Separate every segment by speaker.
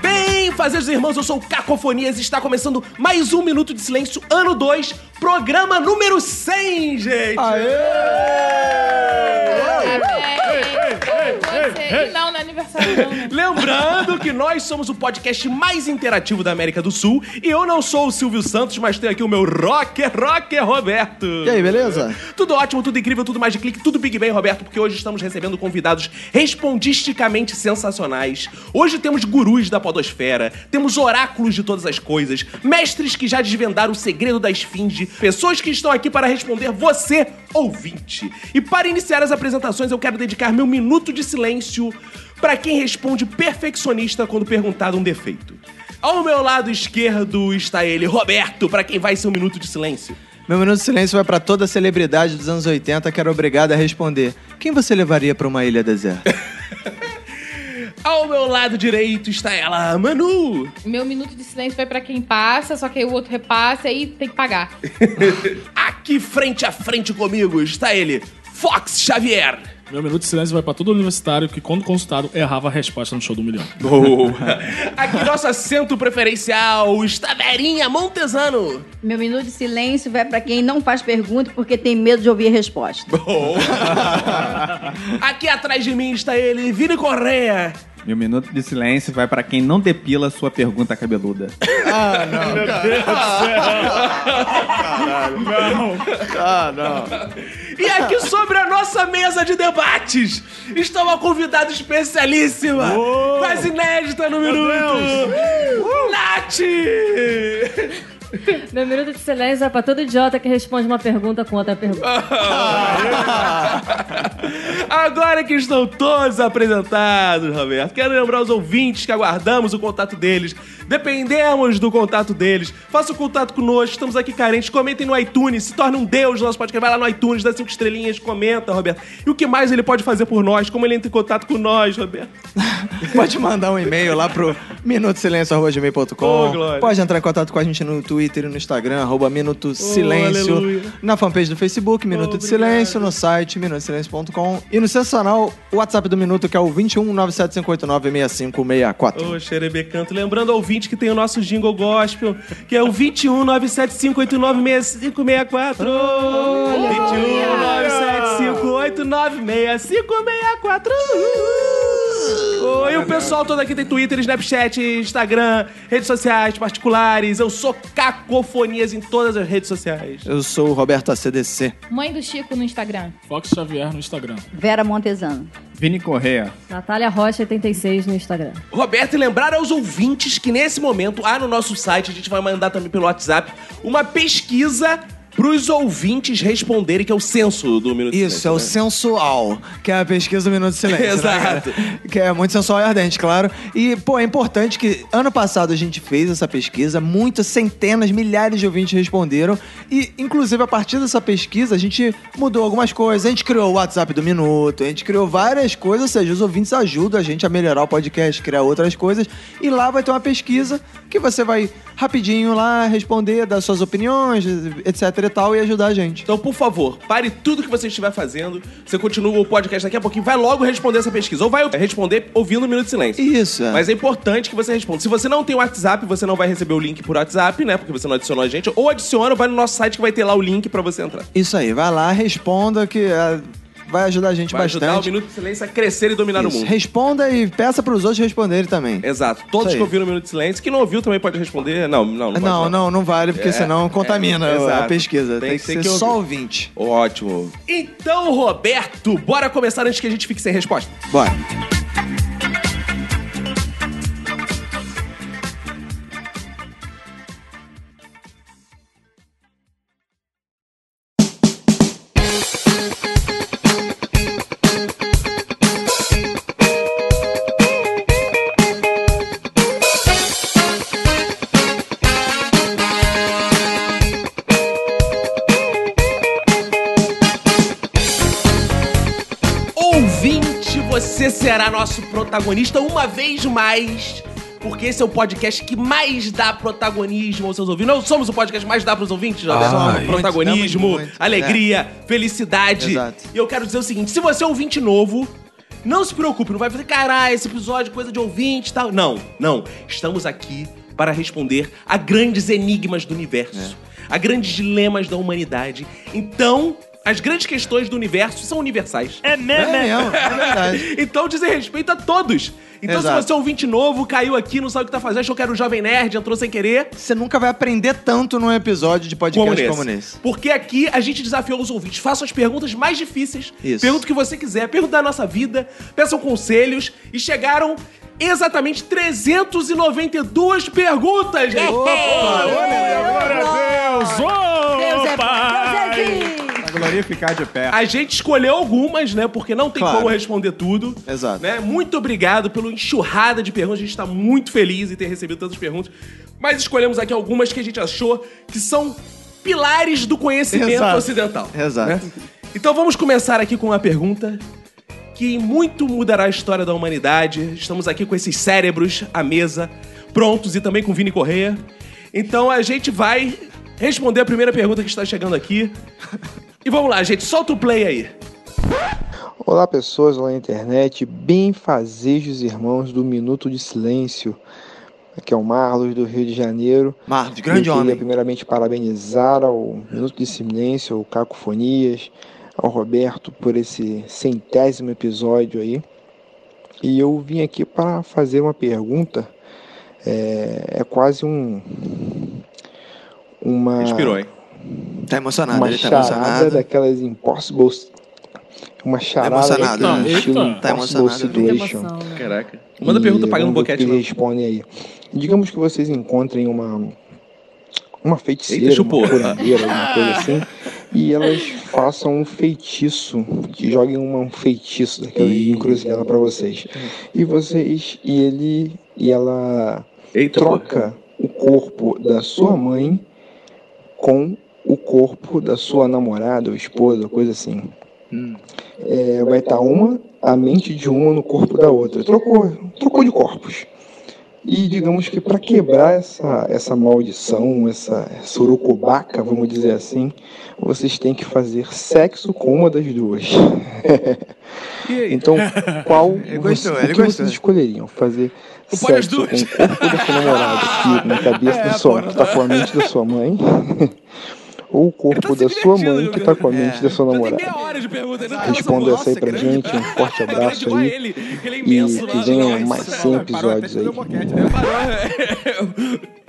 Speaker 1: Bem, fazejos irmãos, eu sou o Cacofonias e está começando mais um Minuto de Silêncio, ano 2, programa número 100, gente!
Speaker 2: Você- E não, não é aniversário não, né?
Speaker 1: Lembrando que nós somos o podcast mais interativo da América do Sul e eu não sou o Silvio Santos, mas tenho aqui o meu rocker, rocker Roberto.
Speaker 3: E aí, beleza?
Speaker 1: Tudo ótimo, tudo incrível, tudo mais de clique, tudo Big Bang, Roberto, porque hoje estamos recebendo convidados respondisticamente sensacionais. Hoje temos gurus da podosfera, temos oráculos de todas as coisas, mestres que já desvendaram o segredo da esfinge, pessoas que estão aqui para responder você, ouvinte. E para iniciar as apresentações, eu quero dedicar meu minuto de silêncio para quem responde perfeccionista quando perguntado um defeito. Ao meu lado esquerdo está ele, Roberto, para quem vai ser um minuto de silêncio.
Speaker 3: Meu minuto de silêncio vai pra toda celebridade dos anos 80 que era obrigada a responder: Quem você levaria pra uma ilha deserta?
Speaker 1: Ao meu lado direito está ela, Manu.
Speaker 2: Meu minuto de silêncio vai pra quem passa, só que aí o outro repassa e tem que pagar.
Speaker 1: Aqui frente a frente comigo está ele, Fox Xavier.
Speaker 4: Meu minuto de silêncio vai pra todo universitário que, quando consultado, errava a resposta no show do milhão.
Speaker 1: Boa. Aqui nosso assento preferencial está Verinha Montesano.
Speaker 5: Meu minuto de silêncio vai pra quem não faz pergunta porque tem medo de ouvir a resposta.
Speaker 1: Aqui atrás de mim está ele, Vini Correia.
Speaker 6: Meu minuto de silêncio vai pra quem não depila sua pergunta cabeluda.
Speaker 4: Ah,
Speaker 1: Ah, E aqui sobre a nossa mesa de debates está uma convidada especialíssima, quase inédita no minuto, Nath.
Speaker 7: Meu minuto de silêncio é pra todo idiota que responde uma pergunta com outra pergunta.
Speaker 1: Ah, Agora que estão todos apresentados, Roberto, quero lembrar os ouvintes que aguardamos o contato deles, dependemos do contato deles. Faça o contato conosco, estamos aqui carentes. Comentem no iTunes, se torne um deus do nosso podcast. Vai lá no iTunes, dá cinco estrelinhas, comenta, Roberto. E o que mais ele pode fazer por nós? Como ele entra em contato com nós, Roberto?
Speaker 3: Pode mandar um e-mail lá pro
Speaker 1: Ô, Glória.
Speaker 3: minutosilencio.com. Pode entrar em contato com a gente no Twitter e no Instagram, arroba Minuto Silêncio.
Speaker 1: aleluia.
Speaker 3: na fanpage do Facebook, Minuto de Silêncio, no site minutosilêncio.com e no sensacional o WhatsApp do Minuto, que é o 21 6564
Speaker 1: Ô, Xerebecanto. Lembrando ao ouvinte que tem o nosso jingle gospel, que é o 21 975896564. 21 975896564. Oi, e o pessoal todo aqui tem Twitter, Snapchat, Instagram, redes sociais particulares. Eu sou cacofonias em todas as redes sociais.
Speaker 3: Eu sou o Roberto ACDC.
Speaker 2: Mãe do Chico no Instagram.
Speaker 4: Fox Xavier no Instagram.
Speaker 5: Vera Montesano.
Speaker 6: Vini Correa.
Speaker 7: Natália Rocha, 86, no Instagram.
Speaker 1: Roberto, e lembrar aos ouvintes que nesse momento, há no nosso site, a gente vai mandar também pelo WhatsApp, uma pesquisa pros ouvintes responderem, que é o censo do Minuto de
Speaker 3: Isso, é o
Speaker 1: Silêncio, né?
Speaker 3: sensual, que é a pesquisa do Minuto de Silêncio. né,
Speaker 1: Exato.
Speaker 3: cara? que é muito sensual e ardente, claro. E, pô, é importante que ano passado a gente fez essa pesquisa, muitas centenas, milhares de ouvintes responderam. E, inclusive, a partir dessa pesquisa, a gente mudou algumas coisas. A gente criou o WhatsApp do Minuto, a gente criou várias coisas, ou seja, os ouvintes ajudam a gente a melhorar o podcast, criar outras coisas. E lá vai ter uma pesquisa que você vai rapidinho lá responder, dar suas opiniões, etc e tal, e ajudar a gente.
Speaker 1: Então, por favor, pare tudo que você estiver fazendo. Você continua o podcast daqui a pouquinho, vai logo responder essa pesquisa. Ou vai responder ouvindo o Minuto de Silêncio.
Speaker 3: Isso. é.
Speaker 1: Mas é importante que você responda. Se você não tem WhatsApp, você não vai receber o link por WhatsApp, né? Porque você não adicionou a gente. Ou adiciona, vai no nosso site que vai ter lá o link pra você entrar.
Speaker 3: Isso aí, vai lá, responda que ah, vai ajudar a gente
Speaker 1: Vai
Speaker 3: bastante.
Speaker 1: ajudar o Minuto de Silêncio a crescer e dominar o
Speaker 3: Isso,
Speaker 1: mundo.
Speaker 3: Responda e peça pros outros responderem também.
Speaker 1: Exato. Todos
Speaker 3: Isso aí.
Speaker 1: que ouviram o Minuto de Silêncio. Quem não ouviu também pode responder. Não, não, não. pode
Speaker 3: Não,
Speaker 1: falar.
Speaker 3: não, não vale, porque senão contamina
Speaker 1: é,
Speaker 3: a
Speaker 1: exato.
Speaker 3: pesquisa.
Speaker 1: Tem
Speaker 3: Tem,
Speaker 1: que
Speaker 3: que
Speaker 1: ter
Speaker 3: ser
Speaker 1: que
Speaker 3: só
Speaker 1: ouvir.
Speaker 3: ouvinte.
Speaker 1: Ótimo. Então, Roberto, bora começar antes que a gente fique sem resposta.
Speaker 3: Bora.
Speaker 1: será nosso protagonista uma vez mais. Porque esse é o podcast que mais dá protagonismo aos seus ouvintes. Não somos o podcast mais dá pros ouvintes, Jovem.
Speaker 3: Ah,
Speaker 1: Somos.
Speaker 3: muito,
Speaker 1: protagonismo,
Speaker 3: damos muito. É.
Speaker 1: alegria, felicidade.
Speaker 3: Exato.
Speaker 1: E eu quero dizer o seguinte: se você é ouvinte novo, não se preocupe, não vai fazer, caralho, esse episódio é coisa de ouvinte e tal. Não, não. Estamos aqui para responder a grandes enigmas do universo,
Speaker 3: É.
Speaker 1: a grandes dilemas da humanidade. Então, as grandes questões do universo são universais.
Speaker 8: É
Speaker 3: É
Speaker 8: meme.
Speaker 3: mesmo, é verdade.
Speaker 1: Então dizem respeito a todos. Então,
Speaker 3: Exato.
Speaker 1: se você é ouvinte novo, caiu aqui, não sabe o que tá fazendo, achou que era o Jovem Nerd, entrou sem querer.
Speaker 3: Você nunca vai aprender tanto num episódio de podcast
Speaker 1: Como
Speaker 3: como nesse.
Speaker 1: nesse. Porque aqui a gente desafiou os ouvintes. Façam as perguntas mais difíceis.
Speaker 3: Isso.
Speaker 1: Pergunta o que você quiser. Pergunta da nossa vida. Peçam conselhos. E chegaram exatamente 392 perguntas. gente.
Speaker 8: Glória a Deus.
Speaker 5: Deus é
Speaker 8: Opa!
Speaker 5: bom. Deus é bom.
Speaker 6: Pra glorificar de pé.
Speaker 1: A gente escolheu algumas, né? Porque não tem
Speaker 3: Claro.
Speaker 1: como responder tudo.
Speaker 3: Exato.
Speaker 1: Né? Muito obrigado pelo enxurrada de perguntas. A gente está muito feliz em ter recebido tantas perguntas. Mas escolhemos aqui algumas que a gente achou que são pilares do conhecimento
Speaker 3: Exato.
Speaker 1: ocidental.
Speaker 3: Exato.
Speaker 1: Então vamos começar aqui com uma pergunta que muito mudará a história da humanidade. Estamos aqui com esses cérebros à mesa, prontos e também com Vini Correia. Então a gente vai responder a primeira pergunta que está chegando aqui. E vamos lá, gente, solta o play aí.
Speaker 9: Olá pessoas, olá internet, bem fazejos irmãos do Minuto de Silêncio. Aqui é o Marlos do Rio de Janeiro.
Speaker 3: Marcos,
Speaker 9: Eu
Speaker 3: grande
Speaker 9: queria
Speaker 3: homem.
Speaker 9: primeiramente parabenizar ao Minuto de Silêncio, ao Cacofonias, ao Roberto por esse centésimo episódio aí. E eu vim aqui para fazer uma pergunta. É, é quase um uma
Speaker 6: Inspirou, hein?
Speaker 3: Ah, Tá emocionado,
Speaker 9: uma
Speaker 3: ele tá
Speaker 9: charada
Speaker 3: emocionado. Tá
Speaker 9: daquelas Impossible. Uma charada
Speaker 3: emocionado,
Speaker 9: daquele
Speaker 4: né?
Speaker 9: estilo
Speaker 4: Eita.
Speaker 3: Tá
Speaker 9: Impossible
Speaker 3: emocionado, né?
Speaker 7: Muita
Speaker 9: Situation.
Speaker 7: emoção. né?
Speaker 1: Caraca. Manda pergunta
Speaker 9: E
Speaker 1: pagando
Speaker 9: vamos ver o
Speaker 1: boquete,
Speaker 9: que
Speaker 1: não.
Speaker 9: respondem aí. Digamos que vocês encontrem uma uma feiticeira,
Speaker 1: Eita, chupou.
Speaker 9: uma curandeira, alguma coisa assim, e elas façam um feitiço, que joguem uma- um feitiço daquela encruzilhada pra vocês. E vocês e ele e ela
Speaker 1: Eita,
Speaker 9: troca o corpo da sua mãe com o corpo da sua namorada ou esposa, coisa assim. É, vai estar uma, a mente de uma no corpo da outra. Trocou, trocou de corpos. E digamos que para quebrar essa, essa maldição, essa surucubaca, vamos dizer assim, vocês têm que fazer sexo com uma das duas. então, qual
Speaker 3: Ele
Speaker 9: você-
Speaker 3: gostou,
Speaker 9: o
Speaker 3: ele
Speaker 9: que
Speaker 3: gostou.
Speaker 9: vocês escolheriam? Fazer
Speaker 1: Ou pode as
Speaker 9: sexo com
Speaker 1: duas. É,
Speaker 9: o corpo da sua namorada, que na cabeça da sua, que tá com a mente da sua mãe, ou o corpo
Speaker 1: se
Speaker 9: da sua
Speaker 1: divertindo,
Speaker 9: mãe, que tá com a mente da sua
Speaker 1: Já tem
Speaker 9: namorada?
Speaker 1: É. meia hora de pergunta, ele não tá
Speaker 9: Responda
Speaker 1: nossa,
Speaker 9: essa aí pra
Speaker 1: grande-
Speaker 9: gente. Um forte abraço
Speaker 1: grande, olha
Speaker 9: aí.
Speaker 1: ele, ele é
Speaker 9: E
Speaker 1: imenso
Speaker 9: que
Speaker 1: lá.
Speaker 9: venham
Speaker 1: Nossa,
Speaker 9: mais 100 episódios aí.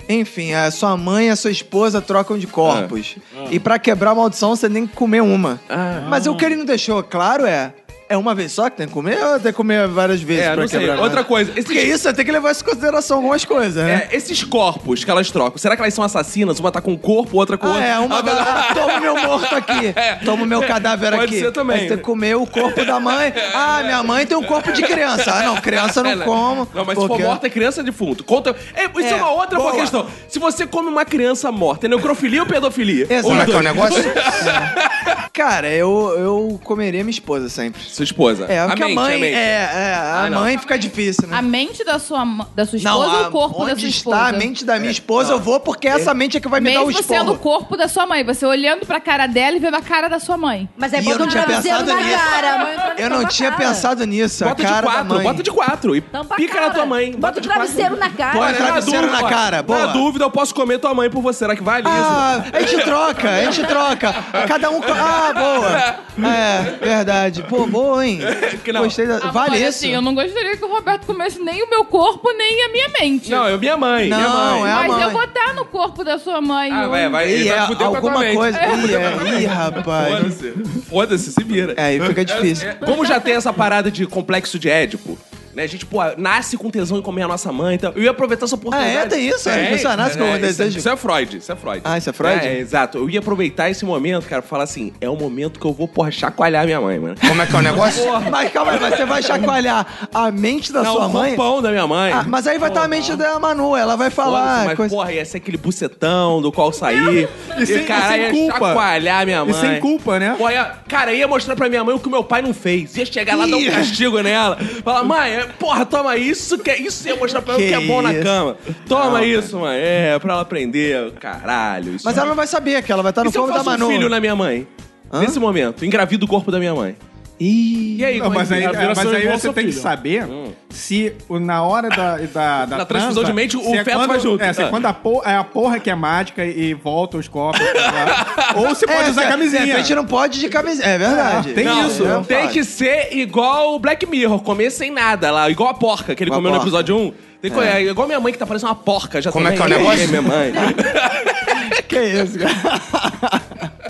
Speaker 3: Enfim, a sua mãe e a sua esposa trocam de corpos.
Speaker 1: Ah.
Speaker 3: E pra quebrar a maldição, você tem que comer uma. Mas o que ele não deixou claro é... É uma vez só que tem que comer ou tem que comer várias vezes
Speaker 1: É,
Speaker 3: pra
Speaker 1: não sei.
Speaker 3: quebrar? a
Speaker 1: Outra
Speaker 3: maldição?
Speaker 1: coisa, esses,
Speaker 3: Porque isso, tem que levar isso em consideração algumas coisas, né?
Speaker 1: é, esses corpos que elas trocam, será que elas são assassinas? Uma tá com um corpo, outra com
Speaker 3: Ah,
Speaker 1: outro.
Speaker 3: é, uma
Speaker 1: Ah, mas-
Speaker 3: da... Toma meu morto aqui. Toma o meu cadáver
Speaker 1: É. Pode
Speaker 3: aqui.
Speaker 1: ser também. É.
Speaker 3: Aí Você comeu o corpo da mãe. Ah, minha mãe tem um corpo de criança. Ah, não, criança eu não
Speaker 1: Ela-
Speaker 3: como.
Speaker 1: É, né? Não, mas se
Speaker 3: porque-
Speaker 1: for morta, é criança defunto. Conta. É, isso é,
Speaker 3: É,
Speaker 1: uma outra boa
Speaker 3: boa.
Speaker 1: questão. Se você come uma criança morta, é necrofilia ou pedofilia?
Speaker 3: Exato.
Speaker 1: Ou
Speaker 3: Como é
Speaker 1: os
Speaker 3: que é o
Speaker 1: dois?
Speaker 3: negócio? Cara, eu, eu comeria minha esposa sempre.
Speaker 1: Sua esposa.
Speaker 3: É, porque a mãe.
Speaker 1: mente.
Speaker 3: É, é, a
Speaker 1: Ah, não.
Speaker 3: mãe fica difícil, né?
Speaker 2: A mente da sua, ma- da sua esposa ou
Speaker 3: a-
Speaker 2: o corpo
Speaker 3: onde
Speaker 2: da sua esposa?
Speaker 3: está a mente da
Speaker 1: É.
Speaker 3: minha esposa, eu vou porque essa mente é que vai me dar o
Speaker 2: Mesmo sendo o
Speaker 3: esporro.
Speaker 2: corpo da sua mãe, você olhando pra cara dela e vendo a cara da sua mãe.
Speaker 5: Mas
Speaker 3: E
Speaker 5: é
Speaker 3: eu
Speaker 5: bom
Speaker 3: não tinha
Speaker 5: travesseiro
Speaker 3: pensado
Speaker 5: na
Speaker 3: nisso.
Speaker 5: cara. a mãe entrou no
Speaker 3: Eu não
Speaker 5: tampa
Speaker 3: tinha
Speaker 5: cara.
Speaker 3: pensado nisso.
Speaker 1: Bota
Speaker 3: a cara
Speaker 1: de
Speaker 3: da
Speaker 1: quatro,
Speaker 3: mãe.
Speaker 1: bota de quatro. E
Speaker 7: Tampa a
Speaker 1: pica
Speaker 7: cara.
Speaker 1: na tua mãe.
Speaker 5: Bota o
Speaker 1: de quatro.
Speaker 5: travesseiro na
Speaker 3: Põe
Speaker 5: cara.
Speaker 3: a
Speaker 1: Na
Speaker 3: travesseiro
Speaker 1: dúvida,
Speaker 3: na cara, boa.
Speaker 1: Na dúvida, eu posso comer tua mãe por você. Será que vale isso?
Speaker 3: Ah, a gente troca, a gente troca. Cada um. co- Ah, boa. É, verdade. Pô, boa, hein?
Speaker 1: Que não.
Speaker 3: Gostei da.
Speaker 2: Agora,
Speaker 3: Vale isso?
Speaker 2: assim, eu não gostaria que o Roberto comesse nem o meu corpo, nem a minha mente.
Speaker 1: Não, é minha mãe. minha
Speaker 3: Não,
Speaker 1: mãe.
Speaker 3: é a
Speaker 2: Mas
Speaker 3: mãe.
Speaker 2: eu botar no corpo da sua mãe.
Speaker 1: Ah,
Speaker 2: um-
Speaker 1: vai, vai.
Speaker 3: Ih,
Speaker 1: Ele
Speaker 3: é
Speaker 1: vai fuder com a tua
Speaker 3: alguma
Speaker 1: mente.
Speaker 3: coisa. Ih,
Speaker 1: Vai fuder com a
Speaker 3: é,
Speaker 1: tua
Speaker 3: ih,
Speaker 1: mente.
Speaker 3: rapaz.
Speaker 1: Foda-se. Foda-se, se vira.
Speaker 3: É, aí fica difícil.
Speaker 1: É, Como já tem essa parada de complexo de Édipo, Né? A gente, pô, nasce com tesão em comer a nossa mãe. Então, eu ia aproveitar essa oportunidade.
Speaker 3: Ah, é? Tem isso? A pessoa nasce com
Speaker 1: é,
Speaker 3: um
Speaker 1: isso é-
Speaker 3: desejo?
Speaker 1: Isso é Freud, isso é Freud.
Speaker 3: Ah, isso é Freud?
Speaker 1: É, exato. Eu ia aproveitar esse momento, cara, pra falar assim, é o momento que eu vou, porra, chacoalhar minha mãe, mano.
Speaker 10: Como é que é o negócio?
Speaker 3: Mas calma aí, mas você vai chacoalhar a mente da
Speaker 1: Não,
Speaker 3: sua
Speaker 1: o
Speaker 3: mãe?
Speaker 1: roupão da minha mãe. Um
Speaker 3: Ah, mas aí vai estar a mente da Manu, ela vai
Speaker 1: Foda-se,
Speaker 3: falar...
Speaker 1: mas,
Speaker 3: coisa-
Speaker 1: porra, ia ser aquele bucetão do qual sair.
Speaker 3: E sem- e
Speaker 1: caralho,
Speaker 3: sem
Speaker 1: ia
Speaker 3: culpa.
Speaker 1: chacoalhar minha
Speaker 3: E
Speaker 1: mãe.
Speaker 3: sem
Speaker 1: culpa, né? cara, ia mostrar pra minha mãe o que meu pai não fez. Ia chegar lá, dar um
Speaker 3: Ih.
Speaker 1: castigo nela. Falar, mãe, é- porra, toma isso, que é- isso ia mostrar pra ela o que é
Speaker 3: Que
Speaker 1: bom na
Speaker 3: isso.
Speaker 1: cama. Toma
Speaker 3: Não,
Speaker 1: isso, mãe. É, pra ela aprender, caralho. Isso
Speaker 3: Mas ela não vai saber que ela vai estar no
Speaker 1: e se eu
Speaker 3: colo da
Speaker 1: faço
Speaker 3: Manu.
Speaker 1: um filho na minha mãe? Nesse momento, engravido o corpo da minha mãe.
Speaker 3: E
Speaker 1: aí,
Speaker 6: Não,
Speaker 1: como é
Speaker 6: mas
Speaker 1: que
Speaker 6: aí,
Speaker 1: é?
Speaker 6: mas aí
Speaker 1: Irmão,
Speaker 6: você
Speaker 1: seu
Speaker 6: tem que
Speaker 1: filho. Hum.
Speaker 6: saber se o- na hora da, da, da
Speaker 1: Na transfusão
Speaker 6: transa,
Speaker 1: de mente, o
Speaker 6: se é
Speaker 1: feto
Speaker 6: quando,
Speaker 1: vai junto.
Speaker 6: É, se é
Speaker 1: Ah.
Speaker 6: quando a porra, é a porra que é mágica e volta os copos. tá? Ou você pode
Speaker 3: É,
Speaker 6: usar
Speaker 3: de-
Speaker 6: camisinha.
Speaker 3: De repente não pode de camisinha. É verdade.
Speaker 6: Ah, tem
Speaker 1: Não,
Speaker 6: isso.
Speaker 3: não
Speaker 1: Tem
Speaker 3: pode.
Speaker 1: que ser igual o Black Mirror, comer sem nada lá, igual a porca que ele
Speaker 3: Igual a
Speaker 1: comeu no
Speaker 3: porca.
Speaker 1: episódio 1. Tem que,
Speaker 3: É.
Speaker 1: é. igual minha mãe que tá parecendo uma porca já
Speaker 3: Como é
Speaker 1: também.
Speaker 3: que é o negócio?
Speaker 1: minha mãe.
Speaker 3: Que isso, cara?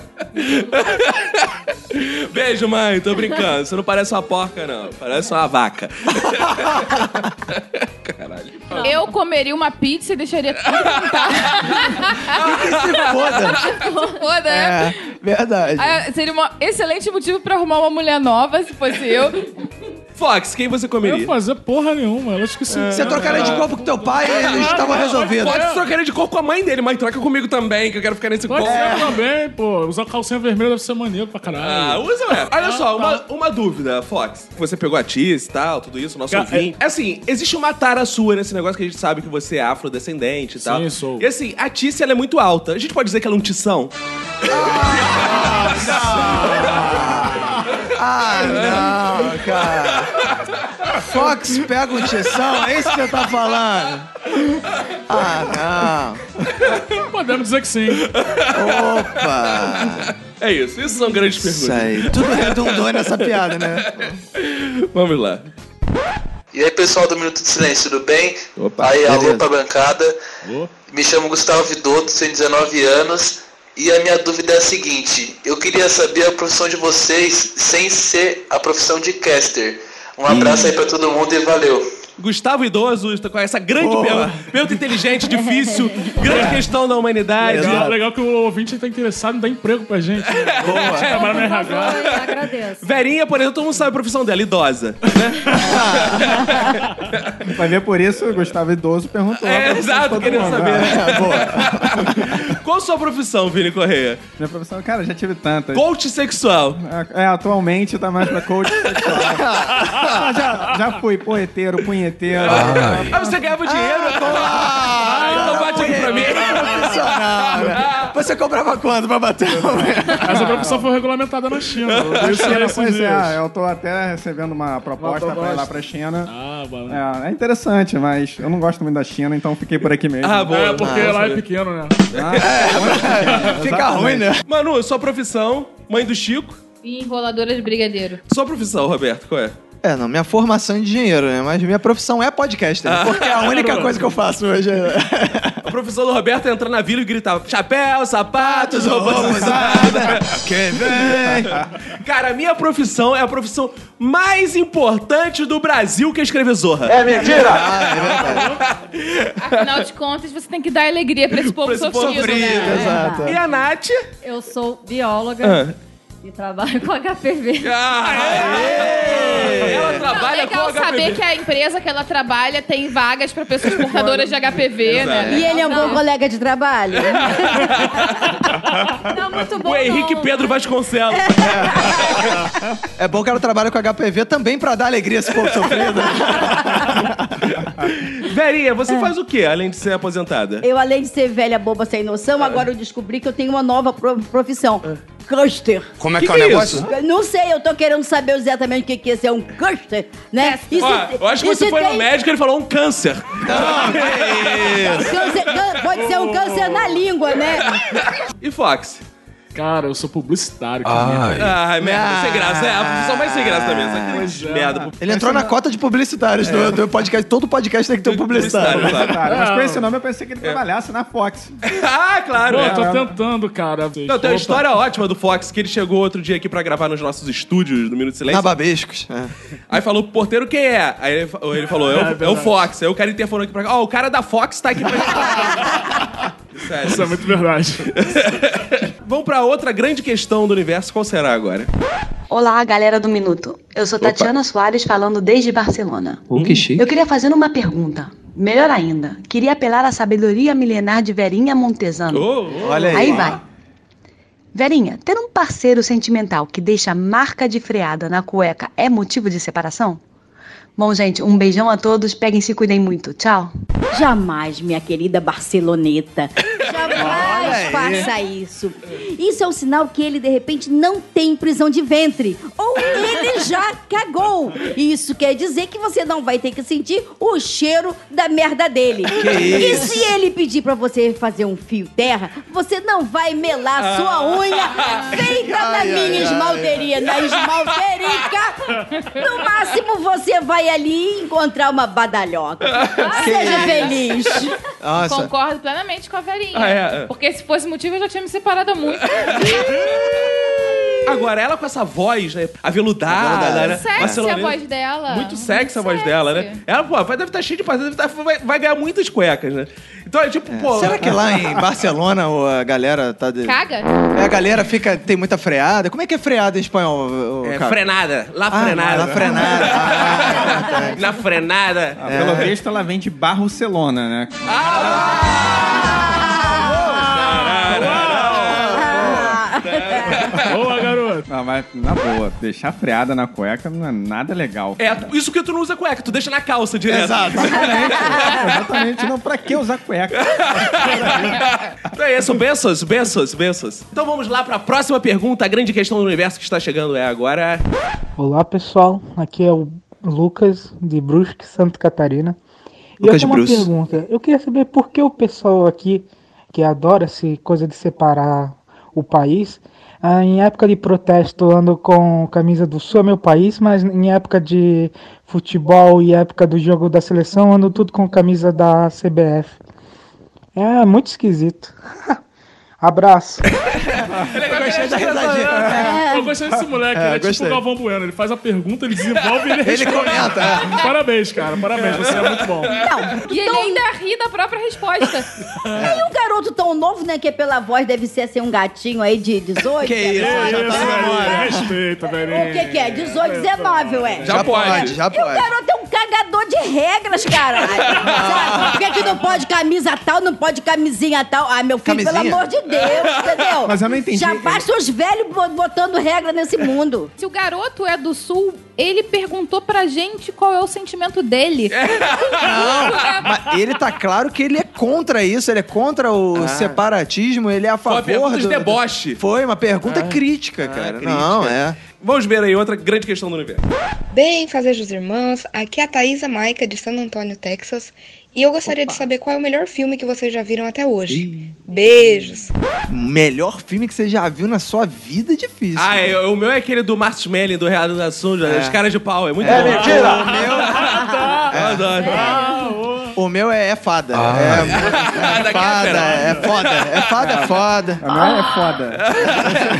Speaker 1: Beijo, mãe, tô brincando. Você não parece uma porca, não. Parece uma vaca. Caralho.
Speaker 2: Eu comeria uma pizza e deixaria tudo montar.
Speaker 3: Que se foda.
Speaker 2: se foda,
Speaker 3: É,
Speaker 2: é.
Speaker 3: verdade.
Speaker 2: Ah, seria um excelente motivo pra arrumar uma mulher nova, se fosse eu.
Speaker 1: Fox, quem você comeria?
Speaker 4: Eu fazer porra nenhuma, ela esqueceu.
Speaker 3: Você trocaria de corpo com teu pai e
Speaker 1: Ah,
Speaker 3: estavam resolvidos.
Speaker 1: Pode trocar de corpo com a mãe dele, mas troca comigo também, que eu quero ficar nesse
Speaker 4: Pode
Speaker 1: corpo.
Speaker 3: É.
Speaker 4: ser também, pô. Usar calcinha vermelha deve ser maneiro pra caralho.
Speaker 1: Ah, usa, ué. Olha
Speaker 4: Ah,
Speaker 1: só, uma,
Speaker 4: tá.
Speaker 1: uma dúvida, Fox. Você pegou a Tiz e tal, tudo isso, nosso
Speaker 4: Cara,
Speaker 1: ouvinte. Assim, existe uma tara sua nesse negócio que a gente sabe que você é afrodescendente e tal.
Speaker 4: Sim, sou.
Speaker 1: E assim, a Tiz, ela é muito alta. A gente pode dizer que ela é um tição?
Speaker 3: Ah, não, cara. Fox pega um tição, é isso que você tá falando? Ah,
Speaker 4: Podemos dizer que sim.
Speaker 3: não. Opa.
Speaker 4: Ah.
Speaker 1: É isso, isso são grandes perguntas.
Speaker 3: Isso aí. Tudo redundou nessa É piada, né?
Speaker 1: Vamos lá.
Speaker 11: E aí pessoal do Minuto de Silêncio, tudo bem?
Speaker 1: Opa,
Speaker 11: aí alô
Speaker 1: beleza.
Speaker 11: pra bancada. Me chamo Gustavo Vidotto, tenho 19 anos. E a minha dúvida é a seguinte: eu queria saber a profissão de vocês sem ser a profissão de caster. Um abraço aí pra todo mundo e valeu.
Speaker 1: Gustavo Idoso está com essa grande
Speaker 11: Boa.
Speaker 1: pergunta. Pergunta inteligente, difícil, grande questão da humanidade.
Speaker 4: Legal, legal que o ouvinte tá interessado em dar emprego pra gente. Boa. Trabalhar no RH.
Speaker 7: Agradeço.
Speaker 1: Verinha, por exemplo, todo mundo sabe a profissão dela, idosa.
Speaker 6: Vai ver por isso, o Gustavo Idoso perguntou.
Speaker 1: É,
Speaker 6: lá pra
Speaker 1: exato,
Speaker 6: todo
Speaker 1: queria
Speaker 6: mundo.
Speaker 1: saber.
Speaker 6: Ah, boa.
Speaker 1: É, Qual a sua profissão, Vini Correia?
Speaker 6: Minha profissão, cara, já tive tantas.
Speaker 1: Coach sexual.
Speaker 6: É, atualmente tá mais pra coach sexual. Mas já, já fui porreteiro, punheteiro.
Speaker 1: Ah, você ganhava dinheiro? Ah, então bate aqui pra mim.
Speaker 3: Profissional, né? Você comprava quando pra bater?
Speaker 4: Essa profissão foi regulamentada na China. Isso era esses
Speaker 6: pois
Speaker 4: dias.
Speaker 6: é, eu tô até recebendo uma proposta
Speaker 4: Uma proposta.
Speaker 6: pra ir lá pra China.
Speaker 4: Ah, bom.
Speaker 6: É, é interessante, mas eu não gosto muito da China, então fiquei por aqui mesmo.
Speaker 1: Ah, boa.
Speaker 4: É, porque
Speaker 1: Ah,
Speaker 4: lá é
Speaker 1: sabe.
Speaker 4: pequeno, né?
Speaker 3: É,
Speaker 1: Fica ruim, né? Manu, sua profissão, mãe do Chico.
Speaker 2: E enroladora de brigadeiro.
Speaker 1: Sua profissão, Roberto, qual é?
Speaker 3: É, não, minha formação é engenheiro, né? Mas minha profissão é podcaster.
Speaker 1: Ah.
Speaker 3: Porque a única coisa que eu faço hoje é.
Speaker 1: A profissão do Roberto é entrar na vila e gritar chapéu, sapatos, roupas usadas. Quem vem? Cara, a minha profissão é a profissão mais importante do Brasil que é escrever Zorra.
Speaker 3: É mentira! Ah,
Speaker 1: é verdade.
Speaker 2: Afinal de contas, você tem que dar alegria pra esse povo sofrido, né?
Speaker 3: exato.
Speaker 1: E a Nath?
Speaker 7: Eu sou bióloga
Speaker 2: Ah.
Speaker 7: e trabalho com HPV.
Speaker 1: Ela
Speaker 2: Não, é legal saber que a empresa que ela trabalha tem vagas pra pessoas portadoras de HPV,
Speaker 1: Exato.
Speaker 2: né?
Speaker 5: E ele é um bom colega de trabalho?
Speaker 1: o Henrique Pedro Vasconcelos.
Speaker 3: É bom que ela trabalha com HPV também pra dar alegria a esse povo sofrido.
Speaker 1: Verinha, você faz o quê, além de ser aposentada?
Speaker 5: Eu, além de ser velha, boba, sem
Speaker 10: É.
Speaker 5: noção, agora eu descobri que eu tenho uma nova pro- profissão. Custer.
Speaker 10: Como é que, é o negócio?
Speaker 5: Não sei, eu tô querendo saber exatamente o que que é ser um custer, né? E se-
Speaker 1: Ó, eu acho que
Speaker 5: e
Speaker 1: você
Speaker 5: se
Speaker 1: foi no
Speaker 5: tem-
Speaker 1: médico e ele falou um câncer.
Speaker 5: Câncer- cân- Pode ser um câncer na língua, né?
Speaker 1: E Fox?
Speaker 4: Cara, eu sou publicitário. que merda.
Speaker 1: Ai, merda, sem graça. É, a profissão mais sem graça também. essa
Speaker 4: Ah. Pois é.
Speaker 1: merda.
Speaker 3: Ele entrou na cota de publicitários do, do podcast. Todo podcast tem que ter um publicitário.
Speaker 1: Publicitário,
Speaker 6: Cara, mas com esse
Speaker 3: não.
Speaker 6: nome eu pensei que ele trabalhasse na Fox.
Speaker 1: É, ah, claro.
Speaker 4: Pô,
Speaker 1: é.
Speaker 4: tô tentando, cara.
Speaker 1: Não, tem uma história ótima do Fox, que ele chegou outro dia aqui pra gravar nos nossos estúdios do Minuto de Silêncio.
Speaker 3: Na Babescos.
Speaker 1: Aí falou pro porteiro quem é. Aí ele, fa- ele falou, é
Speaker 4: É
Speaker 1: o,
Speaker 4: verdade.
Speaker 1: é o Fox. Aí o cara interfonou aqui pra cá. Ó, o cara da Fox tá aqui pra Sério.
Speaker 4: Isso é muito verdade.
Speaker 1: Vamos pra outra grande questão do universo. Qual será agora?
Speaker 10: Olá, galera do Minuto. Eu sou
Speaker 1: Opa.
Speaker 10: Tatiana Soares falando desde Barcelona.
Speaker 3: O
Speaker 1: Hum.
Speaker 3: que chique.
Speaker 10: Eu queria fazer uma pergunta. Melhor ainda, queria apelar à sabedoria milenar de Verinha Montesano.
Speaker 3: olha aí.
Speaker 10: vai. Verinha, ter um parceiro sentimental que deixa marca de freada na cueca é motivo de separação? Bom, gente, um beijão a todos. Peguem e se cuidem muito. Tchau.
Speaker 5: Jamais, minha querida Barceloneta. Jamais faça isso. Isso é um sinal que ele, de repente, não tem prisão de ventre. Ou ele já cagou. Isso quer dizer que você não vai ter que sentir o cheiro da merda dele.
Speaker 12: Que
Speaker 5: e
Speaker 12: isso?
Speaker 5: se ele pedir pra você fazer um fio terra, você não vai melar sua unha feita na
Speaker 12: Ah. Ai, ai,
Speaker 5: minha
Speaker 12: ai.
Speaker 5: esmalteria, na esmalterica. No máximo, você vai ali encontrar uma badalhoca. Seja feliz.
Speaker 3: Nossa.
Speaker 2: Concordo plenamente com a Verinha.
Speaker 1: Ah, é, é.
Speaker 2: Porque se fosse motivo, eu já tinha me separado há muito.
Speaker 1: Agora, ela com essa voz, né? Aveludada,
Speaker 2: é.
Speaker 1: né?
Speaker 2: Sexy a
Speaker 1: Barcelonesa.
Speaker 2: voz dela.
Speaker 1: Muito sexy a voz dela, né? Ela, pô, vai- deve estar cheia de parceiro, deve tá- vai, vai ganhar muitas cuecas, né? Então é tipo, pô.
Speaker 3: Será que lá em Barcelona ô, a galera tá de...
Speaker 2: Caga?
Speaker 3: É, A galera fica... Tem muita freada. Como é que é freada em espanhol? ô, ô,
Speaker 1: É,
Speaker 3: cara?
Speaker 1: frenada, lá
Speaker 3: Ah,
Speaker 1: frenada.
Speaker 3: lá frenada. Ah,
Speaker 1: Na frenada.
Speaker 6: Ah, Pelo
Speaker 3: É.
Speaker 6: visto, ela vem de Barcelona, né?
Speaker 4: Boa, garoto!
Speaker 6: Não, Ah, mas na boa, deixar freada na cueca não é nada legal.
Speaker 1: É, isso que tu não usa cueca, tu deixa na calça direto.
Speaker 6: Exato. Exatamente. Não, pra que usar cueca?
Speaker 1: Então é isso, beijos, beijos, beijos. Então vamos lá pra próxima pergunta. A grande questão do universo que está chegando é agora.
Speaker 13: Olá pessoal, aqui é o Lucas de Brusque, Santa Catarina. E
Speaker 1: Lucas de
Speaker 13: eu tenho uma
Speaker 1: Brusque.
Speaker 13: pergunta. Eu queria saber por que o pessoal aqui que adora essa coisa de separar o país, ah, em época de protesto ando com camisa do Sul, é meu país, mas em época de futebol e época do jogo da seleção ando tudo com camisa da CBF. É muito esquisito. Abraço.
Speaker 14: É
Speaker 4: Eu gostei
Speaker 3: da risadinha.
Speaker 4: né? Eu gostei desse moleque,
Speaker 13: É,
Speaker 4: ele é tipo
Speaker 13: gostei.
Speaker 4: o Galvão Bueno. Ele faz a pergunta, ele desenvolve e ele
Speaker 13: Ele
Speaker 4: responde.
Speaker 13: comenta, é.
Speaker 4: Parabéns, cara. Parabéns, você é muito bom.
Speaker 2: E
Speaker 5: então-
Speaker 2: ele ainda ri da própria resposta.
Speaker 5: Tem um garoto tão novo, né? Que pela voz deve ser assim, um gatinho aí de 18.
Speaker 4: Que isso, tá
Speaker 5: né?
Speaker 4: isso, velho.
Speaker 5: Ah,
Speaker 4: Respeita, velho.
Speaker 5: O que, que é? 18, 19, ué.
Speaker 4: Já pode, já
Speaker 5: E o
Speaker 4: pode.
Speaker 5: garoto é um cagador de regras, caralho. Sabe? Por que, que não pode camisa tal, não pode camisinha tal? Ah, meu filho, pelo
Speaker 6: Camisinha?
Speaker 5: amor de Deus, entendeu?
Speaker 6: Mas eu não entendi.
Speaker 5: Já basta os velhos bo- botando regra nesse mundo.
Speaker 2: Se o garoto é do sul, ele perguntou pra gente qual é o sentimento dele.
Speaker 1: É.
Speaker 3: Não, mas ele tá claro que ele é contra isso, ele é contra o Ah. separatismo, ele é a
Speaker 1: Foi uma
Speaker 3: favor
Speaker 1: pergunta de
Speaker 3: do- do-
Speaker 1: deboche.
Speaker 3: Foi uma pergunta crítica, cara. Não, é.
Speaker 1: Vamos ver aí outra grande questão do universo.
Speaker 15: Bem, fazejos irmãos, aqui é a Thaisa Maica de San Antonio, Texas, e eu gostaria de saber qual é o melhor filme que vocês já viram até hoje. Beijos!
Speaker 3: Melhor filme que você já viu na sua vida é difícil.
Speaker 1: Ah, é, o meu é aquele do Marcos Melling, do Real do Assunto,
Speaker 3: É.
Speaker 1: os caras de pau, é muito
Speaker 3: É
Speaker 1: bom.
Speaker 3: mentira.
Speaker 1: O meu... é Eu adoro.
Speaker 4: Ah,
Speaker 3: O meu é, é fada. É, é fada, é foda. É fada, é foda.
Speaker 6: O meu é foda.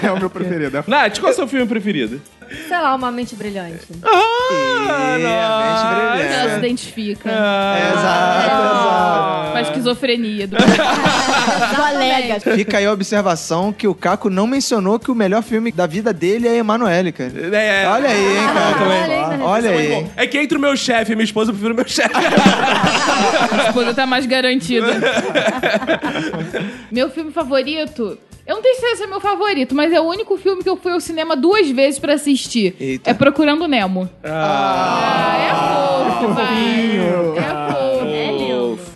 Speaker 6: É o meu preferido.
Speaker 1: Nath, qual é o seu filme preferido?
Speaker 7: Sei lá, uma mente brilhante.
Speaker 1: Ah,
Speaker 2: Porque Ela se
Speaker 1: nossa.
Speaker 2: identifica.
Speaker 3: exato,
Speaker 2: exato. Ah, Com a esquizofrenia do colega.
Speaker 3: Fica aí a observação que o Caco não mencionou que o melhor filme da vida dele é Emanuele, cara.
Speaker 4: É,
Speaker 3: Olha aí, hein, Caco. Olha, aí. hein?
Speaker 1: né? É que entre o meu chefe e minha esposa, eu prefiro meu chefe.
Speaker 2: A esposa tá mais garantida. meu filme favorito. Eu não tenho certeza se é meu favorito, mas é o único filme que eu fui ao cinema duas vezes pra assistir. É Procurando Nemo. Ah, é fofo, vai. É fofo. É lindo.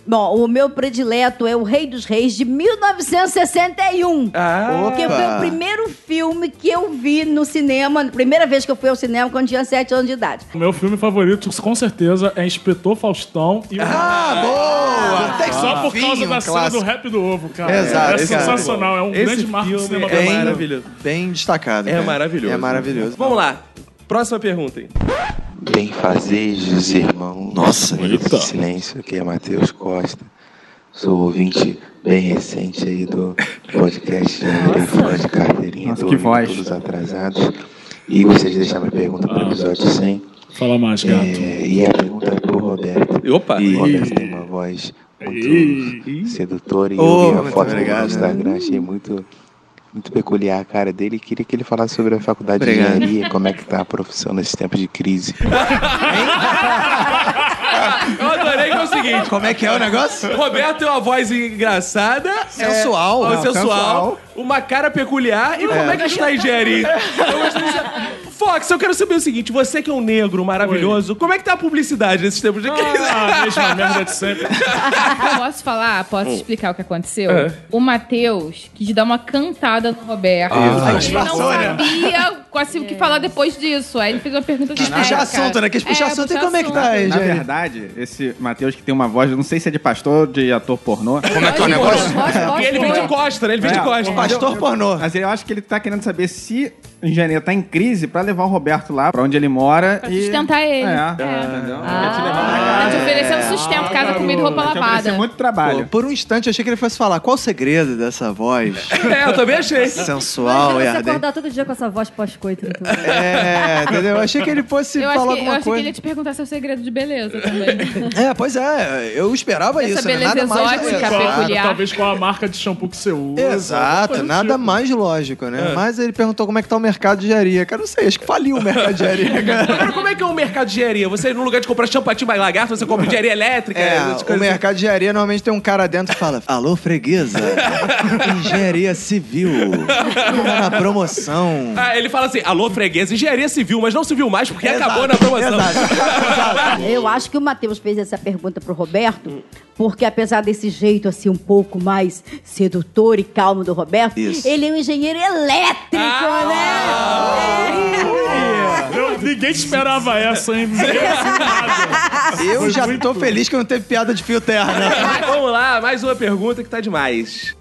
Speaker 5: Bom, o meu predileto é O Rei dos Reis de 1961.
Speaker 1: Ah.
Speaker 5: Que
Speaker 12: Opa.
Speaker 5: foi o primeiro filme que eu vi no cinema, primeira vez que eu fui ao cinema quando eu tinha 7 anos de idade.
Speaker 16: Ah,
Speaker 4: O meu filme favorito, com certeza, é Inspetor Faustão e o.
Speaker 3: Ah, boa!
Speaker 4: Só lá por causa da cena do rap do ovo, cara.
Speaker 3: Exato,
Speaker 4: é
Speaker 3: esse cara.
Speaker 4: sensacional, é um
Speaker 3: Esse
Speaker 4: grande marco do
Speaker 3: filme
Speaker 4: cinema
Speaker 3: é
Speaker 4: brasileiro.
Speaker 3: maravilhoso. Bem destacado.
Speaker 1: É
Speaker 3: cara.
Speaker 1: maravilhoso.
Speaker 3: É maravilhoso.
Speaker 1: Vamos lá. Próxima pergunta, hein?
Speaker 12: Bem fazejos, irmãos. Nossa, Eita. silêncio aqui é Matheus Costa. Sou ouvinte bem recente aí do podcast Bem Fã de Carteirinha do que voz. Todos Atrasados. E gostaria de deixar minha pergunta para o episódio 100.
Speaker 4: Ah, Fala mais, gato.
Speaker 12: e a pergunta é para o Roberto.
Speaker 1: Opa!
Speaker 12: O Roberto tem uma voz muito sedutora e
Speaker 3: Oh,
Speaker 12: eu vi a
Speaker 3: muito
Speaker 12: foto dele
Speaker 3: obrigado.
Speaker 12: no Instagram, achei muito, muito peculiar a cara dele. Queria que ele falasse sobre a faculdade
Speaker 3: Obrigado.
Speaker 12: de engenharia, como é que está a profissão nesses tempos de crise.
Speaker 1: Eu adorei que é o seguinte.
Speaker 3: Como é que é o negócio?
Speaker 1: Roberto tem uma voz engraçada.
Speaker 3: Sensual.
Speaker 1: é, ó,
Speaker 3: Não,
Speaker 1: sensual,
Speaker 3: sensual.
Speaker 1: Uma cara peculiar. E como é que está a engenharia? Eu gostei disso. Fox, eu quero saber o seguinte. Você que é um negro maravilhoso, como é que tá a publicidade nesses tempos de crise?
Speaker 4: Ah, a mesma merda de sempre.
Speaker 2: Posso falar? Posso
Speaker 3: Oh.
Speaker 2: explicar o que aconteceu?
Speaker 1: É.
Speaker 2: O Matheus quis dar uma cantada no Roberto.
Speaker 3: Ah,
Speaker 2: Aí ele não
Speaker 3: disfarçou, né?
Speaker 2: sabia quase o que falar depois disso. Aí ele fez uma pergunta
Speaker 3: Quis puxar assunto, né? Quis puxar assunto. E como é que tá aí,
Speaker 6: Na
Speaker 3: gente?
Speaker 6: verdade, esse Matheus que tem uma voz, eu não sei se é de pastor ou de ator pornô. É,
Speaker 3: Como é que é o negócio?
Speaker 1: tá Porque ele vem de costa, né? Ele vem de costa.
Speaker 3: Pastor pornô.
Speaker 6: Mas eu acho que ele tá querendo saber se o engenheiro tá em crise pra levar o Roberto lá pra onde ele mora
Speaker 2: Pra
Speaker 6: e.
Speaker 2: sustentar ele.
Speaker 6: É,
Speaker 2: entendeu?
Speaker 6: Ah,
Speaker 2: tá te oferecendo sustento, casa, comida e roupa lavada.
Speaker 6: muito trabalho.
Speaker 3: Pô, por um instante eu achei que ele fosse falar qual o segredo dessa voz
Speaker 1: É, eu também achei.
Speaker 3: sensual e
Speaker 7: Imagina você
Speaker 3: ardente.
Speaker 7: acordar todo dia com essa voz pós-coito. então.
Speaker 3: É, entendeu? Eu achei que ele fosse
Speaker 2: Eu
Speaker 3: falar
Speaker 2: acho, que, eu
Speaker 3: alguma
Speaker 2: acho que ele
Speaker 3: coisa.
Speaker 2: ia te perguntar seu segredo de beleza também.
Speaker 3: É, pois é, eu esperava
Speaker 2: Essa
Speaker 3: isso, né? Nada
Speaker 2: beleza
Speaker 3: mais
Speaker 2: exótica,
Speaker 3: Exato.
Speaker 2: peculiar.
Speaker 4: Talvez com a marca de shampoo que você usa.
Speaker 3: Exato, nada mais lógico, né?
Speaker 4: tipo. É.
Speaker 3: Mas ele perguntou como é que tá o mercado de engenharia. Cara, não sei, acho que faliu o mercado de engenharia, cara.
Speaker 1: Agora, como é que é o mercado de engenharia? Você, no lugar de comprar champatinho mais lagarto, você compra engenharia elétrica?
Speaker 3: É,
Speaker 1: essas
Speaker 3: o
Speaker 1: coisas assim.
Speaker 3: mercado de engenharia normalmente tem um cara dentro que fala: Alô, freguesa, engenharia civil, tá na promoção.
Speaker 1: Ah, ele fala assim, alô, freguês, engenharia civil, mas não civil mais porque
Speaker 3: Exato,
Speaker 1: acabou na promoção.
Speaker 5: Eu acho que o Matheus fez essa pergunta pro Roberto, porque apesar desse jeito assim um pouco mais sedutor e calmo do Roberto,
Speaker 4: Isso.
Speaker 5: ele é um engenheiro elétrico, né?
Speaker 4: Eu- ninguém esperava essa, hein?
Speaker 3: Eu já tô feliz que não teve piada de fio terra, né?
Speaker 1: Vamos lá, mais uma pergunta que tá demais.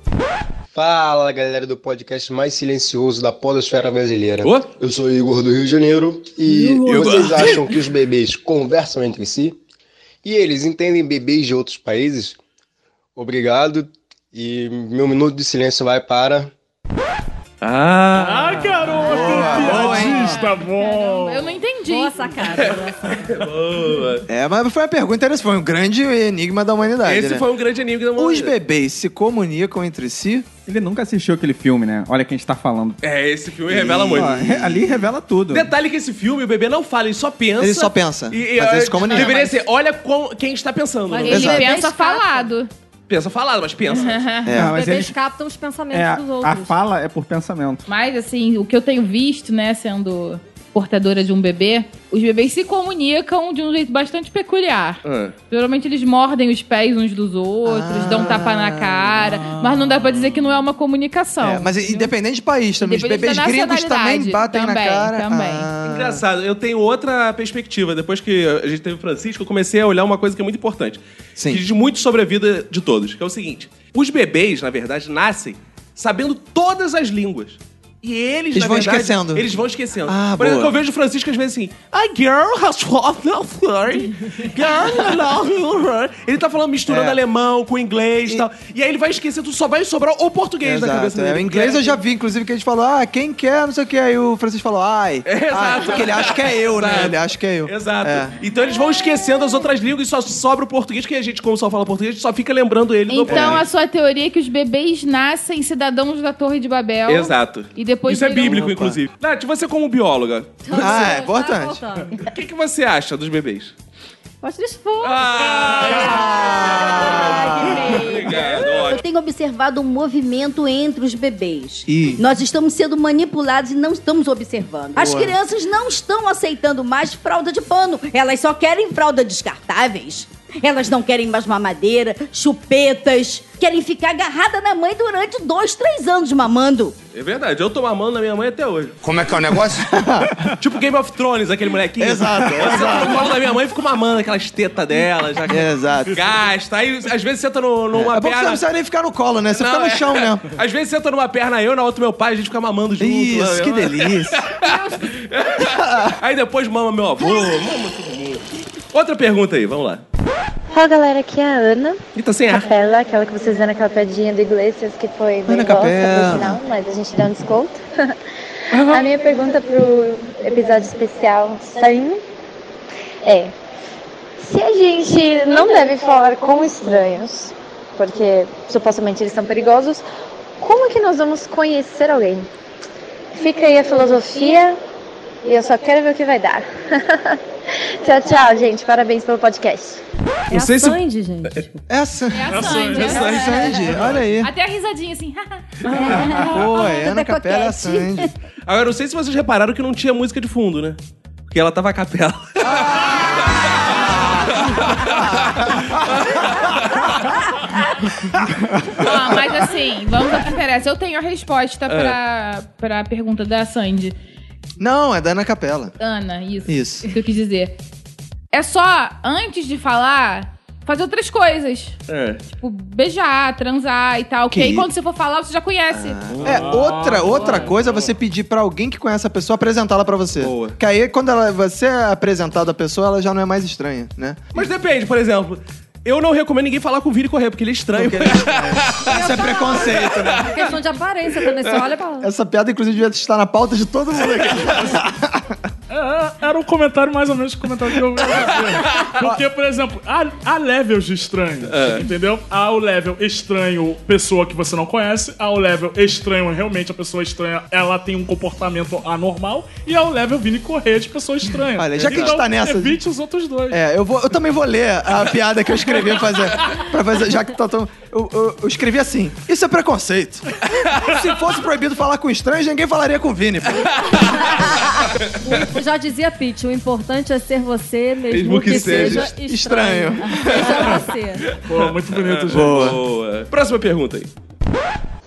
Speaker 16: Fala galera do podcast mais silencioso da podosfera brasileira.
Speaker 1: Ô?
Speaker 16: Eu sou Igor do Rio de Janeiro e
Speaker 1: Igor.
Speaker 16: vocês acham que os bebês conversam entre si? E eles entendem bebês de outros países? Obrigado e meu minuto de silêncio vai para
Speaker 1: Ah,
Speaker 4: Ah, garoto! piadista, bom!
Speaker 2: Eu não entendi.
Speaker 7: Boa sacada.
Speaker 3: É, mas foi uma pergunta interessante, foi um grande enigma da humanidade.
Speaker 1: Esse
Speaker 3: né?
Speaker 1: foi um grande enigma da
Speaker 3: Os
Speaker 1: humanidade.
Speaker 3: bebês se comunicam entre si?
Speaker 6: Ele nunca assistiu aquele filme, né? Olha quem a gente tá falando.
Speaker 1: É, esse filme revela
Speaker 6: Ih,
Speaker 1: muito.
Speaker 6: ó, re- ali revela tudo.
Speaker 1: Detalhe que esse filme, o bebê não fala, ele só pensa.
Speaker 3: Ele só pensa,
Speaker 1: E, e,
Speaker 3: mas ele se
Speaker 1: eh,
Speaker 3: comunica.
Speaker 1: Deveria
Speaker 3: Mas-
Speaker 1: ser, olha qual- quem está pensando.
Speaker 2: Mas
Speaker 1: né?
Speaker 2: ele
Speaker 3: Exato.
Speaker 2: pensa falado.
Speaker 1: Pensa falado, mas pensa.
Speaker 3: É,
Speaker 7: Os
Speaker 6: mas
Speaker 7: bebês
Speaker 6: eles-
Speaker 7: captam os pensamentos
Speaker 6: É,
Speaker 7: dos
Speaker 6: a
Speaker 7: outros.
Speaker 6: fala é por pensamento.
Speaker 2: Mas, assim, o que eu tenho visto, né, sendo portadora de um bebê, os bebês se comunicam de um jeito bastante peculiar. Geralmente eles mordem os pés uns dos outros, dão tapa na cara, mas não dá pra dizer que não é uma comunicação.
Speaker 3: Ah. É, mas independente de país também, os
Speaker 2: Independente
Speaker 3: bebês
Speaker 2: da
Speaker 3: gringos também
Speaker 2: nacionalidade,
Speaker 3: batem na
Speaker 2: também,
Speaker 3: cara.
Speaker 2: também.
Speaker 3: Ah,
Speaker 1: Engraçado, eu tenho outra perspectiva. Depois que a gente teve o Francisco, eu comecei a olhar uma coisa que é muito importante. Que diz muito sobre a vida de todos, que é o seguinte. Os bebês, na verdade, nascem sabendo todas as línguas. E
Speaker 3: Eles
Speaker 1: eles, na
Speaker 3: vão
Speaker 1: verdade,
Speaker 3: esquecendo.
Speaker 1: Eles vão esquecendo.
Speaker 3: Ah,
Speaker 1: Por exemplo,
Speaker 3: boa.
Speaker 1: eu vejo o Francisco às vezes assim... A girl has walked the floor. Girl, no, no, no." Ele tá falando misturando
Speaker 3: É.
Speaker 1: alemão com inglês e tal. E aí ele vai esquecer tudo, só vai sobrar o português na
Speaker 3: Exato.
Speaker 1: cabeça
Speaker 3: É,
Speaker 1: dele.
Speaker 3: o inglês eu já vi, inclusive, que a gente falou, ah, quem quer, não sei o que. Aí o Francisco falou, ai.
Speaker 1: É,
Speaker 3: ai,
Speaker 1: exato.
Speaker 3: porque ele acha que é eu, né?
Speaker 1: Exato.
Speaker 3: Ele acha que é eu.
Speaker 1: Exato.
Speaker 3: É.
Speaker 1: Então eles vão esquecendo as outras línguas e só sobra o português, que a gente, como só fala português, a gente só fica lembrando ele do
Speaker 2: Então, a
Speaker 1: português.
Speaker 2: sua teoria é que os bebês nascem cidadãos da Torre de Babel.
Speaker 1: Exato.
Speaker 2: E depois um
Speaker 1: Isso é
Speaker 2: viram-
Speaker 1: bíblico, inclusive. Nath, você como bióloga,
Speaker 2: Então,
Speaker 3: Ah, é
Speaker 7: Tá
Speaker 3: importante.
Speaker 7: voltando.
Speaker 1: o que, que você acha dos bebês?
Speaker 7: Gosto de esforço.
Speaker 5: Ah,
Speaker 1: Obrigado,
Speaker 5: Eu
Speaker 1: ótimo.
Speaker 5: tenho observado um movimento entre os bebês.
Speaker 3: Ih.
Speaker 5: Nós estamos sendo manipulados e não estamos observando. As
Speaker 3: Boa.
Speaker 5: crianças não estão aceitando mais fralda de pano. Elas só querem fralda descartáveis. Elas não querem mais mamadeira, chupetas, querem ficar agarrada na mãe durante dois, três anos mamando.
Speaker 1: É verdade, eu tô mamando na minha mãe até hoje.
Speaker 17: Como é que é o negócio?
Speaker 1: tipo Game of Thrones, aquele molequinho.
Speaker 17: Exato,
Speaker 1: Eu
Speaker 17: exato.
Speaker 1: sento no colo da minha mãe e fico mamando aquelas tetas dela, já que
Speaker 3: Exato.
Speaker 1: gasta. Aí às vezes senta no, numa
Speaker 3: É bom que você não
Speaker 1: perna.
Speaker 3: precisa nem ficar no colo, né? Você
Speaker 1: Não,
Speaker 3: fica no
Speaker 1: é.
Speaker 3: chão mesmo.
Speaker 1: Às vezes senta numa perna eu, na outra meu pai, a gente fica mamando junto. né?
Speaker 3: Isso, que delícia.
Speaker 1: aí depois mama meu avô, mama todo mundo. Outra pergunta aí, vamos lá.
Speaker 18: Fala galera, aqui é a Ana.
Speaker 1: E
Speaker 6: Então,
Speaker 1: tá sem ar.
Speaker 18: Capela, aquela que vocês viram naquela piadinha do Iglesias que foi bem
Speaker 1: Ana
Speaker 18: bosta
Speaker 1: Capela.
Speaker 18: no final, mas a gente dá um desconto. a minha pergunta pro episódio especial saindo é: se a gente não deve falar com estranhos, porque supostamente eles são perigosos, como que nós vamos conhecer alguém? Fica aí a filosofia e eu só quero ver o que vai dar. tchau, tchau, gente. Parabéns pelo podcast.
Speaker 1: Não sei se-
Speaker 7: gente.
Speaker 3: Essa.
Speaker 2: É
Speaker 3: a
Speaker 2: Sandy,
Speaker 3: É a
Speaker 2: é a
Speaker 3: Sandy, olha aí.
Speaker 2: Até a risadinha assim.
Speaker 3: Pô, é Ana Capela e a Sandy.
Speaker 1: Agora, não sei se vocês repararam que não tinha música de fundo, né? Porque ela tava a capela.
Speaker 2: Ah, mas assim, vamos ao que interessa. Eu tenho a resposta pra, pra pergunta da Sandy.
Speaker 3: Não, é da Ana Capela.
Speaker 2: Ana, isso.
Speaker 3: Isso.
Speaker 2: que eu quis dizer. É só, antes de falar, fazer outras coisas.
Speaker 1: É.
Speaker 2: Tipo, beijar, transar e tal.
Speaker 3: Que
Speaker 2: Que aí
Speaker 3: isso?
Speaker 2: quando você for falar, você já conhece.
Speaker 3: É,
Speaker 1: Ah,
Speaker 3: outra, outra coisa é você pedir pra alguém que conhece a pessoa apresentá-la pra você. Boa. Que aí, quando ela, você é apresentado a pessoa, ela já não é mais estranha, né?
Speaker 1: Mas depende, por exemplo. Eu não recomendo ninguém falar com o Vini Correia, porque ele é estranho.
Speaker 3: Isso é preconceito, né?
Speaker 7: É questão de aparência também, você olha pra lá.
Speaker 3: Essa piada, inclusive, devia estar na pauta de todo mundo aqui.
Speaker 4: É, era um comentário mais ou menos o comentário que eu Porque, por exemplo, há, há levels de estranho,
Speaker 8: É.
Speaker 4: entendeu? Há o level estranho, pessoa que você não conhece. Há o level estranho, realmente, a pessoa estranha, ela tem um comportamento anormal. E há o level Vini Correia de pessoa estranha.
Speaker 3: Olha, já que a gente
Speaker 4: Então,
Speaker 3: tá nessa.
Speaker 4: Evite os outros dois.
Speaker 3: É, eu, vou, eu também vou ler a piada que eu escrevi pra fazer. Pra fazer já que tá tão. Eu, eu- eu escrevi assim: Isso é preconceito. Se fosse proibido falar com estranhos, ninguém falaria com o Vini. pô.
Speaker 7: Já dizia Pete, o importante é ser você, mesmo,
Speaker 3: Mesmo
Speaker 7: que,
Speaker 3: que
Speaker 7: seja,
Speaker 3: seja
Speaker 7: estranho. Seja você.
Speaker 1: Pô, muito bonito, gente. É, Boa. Próxima pergunta aí.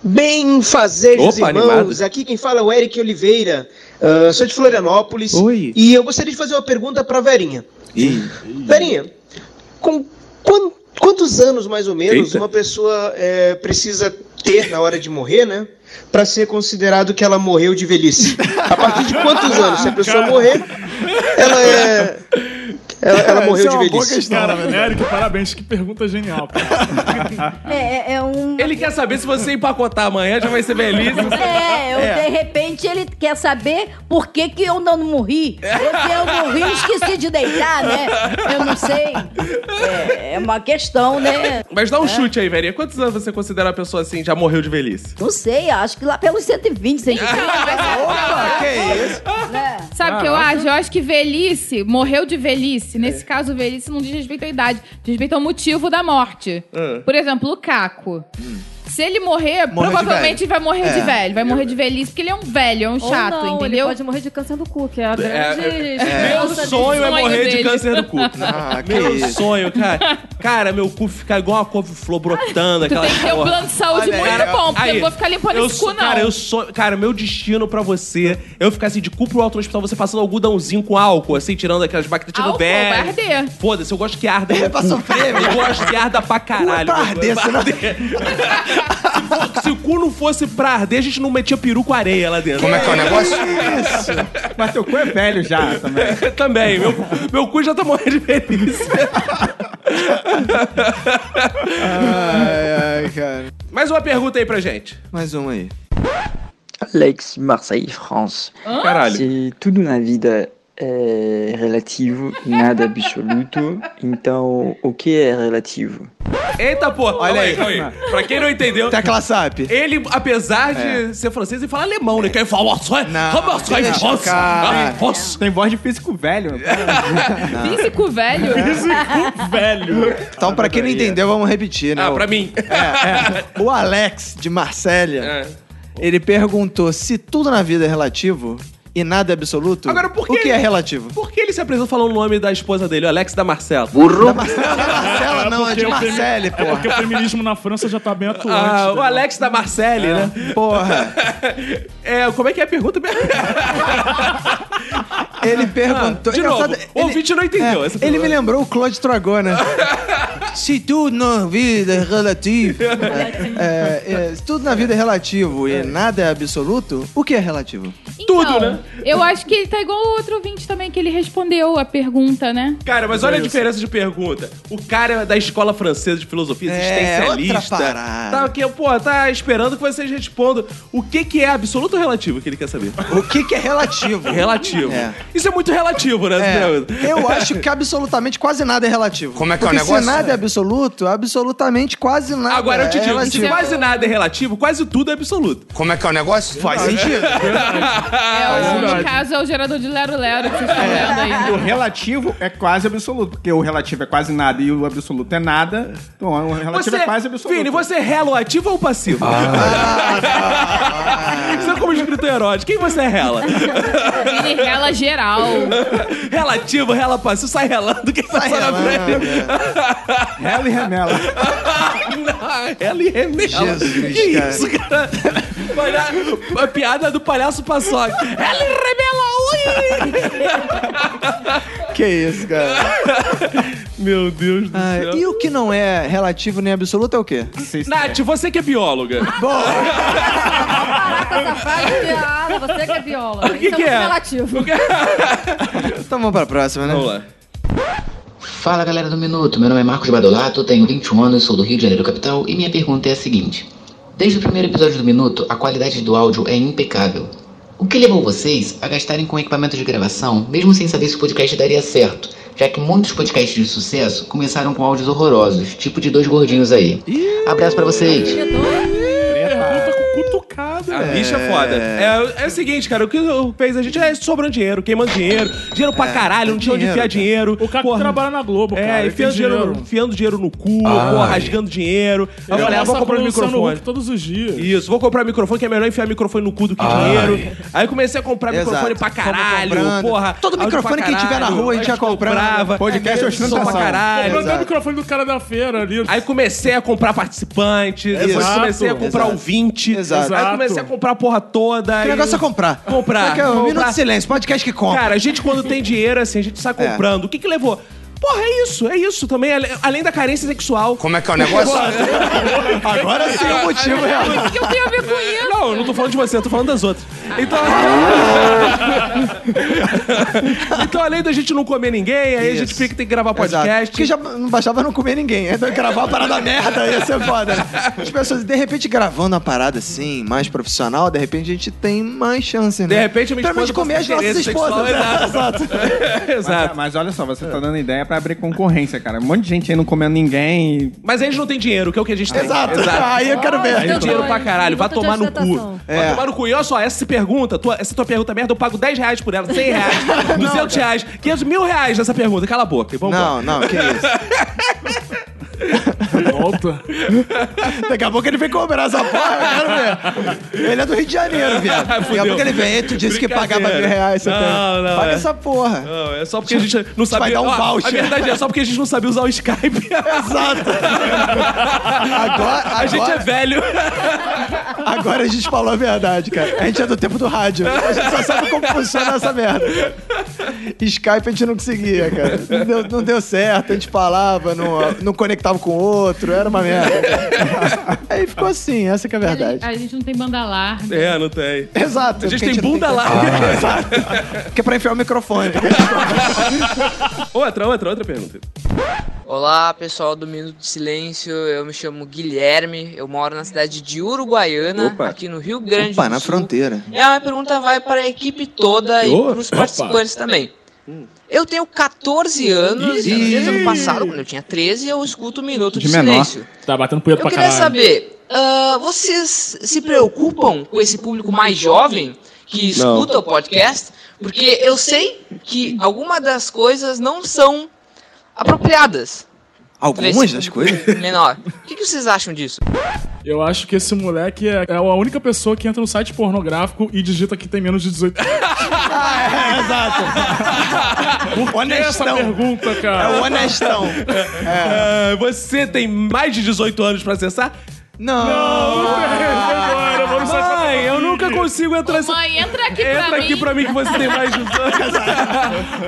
Speaker 14: Bem fazejos
Speaker 1: Opa,
Speaker 14: irmãos,
Speaker 1: animado.
Speaker 14: aqui quem fala é o Eric Oliveira, ah, sou de Florianópolis e eu gostaria de fazer uma pergunta pra Verinha. Verinha, com quan- quantos anos mais ou menos
Speaker 8: Eita.
Speaker 14: uma pessoa eh, precisa ter na hora de morrer, né? Pra ser considerado que ela morreu de velhice. A partir de quantos anos? Se a pessoa morrer, ela é. Ela, ela
Speaker 3: É,
Speaker 14: morreu
Speaker 4: é
Speaker 14: de velhice.
Speaker 4: Cara, Eric, né, parabéns, que pergunta genial.
Speaker 5: É, é, é um.
Speaker 1: Ele quer saber se você empacotar amanhã, já vai ser velhice.
Speaker 5: É, eu, de repente ele quer saber por que, que eu não morri. Porque eu morri e esqueci de deitar, né? Eu não sei. É, é uma questão, né?
Speaker 1: Mas dá um chute aí, velhinha. Quantos anos você considera uma pessoa assim, já morreu de velhice?
Speaker 5: Não sei, acho que lá pelos 120, 130.
Speaker 2: Opa,
Speaker 3: que
Speaker 2: isso?
Speaker 7: É.
Speaker 2: Sabe o que eu
Speaker 5: Caraca.
Speaker 2: acho? Eu acho que velhice, morreu de velhice. Nesse caso, velhice não diz respeito à idade, diz respeito ao motivo da morte.
Speaker 1: Ah.
Speaker 2: Por exemplo, o Caco. Se ele morrer,
Speaker 7: Morreu de
Speaker 2: provavelmente
Speaker 7: velho.
Speaker 2: vai morrer
Speaker 7: É.
Speaker 2: de velho. Vai morrer de velhice, porque ele é um velho, é um
Speaker 7: Ou
Speaker 2: chato,
Speaker 7: não, ele
Speaker 2: entendeu?
Speaker 7: pode morrer de câncer do cu, que é a grande...
Speaker 1: É,
Speaker 7: esperança
Speaker 1: meu
Speaker 7: de
Speaker 1: sonho é morrer de
Speaker 7: dele.
Speaker 1: câncer do cu.
Speaker 3: Ah, que
Speaker 1: meu
Speaker 3: isso.
Speaker 1: sonho, cara. Cara, meu cu ficar igual uma couve-flor brotando.
Speaker 2: Tu
Speaker 1: aquela
Speaker 2: tem que ter um
Speaker 1: porra.
Speaker 2: plano de saúde
Speaker 1: Olha
Speaker 2: muito
Speaker 1: aí,
Speaker 2: bom, porque
Speaker 1: aí,
Speaker 2: eu não vou ficar limpando
Speaker 1: eu
Speaker 2: esse
Speaker 1: sou-
Speaker 2: cu, não.
Speaker 1: Cara, eu sou. Cara, meu destino pra você é eu ficar assim de cu pro alto no hospital, você passando algodãozinho com álcool, assim, tirando aquelas bactérias, tirando
Speaker 2: Álcool, vai
Speaker 1: bebê.
Speaker 2: arder.
Speaker 1: Foda-se, eu gosto que arda.
Speaker 6: né?
Speaker 1: É pra sofrer, Eu gosto que arda pra caralho.
Speaker 3: pra arder,
Speaker 1: Pra
Speaker 3: senão-
Speaker 1: arder. se, fo- se o cu não fosse pra arder, a gente não metia peru com areia lá dentro.
Speaker 17: Como é que é o negócio?
Speaker 3: Isso.
Speaker 1: Mas teu cu é velho já também. também. Meu, meu cu já tá morrendo de velhice.
Speaker 3: ai, ai, cara.
Speaker 1: Mais uma pergunta aí pra gente.
Speaker 3: Mais uma aí.
Speaker 19: Alex, Marseille, France.
Speaker 1: Hã? Caralho.
Speaker 19: Se tudo na vida é relativo, nada
Speaker 9: é
Speaker 19: absoluto, então o que é relativo?
Speaker 1: Eita, pô. Olha aí, calma aí. Pra quem não entendeu...
Speaker 3: Tecla SAP.
Speaker 1: Ele, apesar de
Speaker 3: É.
Speaker 1: ser francês, ele fala alemão, né? Que ele fala... "Nossa, nossa,
Speaker 3: deixa o
Speaker 1: nossa,
Speaker 3: cara.
Speaker 1: nossa."
Speaker 6: Tem voz de físico velho.
Speaker 2: Físico velho?
Speaker 3: Físico
Speaker 4: velho.
Speaker 3: Então, pra quem não entendeu, vamos repetir, né?
Speaker 1: Ah,
Speaker 3: O-
Speaker 1: pra mim.
Speaker 3: É, é. O Alex, de Marsella, ele perguntou se tudo na vida é relativo, e nada é absoluto,
Speaker 1: Agora, por
Speaker 3: o que é relativo?
Speaker 1: Por que ele se apresentou falando o nome da esposa dele, o Alex da Marcela?
Speaker 3: Burro. Da Marcela, da Marcela não, é de Marcele,
Speaker 4: É
Speaker 3: porra.
Speaker 4: porque o feminismo na França já tá bem atuante.
Speaker 1: Ah, o
Speaker 4: entendeu?
Speaker 1: Alex da Marcelle, né?
Speaker 3: É, Porra.
Speaker 1: É, como é que é a pergunta mesmo? Ah,
Speaker 3: Ele perguntou.
Speaker 1: de
Speaker 3: Engraçado,
Speaker 1: novo, o ouvinte não entendeu. essa
Speaker 3: Ele me
Speaker 1: pergunta.
Speaker 3: lembrou o Claude Tragona. Se tudo na vida é relativo. é, é, se tudo na vida é relativo e nada é absoluto, o que é relativo?
Speaker 2: Tudo, né? Eu acho que ele tá igual o outro ouvinte também, que ele respondeu a pergunta, né?
Speaker 1: Cara, mas olha a diferença de pergunta. O cara é da escola francesa de filosofia,
Speaker 3: É,
Speaker 1: existencialista.
Speaker 3: outra parada.
Speaker 1: Tá aqui, pô, tá esperando que vocês respondam o que, que é absoluto ou relativo que ele quer saber.
Speaker 3: O que, que é relativo?
Speaker 1: Relativo.
Speaker 3: É.
Speaker 1: Isso é muito relativo, né?
Speaker 3: É, eu acho que absolutamente quase nada é relativo. Como
Speaker 1: é que é o
Speaker 3: Porque
Speaker 1: negócio?
Speaker 3: Se nada é absoluto, absolutamente quase nada.
Speaker 1: Agora eu te
Speaker 3: é
Speaker 1: digo, se
Speaker 3: relativo.
Speaker 1: quase nada é relativo, quase tudo é absoluto. Como é que é o negócio? Faz sentido.
Speaker 2: No caso, é o gerador de Lero Lero que vocês estão vendo aí. né?
Speaker 6: O relativo é quase absoluto, porque o relativo é quase nada e o absoluto é nada. Então, o relativo
Speaker 1: Você,
Speaker 6: é quase absoluto.
Speaker 1: Vini, você é relativo ou passivo?
Speaker 3: Ah,
Speaker 1: Você é como escritor erótico. Quem você é rela?
Speaker 2: Ele rela geral.
Speaker 1: Relativo, rela passivo, sai relando. Quem passar na frente?
Speaker 6: Rela e remela.
Speaker 1: Rela e remela.
Speaker 6: Jesus,
Speaker 1: que
Speaker 6: cara.
Speaker 1: isso, cara? Palha- A piada do palhaço paçoca. Ela e remela. Ui!
Speaker 3: Que isso, cara?
Speaker 1: Meu Deus do
Speaker 3: Ah,
Speaker 1: céu.
Speaker 3: e o que não é relativo nem absoluto é o quê?
Speaker 1: Nath, você que é bióloga.
Speaker 7: Ah, você que é bióloga.
Speaker 3: que
Speaker 7: Isso
Speaker 3: que
Speaker 7: é,
Speaker 3: é?
Speaker 7: muito relativo.
Speaker 3: Então vamos pra próxima, né? Vamos
Speaker 1: lá.
Speaker 17: Fala galera do Minuto, meu nome é Marcos Badolato, tenho 21 anos, sou do Rio de Janeiro capital e minha pergunta é a seguinte: Desde o primeiro episódio do Minuto, a qualidade do áudio é impecável. O que levou vocês a gastarem com equipamento de gravação, mesmo sem saber se o podcast daria certo, já que muitos podcasts de sucesso começaram com áudios horrorosos, tipo de dois gordinhos aí. Abraço pra vocês!
Speaker 6: Ah,
Speaker 1: A bicha é foda. É, é o seguinte, cara, o que fez a gente é sobrando dinheiro, queimando dinheiro, dinheiro pra
Speaker 4: É,
Speaker 1: caralho, não tinha onde
Speaker 4: dinheiro,
Speaker 1: enfiar
Speaker 4: cara.
Speaker 1: dinheiro. O cara
Speaker 4: é que trabalha na Globo, cara,
Speaker 1: É,
Speaker 4: ele
Speaker 1: enfiando
Speaker 4: tem
Speaker 1: dinheiro,
Speaker 4: dinheiro.
Speaker 1: enfiando dinheiro no cu,
Speaker 3: Ah,
Speaker 4: Ai.
Speaker 1: porra, rasgando dinheiro. Eu,
Speaker 4: Eu
Speaker 1: falei, ah, vou
Speaker 4: faço
Speaker 1: comprar um
Speaker 4: com o Luciano
Speaker 1: microfone.
Speaker 4: Huck todos os dias.
Speaker 1: Isso, vou comprar um microfone, que é melhor enfiar microfone no cu do que dinheiro. Aí comecei a comprar
Speaker 3: Exato.
Speaker 1: microfone pra
Speaker 3: Fomos
Speaker 1: caralho,
Speaker 3: comprando.
Speaker 1: porra.
Speaker 3: Todo
Speaker 1: áudio
Speaker 3: microfone
Speaker 1: pra
Speaker 3: que tiver na
Speaker 1: caralho,
Speaker 3: rua, a gente já comprando.
Speaker 1: comprava.
Speaker 3: Podcast
Speaker 1: É,
Speaker 3: ostentação.
Speaker 1: som pra caralho.
Speaker 4: Comprando o
Speaker 1: Exato.
Speaker 4: microfone do cara da feira ali.
Speaker 1: Aí comecei a comprar participante, depois
Speaker 4: Exato.
Speaker 1: comecei a comprar
Speaker 4: Exato.
Speaker 1: ouvinte,
Speaker 4: Exato.
Speaker 1: aí comecei a comprar a porra toda.
Speaker 3: Que
Speaker 1: e-
Speaker 3: negócio é comprar.
Speaker 1: Comprar.
Speaker 3: Porque é um
Speaker 1: comprar.
Speaker 3: minuto de silêncio, podcast que compra.
Speaker 1: Cara, a gente quando tem dinheiro, assim, a gente sai
Speaker 3: É.
Speaker 1: comprando. O que que levou? Porra, é isso, é isso também. ale- Além da carência sexual. Como é que é o
Speaker 3: negócio? Agora sim é o motivo real.
Speaker 2: O que eu tenho a ver com isso?
Speaker 1: Não, eu não tô falando de você, eu tô falando das outras. Então. então, além da gente não comer ninguém, aí a gente fica, tem que gravar podcast.
Speaker 3: Exato. Porque já não baixava não comer ninguém. Então gravar uma parada merda ia ser foda. As pessoas, de repente, gravando uma parada assim, mais profissional, de repente a gente tem mais chance, né?
Speaker 1: De repente, a minha
Speaker 3: Pra
Speaker 1: esposa
Speaker 3: comer as
Speaker 1: passa
Speaker 3: nossas
Speaker 1: interesse
Speaker 3: esposas.
Speaker 1: sexual,
Speaker 3: né?
Speaker 1: exato.
Speaker 6: Mas,
Speaker 1: Exato.
Speaker 6: mas olha só, você tá dando ideia pra abrir concorrência, cara. Um monte de gente aí não comendo ninguém. e-
Speaker 1: Mas eles não têm dinheiro, que é o que a gente tem.
Speaker 6: Exato.
Speaker 3: Ah,
Speaker 6: Aí eu quero ver.
Speaker 1: Aí tem dinheiro pra caralho, vai
Speaker 6: Minuto de
Speaker 1: tomar no cu.
Speaker 6: ostentação.
Speaker 3: É.
Speaker 1: Vai tomar no cu. E olha só, essa pergunta, tua, essa tua pergunta merda, eu pago 10 reais por ela, 100 reais, 200 reais, 500 mil reais nessa pergunta. Cala a boca. Vamos
Speaker 3: Não, não, que isso.
Speaker 4: Volta.
Speaker 3: Daqui a pouco ele vem cobrar essa porra, eu quero ver. Ele é do Rio de Janeiro, viado. Daqui a pouco ele vem, "Ei, tu disse que pagava mil reais. você
Speaker 1: Não,
Speaker 3: tem."
Speaker 1: não,
Speaker 3: Paga
Speaker 1: é.
Speaker 3: essa porra.
Speaker 1: Não, é só porque a gente não sabia.
Speaker 3: vai dar um
Speaker 1: Ó,
Speaker 3: voucher.
Speaker 1: A verdade é só porque a gente não sabia usar o Skype.
Speaker 3: Exato.
Speaker 1: a gente é velho.
Speaker 3: Agora a gente falou a verdade, cara. A gente é do tempo do rádio. A gente só sabe como funciona essa merda. Skype a gente não conseguia, cara. Não deu, não deu certo, a gente falava, não, não conectava com o outro, era uma merda. Aí ficou assim, essa que é a verdade.
Speaker 2: A gente não tem banda larga.
Speaker 1: É, não tem.
Speaker 3: Exato.
Speaker 1: A gente
Speaker 3: porque
Speaker 1: tem
Speaker 3: não
Speaker 1: bunda
Speaker 3: Ah,
Speaker 1: larga.
Speaker 3: Exato. Que é pra enfiar o microfone.
Speaker 1: outra, outra, outra pergunta.
Speaker 20: Olá pessoal do Minuto de Silêncio, eu me chamo Guilherme, eu moro na cidade de Uruguaiana,
Speaker 3: Opa.
Speaker 20: aqui no Rio Grande
Speaker 3: Opa,
Speaker 20: do
Speaker 3: na
Speaker 20: Sul.
Speaker 3: fronteira.
Speaker 20: E a minha pergunta vai para a equipe toda e
Speaker 3: Opa.
Speaker 20: para os participantes também. Eu tenho 14 anos
Speaker 4: Ih.
Speaker 20: e desde o ano passado, quando eu tinha 13, eu escuto o Minuto de,
Speaker 4: De menor.
Speaker 20: Silêncio.
Speaker 4: Tá batendo punheta
Speaker 20: Eu
Speaker 4: pra
Speaker 20: queria
Speaker 4: caralho.
Speaker 20: saber, ah, vocês se preocupam com esse público mais jovem que
Speaker 4: Não.
Speaker 20: escuta o podcast? Porque eu sei que alguma das coisas não são apropriadas. pra
Speaker 3: Algumas
Speaker 20: esse
Speaker 3: das coisas.
Speaker 20: público Menor. O que que vocês acham disso?
Speaker 4: Eu acho que esse moleque é, é a única pessoa que entra no site pornográfico e digita que tem menos de 18 anos.
Speaker 3: é, exato.
Speaker 4: Por que essa pergunta, cara?
Speaker 3: É o honestão.
Speaker 1: É. Você tem mais de 18 anos pra acessar?
Speaker 3: Não.
Speaker 4: Agora, vamos sair pra
Speaker 1: Mãe, eu nunca consigo entrar nessa-
Speaker 2: Mãe, entra aqui
Speaker 1: Entra
Speaker 2: pra mim.
Speaker 1: aqui pra mim que você tem mais de 18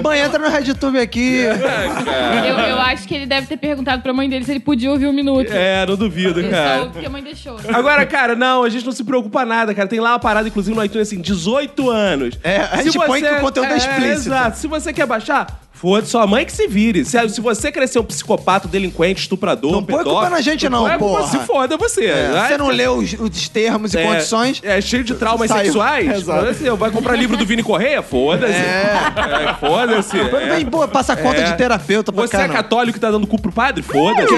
Speaker 3: Mãe, entra no RedTube aqui.
Speaker 1: É,
Speaker 2: Eu, eu acho que ele deve ter perguntado pra mãe dele se ele podia ouvir um minuto.
Speaker 1: É, não duvido,
Speaker 2: Ele
Speaker 1: cara.
Speaker 2: só ouve porque a mãe deixou. né?
Speaker 1: Agora, cara, não, a gente não se preocupa nada, cara. Tem lá uma parada, inclusive, no iTunes, assim, 18 anos. É,
Speaker 3: a gente põe que o conteúdo é explícito.
Speaker 4: Ah,
Speaker 1: Exato. Se você quer baixar, foda-se, sua mãe que se vire. Se, se você crescer um psicopata, delinquente, estuprador, um não
Speaker 3: Põe culpa na gente não,
Speaker 1: é,
Speaker 3: porra. É.
Speaker 1: Se foda você. né?
Speaker 3: Você não leu os, os termos e
Speaker 1: É,
Speaker 3: condições?
Speaker 1: É, cheio de traumas
Speaker 3: Saiu.
Speaker 1: sexuais.
Speaker 3: Exato.
Speaker 1: Foda-se, vai comprar livro do Vini Correia? Foda-se. É. foda-se. É.
Speaker 3: Bem, boa, passa conta de terapeuta pra
Speaker 1: Você é
Speaker 3: caramba.
Speaker 1: católico e tá dando cu pro padre? Foda-se.
Speaker 3: Que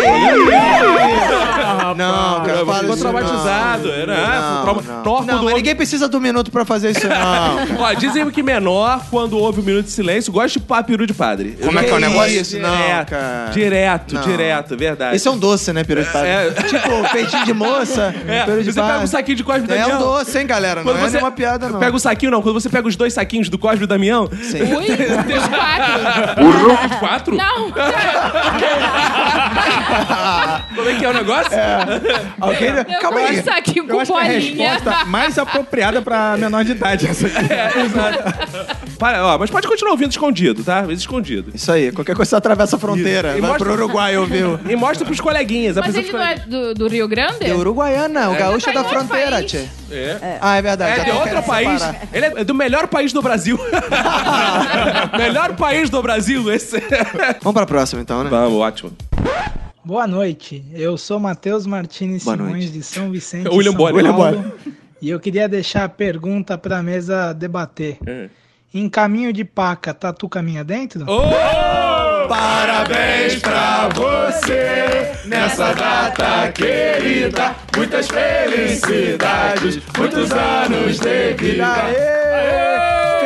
Speaker 1: Ah,
Speaker 3: Não, cara,
Speaker 1: rapaz,
Speaker 3: fala
Speaker 1: ficou
Speaker 3: isso não.
Speaker 1: traumatizado. Era, ah,
Speaker 3: Não,
Speaker 1: trauma.
Speaker 3: não.
Speaker 1: Norma
Speaker 3: Não,
Speaker 1: do
Speaker 3: mas
Speaker 1: homem-
Speaker 3: ninguém precisa do minuto pra fazer isso, não.
Speaker 1: Ó, dizem que menor, quando ouve o minuto de silêncio, gosta de papiru de padre.
Speaker 3: Como é que é o negócio? Isso, não,
Speaker 1: né? Direto,
Speaker 3: cara.
Speaker 1: Direto,
Speaker 3: Não.
Speaker 1: direto, verdade.
Speaker 3: Esse é um doce, né, peru de padre?
Speaker 1: É.
Speaker 3: Tipo, peitinho de moça,
Speaker 1: É,
Speaker 3: peru de
Speaker 1: você
Speaker 3: padre.
Speaker 1: pega um saquinho de Cosme e
Speaker 3: É
Speaker 1: Damião.
Speaker 3: um doce, hein, galera? Não
Speaker 1: Quando
Speaker 3: é uma piada, não.
Speaker 1: Pega o um saquinho, não. Quando você pega os dois saquinhos do Cosme e Damião... Sim.
Speaker 2: Ui, os quatro.
Speaker 1: Burro. Quatro? É
Speaker 2: Não.
Speaker 1: Como é que é o negócio?
Speaker 6: Alguém...
Speaker 1: né?
Speaker 2: Eu
Speaker 6: Calma aí.
Speaker 2: gosto aqui
Speaker 6: Eu
Speaker 2: com
Speaker 6: acho que é a
Speaker 2: bolinha.
Speaker 6: resposta mais apropriada pra menor de idade essa aqui.
Speaker 1: É, Para, ó, mas pode continuar ouvindo escondido, tá? Escondido.
Speaker 3: Isso aí, qualquer coisa você atravessa a fronteira.
Speaker 1: E
Speaker 3: vai
Speaker 1: mostra-
Speaker 3: pro Uruguai, ouviu?
Speaker 1: E mostra pros coleguinhas. a
Speaker 2: Mas
Speaker 1: pessoa
Speaker 2: ele
Speaker 1: fica-
Speaker 2: não é do, do Rio Grande?
Speaker 3: É uruguaiana, o
Speaker 1: É.
Speaker 3: gaúcho
Speaker 2: Mas tá
Speaker 3: é da
Speaker 2: em outro
Speaker 3: fronteira,
Speaker 2: país.
Speaker 3: tia.
Speaker 1: É.
Speaker 3: Ah, é verdade.
Speaker 1: É
Speaker 3: já
Speaker 1: de
Speaker 3: tô
Speaker 1: outro
Speaker 3: querendo
Speaker 1: país.
Speaker 3: separar.
Speaker 1: Ele é do melhor país do Brasil. melhor país do Brasil, esse.
Speaker 3: Vamos pra próxima, então, né?
Speaker 1: Vamos, ótimo.
Speaker 13: Boa noite, eu sou Matheus Martins
Speaker 3: Boa
Speaker 13: Simões
Speaker 3: noite.
Speaker 13: de São Vicente,
Speaker 3: William
Speaker 13: São
Speaker 3: Bonner. William
Speaker 13: Paulo,
Speaker 3: Bonner.
Speaker 13: e eu queria deixar a pergunta para a mesa debater.
Speaker 3: É.
Speaker 13: Em caminho de paca, tatu caminha dentro?
Speaker 8: Parabéns pra você nessa data querida. Muitas felicidades, muitos anos de vida.
Speaker 3: Aê!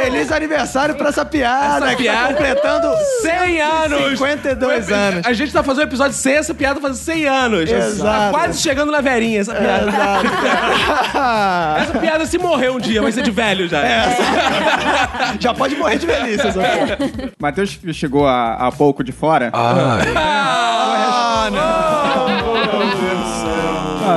Speaker 3: Feliz aniversário pra essa piada,
Speaker 1: Essa
Speaker 3: que
Speaker 1: piada.
Speaker 3: tá completando
Speaker 1: 100 anos!
Speaker 3: 52
Speaker 1: O epi-
Speaker 3: anos.
Speaker 1: A gente tá fazendo um episódio sem essa piada fazendo 100 anos. Tá
Speaker 3: Exato.
Speaker 1: quase chegando na verinha essa piada. essa piada se morrer um dia, vai ser de velho já.
Speaker 3: É. Já pode morrer de velhice. essa piada.
Speaker 6: Matheus chegou há, há pouco de fora. Ah,
Speaker 3: Ah,
Speaker 1: Oh,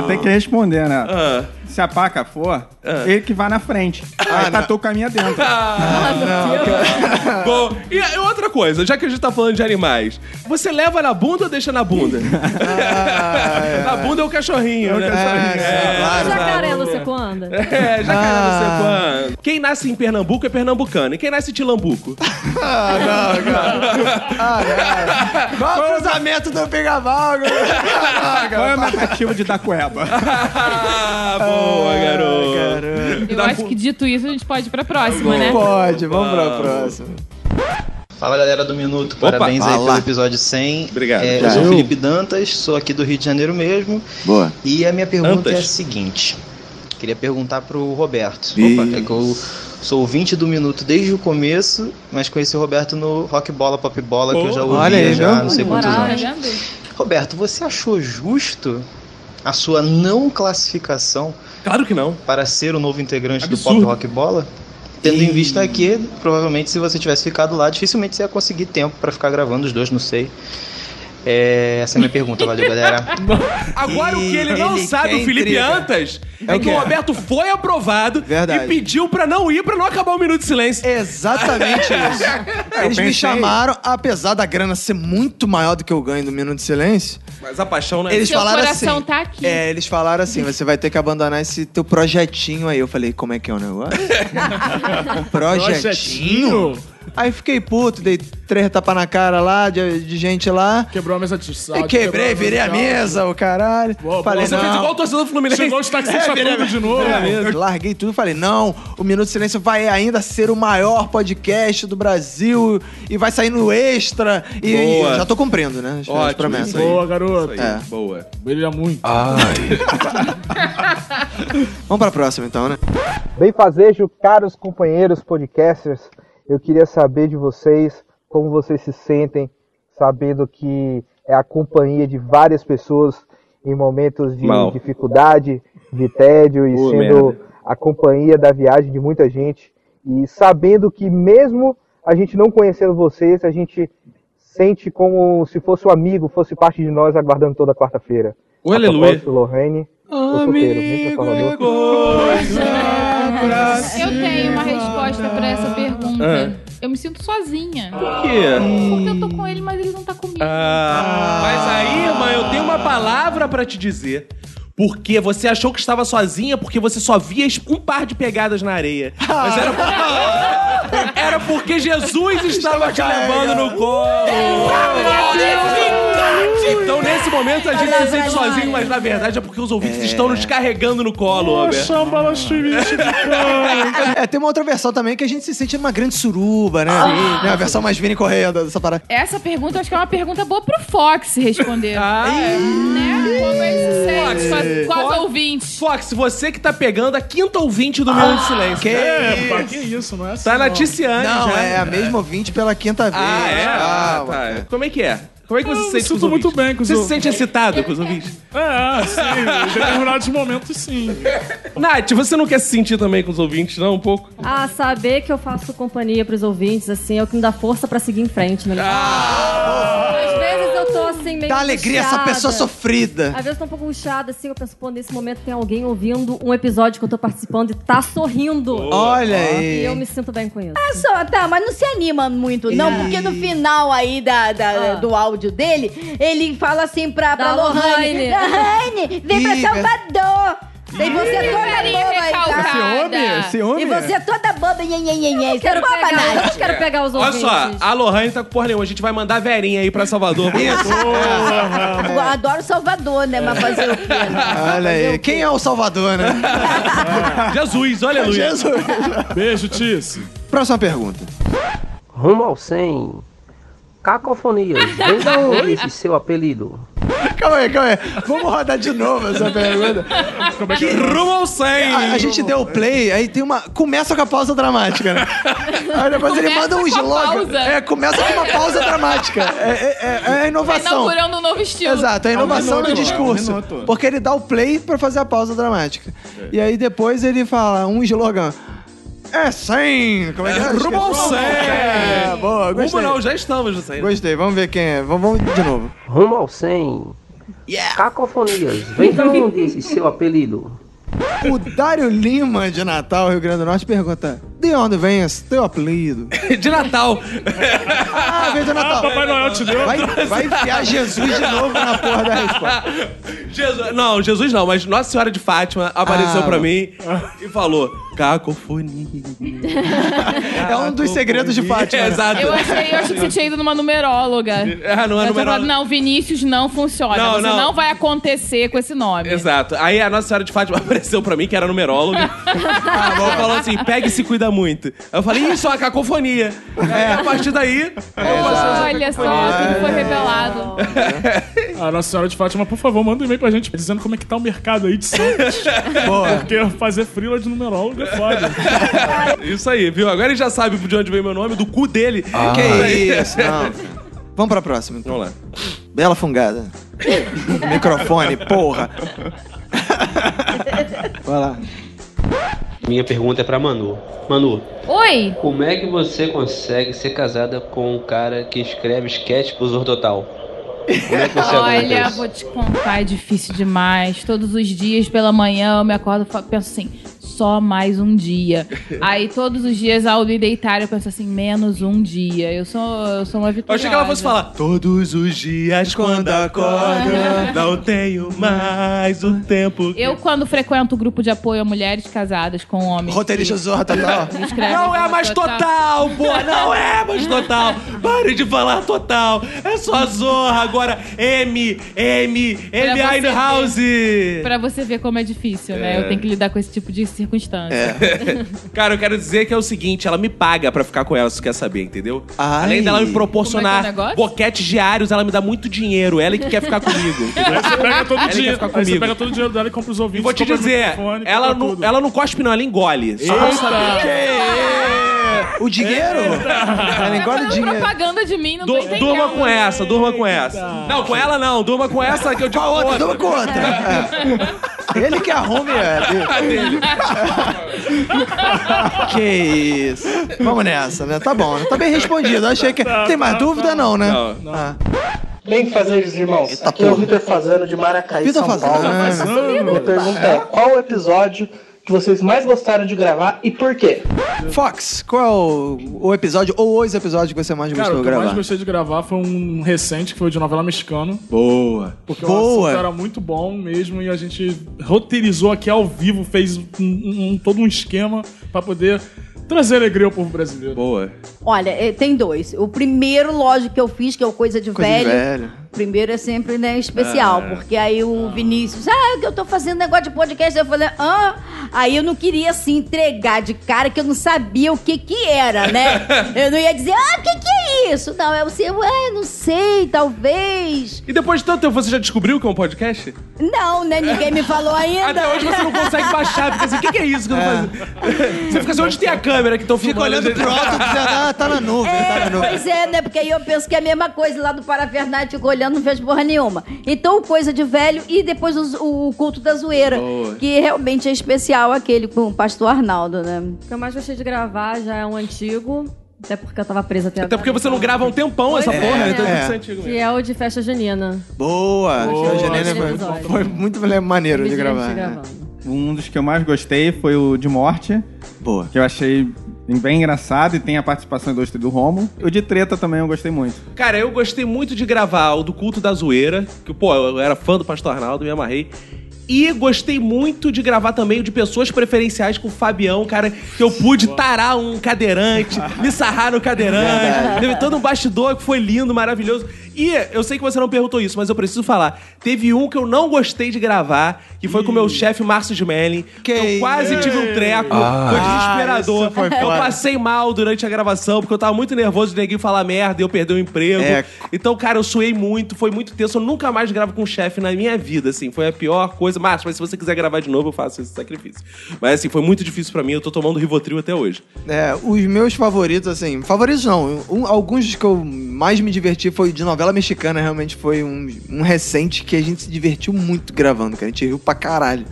Speaker 6: tem que responder, né?
Speaker 1: Ah.
Speaker 6: Se a paca for, ele que vai na frente.
Speaker 1: né?
Speaker 6: aí tá o caminho dentro.
Speaker 1: Ah,
Speaker 3: Ah,
Speaker 1: Bom, e a- outra coisa, já que a gente tá falando de animais, você leva na bunda ou deixa na bunda?
Speaker 3: Ah,
Speaker 1: na bunda é o cachorrinho, né? É,
Speaker 7: Claro, Jacaré,
Speaker 1: exato.
Speaker 7: você quando?
Speaker 1: É, já
Speaker 3: Ah.
Speaker 1: caiu você, quando? Quem nasce em Pernambuco é pernambucano. E quem nasce em Tilambuco?
Speaker 3: Ah, não, cara. Qual o cruzamento do Ah, Pigavalgo?
Speaker 6: Qual é a minha tentativa de dar cueba?
Speaker 1: Ah, boa, garoto.
Speaker 2: Eu acho que dito isso a gente pode ir pra próxima, né?
Speaker 3: Pode, vamos pra próxima.
Speaker 14: Fala galera do Minuto,
Speaker 3: Opa,
Speaker 14: parabéns aí
Speaker 3: fala.
Speaker 14: pelo episódio 100.
Speaker 1: Obrigado.
Speaker 14: É, eu
Speaker 3: Valeu.
Speaker 14: sou o Felipe Dantas, sou aqui do Rio de Janeiro mesmo.
Speaker 3: Boa.
Speaker 14: E a minha pergunta
Speaker 3: Dantas.
Speaker 14: é a seguinte: queria perguntar pro Roberto.
Speaker 3: Ih.
Speaker 14: Opa, é que eu sou ouvinte do Minuto desde o começo, mas conheci o Roberto no Rock Bola, Pop Bola, que eu já ouvi
Speaker 3: Olha aí,
Speaker 14: já,
Speaker 3: viu?
Speaker 14: não sei quantos
Speaker 2: Moral,
Speaker 14: anos.
Speaker 2: tá vendo?
Speaker 14: Roberto, você achou justo a sua não classificação?
Speaker 1: Claro que não.
Speaker 14: Para ser o novo integrante
Speaker 1: Absurdo.
Speaker 14: do Pop Rock Bola? Tendo em vista que, provavelmente, se você tivesse ficado lá, dificilmente você ia conseguir tempo para ficar gravando os dois, não sei. É, essa é a minha pergunta, valeu, galera.
Speaker 1: Agora o que ele não
Speaker 14: ele
Speaker 1: sabe,
Speaker 14: quer
Speaker 1: o Felipe
Speaker 14: intriga.
Speaker 1: Antas, é,
Speaker 14: o
Speaker 1: que
Speaker 14: quê?
Speaker 1: o Roberto foi aprovado
Speaker 3: Verdade.
Speaker 1: e pediu pra não ir pra não acabar o Minuto de Silêncio.
Speaker 3: Exatamente isso. Eles me chamaram, apesar da grana ser muito maior do que eu ganho do Minuto de Silêncio.
Speaker 1: Mas a paixão não é
Speaker 3: Eles
Speaker 2: Seu
Speaker 3: falaram
Speaker 2: coração
Speaker 3: assim.
Speaker 2: tá aqui.
Speaker 3: É, eles falaram assim: você vai ter que abandonar esse teu projetinho aí. Eu falei, como é que é o negócio? Um projetinho? Aí fiquei puto, dei três tapas na cara lá de, de gente lá.
Speaker 4: Quebrou a
Speaker 1: É
Speaker 4: mesa de sal.
Speaker 3: E quebrei, virei a mesa, o caralho. Falei,
Speaker 4: Você
Speaker 3: não.
Speaker 4: fez igual o
Speaker 1: torcedor do Fluminense.
Speaker 4: Chegou os
Speaker 1: É,
Speaker 4: taxistas
Speaker 3: virei a
Speaker 4: tudo
Speaker 3: mesa.
Speaker 4: de novo.
Speaker 3: É, eu larguei tudo e falei, não, o Minuto de Silêncio vai ainda ser o maior podcast do Brasil e vai sair no Extra. E, e
Speaker 1: Boa.
Speaker 3: eu já tô cumprindo, né? As, as
Speaker 1: Ótimo,
Speaker 3: promessas
Speaker 1: isso
Speaker 3: aí.
Speaker 1: aí.
Speaker 4: Boa, garoto.
Speaker 1: Isso aí,
Speaker 3: É.
Speaker 1: Boa.
Speaker 4: Brilha muito.
Speaker 3: Vamos pra próxima então, né?
Speaker 9: Bem fazejo, caros companheiros podcasters, eu queria saber de vocês como vocês se sentem sabendo que é a companhia de várias pessoas em momentos de
Speaker 21: Mal.
Speaker 9: dificuldade, de tédio e
Speaker 21: Pô,
Speaker 9: sendo a companhia da viagem de muita gente
Speaker 22: E sabendo que mesmo a gente não conhecendo vocês, a gente sente como se fosse um amigo, fosse parte de nós aguardando toda quarta-feira.
Speaker 1: O aleluia.
Speaker 22: A propósito, Lorraine, o solteiro,
Speaker 1: é
Speaker 22: vem pra Salvador.
Speaker 2: Eu tenho uma resposta pra essa pergunta.
Speaker 1: Ah.
Speaker 2: Eu me sinto sozinha. Por
Speaker 1: quê?
Speaker 2: Porque eu tô com ele, mas ele não tá comigo.
Speaker 1: Ah, mas aí, irmã, eu tenho uma palavra pra te dizer. Porque você achou que estava sozinha porque você só via um par de pegadas na areia. Mas era, era porque Jesus estava te levando no colo. Então, nesse momento, a gente se sente sozinho, mas na verdade é porque os ouvintes estão nos carregando no colo, Robert.
Speaker 3: É, tem uma outra versão também que a gente se sente numa grande suruba, né?
Speaker 2: Ah.
Speaker 3: Né, A versão mais Vini correndo dessa parada.
Speaker 2: Essa pergunta, eu acho que é uma pergunta boa pro Fox responder. ah, é. Né? Como ele se sente? com a- com as ouvintes.
Speaker 1: Fox, você que tá pegando a quinta ouvinte do Minuto de Silêncio.
Speaker 3: que
Speaker 1: né?
Speaker 4: Epa, Ah, que isso, não é assim.
Speaker 1: Tá
Speaker 4: não.
Speaker 1: noticiante
Speaker 3: Não,
Speaker 1: já.
Speaker 3: é a mesma ouvinte pela quinta vez.
Speaker 1: Ah, é? Ah,
Speaker 3: Calma.
Speaker 1: tá. Como é que é? Como é que você se sente
Speaker 4: sinto
Speaker 1: com os
Speaker 4: muito
Speaker 1: ouvintes?
Speaker 4: bem com os
Speaker 1: Você se
Speaker 4: ouvintes.
Speaker 1: sente excitado com os ouvintes?
Speaker 4: É, sim, em determinados momentos sim.
Speaker 1: Nath, você não quer se sentir também com os ouvintes, não? Um pouco?
Speaker 7: Ah, saber que eu faço companhia pros ouvintes, assim, é o que me dá força pra seguir em frente, né?
Speaker 1: Ah!
Speaker 7: Às vezes eu tô assim, meio
Speaker 3: Dá alegria a essa
Speaker 7: angustiada.
Speaker 3: pessoa sofrida.
Speaker 7: Às vezes eu tô um pouco puxada, assim, eu penso, pô, nesse momento tem alguém ouvindo um episódio que eu tô participando e tá sorrindo.
Speaker 3: Olha aí.
Speaker 7: E eu me sinto bem com isso.
Speaker 5: Ah, só, tá, mas não se anima muito, não, porque no final aí da,
Speaker 7: Ah.
Speaker 5: da- do áudio dele, ele fala assim pra, pra
Speaker 7: Da
Speaker 5: Lohane:
Speaker 7: Lohane.
Speaker 5: Lohane, vem pra
Speaker 7: Ih,
Speaker 5: Salvador! Tem você é
Speaker 7: Ih,
Speaker 5: toda
Speaker 7: Maria
Speaker 5: boba aí, tá?
Speaker 7: recalcada. Esse homem, esse homem.
Speaker 5: E você é toda boba, nhen, nhen, nhen, nhen. Você é
Speaker 7: quero
Speaker 5: boba,
Speaker 7: pegar-
Speaker 5: Nath.
Speaker 7: eu não quero pegar os
Speaker 1: Olha só,
Speaker 7: ouvintes.
Speaker 1: a Lohane tá com porra nenhuma. A gente vai mandar a Verinha aí pra Salvador.
Speaker 5: Eu adoro Salvador, né? Mas fazer o quê?
Speaker 3: Olha aí. Quem é o Salvador, né?
Speaker 1: Jesus, aleluia.
Speaker 3: Jesus.
Speaker 4: Beijo, Tice.
Speaker 3: Próxima pergunta.
Speaker 9: Rumo ao 100. Cacofonias. Desde esse seu apelido.
Speaker 3: Calma aí, calma aí. É, Vamos rodar de novo essa pergunta.
Speaker 1: que rumo ao 100?
Speaker 3: A, a gente deu o play, aí tem uma... Começa com a pausa dramática, né? Aí depois ele
Speaker 2: Começa
Speaker 3: manda um
Speaker 2: com a
Speaker 3: slogan.
Speaker 2: pausa.
Speaker 3: É, começa com uma pausa dramática. É, é- é- é a inovação.
Speaker 2: Inaugurando um novo estilo.
Speaker 3: Exato, é a inovação
Speaker 2: do
Speaker 3: no
Speaker 1: é um
Speaker 3: discurso. porque ele dá o play pra fazer a pausa dramática. E aí depois ele fala um slogan. É 100! Como é que é?
Speaker 1: Rumo ao 100.
Speaker 3: É, boa,
Speaker 1: Rumo
Speaker 3: gostei.
Speaker 1: não, já estamos no 100.
Speaker 3: Gostei, vamos ver quem é. Vamos, vamos de novo.
Speaker 9: Rumo ao 100. Cacofonias. Tá Vem de onde esse seu apelido?
Speaker 3: O Dário Lima de Natal, Rio Grande do Norte, pergunta: De onde vem esse teu apelido?
Speaker 1: De Natal.
Speaker 3: Ah, veio do Natal.
Speaker 4: Papai Noel te deu.
Speaker 3: Vai, vai enfiar Jesus de novo na porra da resposta.
Speaker 1: Jesus, não, Jesus não, mas Nossa Senhora de Fátima apareceu
Speaker 3: Ah,
Speaker 1: pra
Speaker 3: bom.
Speaker 1: mim e falou: cacofonia.
Speaker 3: É um dos segredos de Fátima.
Speaker 1: É, exato.
Speaker 2: Eu achei, eu achei que você tinha ido numa numeróloga.
Speaker 1: Ah, não é
Speaker 2: Ela tinha
Speaker 1: numeróloga.
Speaker 2: falado, não, Vinícius não funciona.
Speaker 1: Não,
Speaker 2: Você
Speaker 1: não.
Speaker 2: não. vai acontecer com esse nome.
Speaker 1: Exato. Aí a Nossa Senhora de Fátima apareceu pra mim, que era numeróloga. Ela falou assim: pega e se cuida muito. Eu falei: isso é uma cacofonia.
Speaker 3: É.
Speaker 1: Aí, a partir daí,
Speaker 2: Olha só, tudo
Speaker 1: É.
Speaker 2: foi revelado.
Speaker 4: A Nossa Senhora de Fátima, por favor, manda um e-mail pra gente dizendo como é que tá o mercado aí de Santos.
Speaker 3: Boa.
Speaker 4: Porque fazer frila de numerólogo é foda.
Speaker 1: isso aí, viu? Agora ele já sabe de onde veio meu nome, do cu dele. é
Speaker 3: Que
Speaker 1: Aí-
Speaker 3: Ah, isso, não. Vamos pra próxima. Então.
Speaker 1: Vamos lá.
Speaker 3: Bela fungada. Microfone, porra. Vai lá.
Speaker 10: Minha pergunta é pra Manu. Manu,
Speaker 2: Oi!
Speaker 10: como é que você consegue ser casada com um cara que escreve sketch pro Zordotal? Como é que você aguenta
Speaker 2: Olha,
Speaker 10: isso?
Speaker 2: vou te contar, é difícil demais. Todos os dias pela manhã eu me acordo e fa- penso assim, só mais um dia. Aí todos os dias ao me deitar eu penso assim, menos um dia. Eu sou, eu sou uma
Speaker 1: Eu
Speaker 2: vitória.
Speaker 1: achei que ela fosse falar. Todos os dias quando acordo, não tenho mais o tempo.
Speaker 2: Eu, quando frequento o grupo de apoio a mulheres casadas com homens.
Speaker 1: Roteirista
Speaker 2: que-
Speaker 1: Zorra Total.
Speaker 2: que escrevem
Speaker 1: Não é
Speaker 2: Zorra
Speaker 1: mais total, pô! Não é mais total! Pare de falar total! É só Zorra agora! M, M,
Speaker 2: Pra
Speaker 1: M
Speaker 2: você
Speaker 1: House!
Speaker 2: Pra você ver como é difícil,
Speaker 1: É.
Speaker 2: né? Eu tenho que lidar com esse tipo de circunstância.
Speaker 1: Cara, eu quero dizer que é o seguinte, ela me paga pra ficar com ela, se tu quer saber, entendeu?
Speaker 3: Ai.
Speaker 1: Além dela me
Speaker 2: Como é
Speaker 1: proporcionar
Speaker 2: que é o negócio?
Speaker 1: boquetes diários, ela me dá muito dinheiro. Ela é que quer ficar comigo. entendeu?
Speaker 4: Aí você pega todo o
Speaker 1: Ela que quer
Speaker 4: dinheiro.
Speaker 1: ficar
Speaker 4: Aí você
Speaker 1: comigo.
Speaker 4: pega todo o dinheiro dela e compra os ouvintes.
Speaker 1: E vou te
Speaker 4: compra
Speaker 1: dizer,
Speaker 4: microfone,
Speaker 1: ela
Speaker 4: compra
Speaker 1: não,
Speaker 4: tudo.
Speaker 1: ela não cospe não, ela engole. Só pra saber. é?
Speaker 3: O dinheiro? Ela engole
Speaker 2: Fazendo
Speaker 3: dinheiro.
Speaker 2: propaganda de mim, não tô
Speaker 1: Du-
Speaker 2: entendendo.
Speaker 1: durma com essa, durma com essa. Não, com ela não, durma com essa que eu digo.
Speaker 3: Durma com outra. Ele que é, arrume a dele. que isso. Vamos nessa, né? Tá bom, né? Tá bem respondido. Achei que.
Speaker 4: Tá,
Speaker 3: Tem mais dúvida, não, né? Ah.
Speaker 11: Bem fazejos, irmãos. Aqui é o Vitor Fazano de Maracaí,
Speaker 3: Vitor
Speaker 11: São
Speaker 3: Fazano.
Speaker 11: Paulo. né?
Speaker 3: Ah, Fazano.
Speaker 11: Minha pergunta é, qual o episódio que vocês mais gostaram de gravar e por quê?
Speaker 3: Fox, qual é o, o episódio ou os episódios que você mais
Speaker 4: Cara,
Speaker 3: gostou
Speaker 4: o
Speaker 3: de
Speaker 4: que eu
Speaker 3: gravar?
Speaker 4: mais gostei de gravar foi um recente, que foi o de novela mexicana.
Speaker 3: Boa.
Speaker 4: Porque o
Speaker 3: Boa.
Speaker 4: assunto era muito bom mesmo e a gente roteirizou aqui ao vivo, fez um- um- um- todo um esquema pra poder trazer alegria ao povo brasileiro.
Speaker 1: Boa.
Speaker 5: Olha, eh, tem dois. O primeiro, lógico, que eu fiz, que é o Coisa de
Speaker 4: Coisa de
Speaker 5: Velho.
Speaker 4: velho.
Speaker 5: O primeiro é sempre, né, especial.
Speaker 1: É.
Speaker 4: Ah.
Speaker 5: Porque aí o Vinícius, ah, que eu tô fazendo negócio de podcast. Eu falei, ah. Aí eu não queria, assim, entregar de cara, que eu não sabia o que que era, né? eu não ia dizer, ah, o que que é isso? Não, eu assim, ah, não sei, talvez.
Speaker 1: E depois de tanto tempo, você já descobriu que é um podcast?
Speaker 5: Não, né? Ninguém me falou ainda.
Speaker 1: Até hoje você não consegue baixar, fica assim, o que, que é isso que eu tô fazendo? Você fica assim, onde tem a câmera que estão filmando?
Speaker 3: olhando pro alto, dizendo, ah, tá na nuvem, tá na nuvem.
Speaker 5: Pois é, né? Porque aí eu penso que é a mesma coisa lá do Parafernado, fico olhando, não fez porra nenhuma. Então, o coisa de velho e depois os- o, culto da zoeira,
Speaker 7: Boa.
Speaker 5: que realmente é especial aquele com o pastor Arnaldo, né?
Speaker 7: O que eu mais gostei de gravar já é um antigo, até porque eu tava presa até então
Speaker 1: Até porque você não grava há um tempão essa
Speaker 3: Pois
Speaker 1: porra,
Speaker 3: é.
Speaker 1: então
Speaker 3: É.
Speaker 1: isso é antigo mesmo.
Speaker 7: Que é o de festa junina.
Speaker 3: Boa.
Speaker 7: Boa.
Speaker 3: Então, Janine, foi,
Speaker 7: Episódio.
Speaker 3: foi muito maneiro de
Speaker 7: Me diverti
Speaker 3: gravar. né?
Speaker 6: Um dos que eu mais gostei foi o de morte.
Speaker 3: Boa.
Speaker 6: Que eu achei bem engraçado e tem a participação ilustre do Romo. O de treta também eu gostei muito.
Speaker 1: Cara, eu gostei muito de gravar o do Culto da Zoeira, que, pô, eu era fã do Pastor Arnaldo, me amarrei. E gostei muito de gravar também o de pessoas preferenciais com o Fabião, cara, que eu pude tarar um cadeirante, me sarrar no cadeirante.
Speaker 8: Verdade.
Speaker 1: Teve todo um bastidor que foi lindo, maravilhoso. E eu sei que você não perguntou isso, mas eu preciso falar. Teve um que eu não gostei de gravar, que foi com o meu chefe Márcio de Melling. Eu quase tive um treco,
Speaker 8: Ah.
Speaker 1: foi desesperador.
Speaker 8: Ah, isso foi
Speaker 1: eu
Speaker 8: foda.
Speaker 1: passei mal durante a gravação, porque eu tava muito nervoso de ninguém falar merda e eu perder o emprego.
Speaker 3: É.
Speaker 1: Então, cara, eu suei muito, foi muito tenso. Eu nunca mais gravo com chefe na minha vida, assim. Foi a pior coisa. Márcio, mas se você quiser gravar de novo, eu faço esse sacrifício. Mas, assim, foi muito difícil pra mim. Eu tô tomando Rivotril até hoje.
Speaker 3: É, os meus favoritos, assim, favoritos não. um- alguns dos que eu mais me diverti foi de novela mexicana, realmente foi um, um recente que a gente se divertiu muito gravando, cara. A gente riu pra caralho.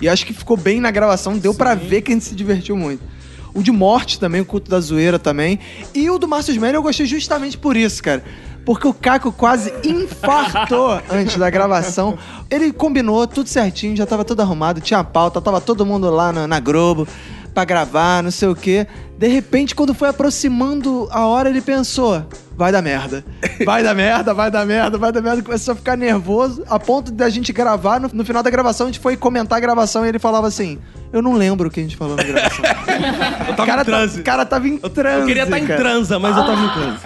Speaker 3: E acho que ficou bem na gravação, deu pra ver que a gente se divertiu muito. O de morte também, o culto da zoeira também. E o do Márcio Smelly eu gostei justamente por isso, cara. Porque o Caco quase infartou antes da gravação. Ele combinou tudo certinho, já tava tudo arrumado, tinha pauta, tava todo mundo lá na, na Globo pra gravar, não sei o quê. De repente, quando foi aproximando a hora, ele pensou: vai dar merda. Vai dar merda, vai dar merda, vai dar merda. Começou a ficar nervoso, a ponto da gente gravar. No, no final da gravação, a gente foi comentar a gravação e ele falava assim: eu não lembro o que a gente falou na gravação.
Speaker 1: Eu tava
Speaker 3: cara, tá-
Speaker 1: em transe.
Speaker 3: O cara tava em transe.
Speaker 1: eu queria estar em
Speaker 3: cara.
Speaker 1: transa, mas eu tava em transe.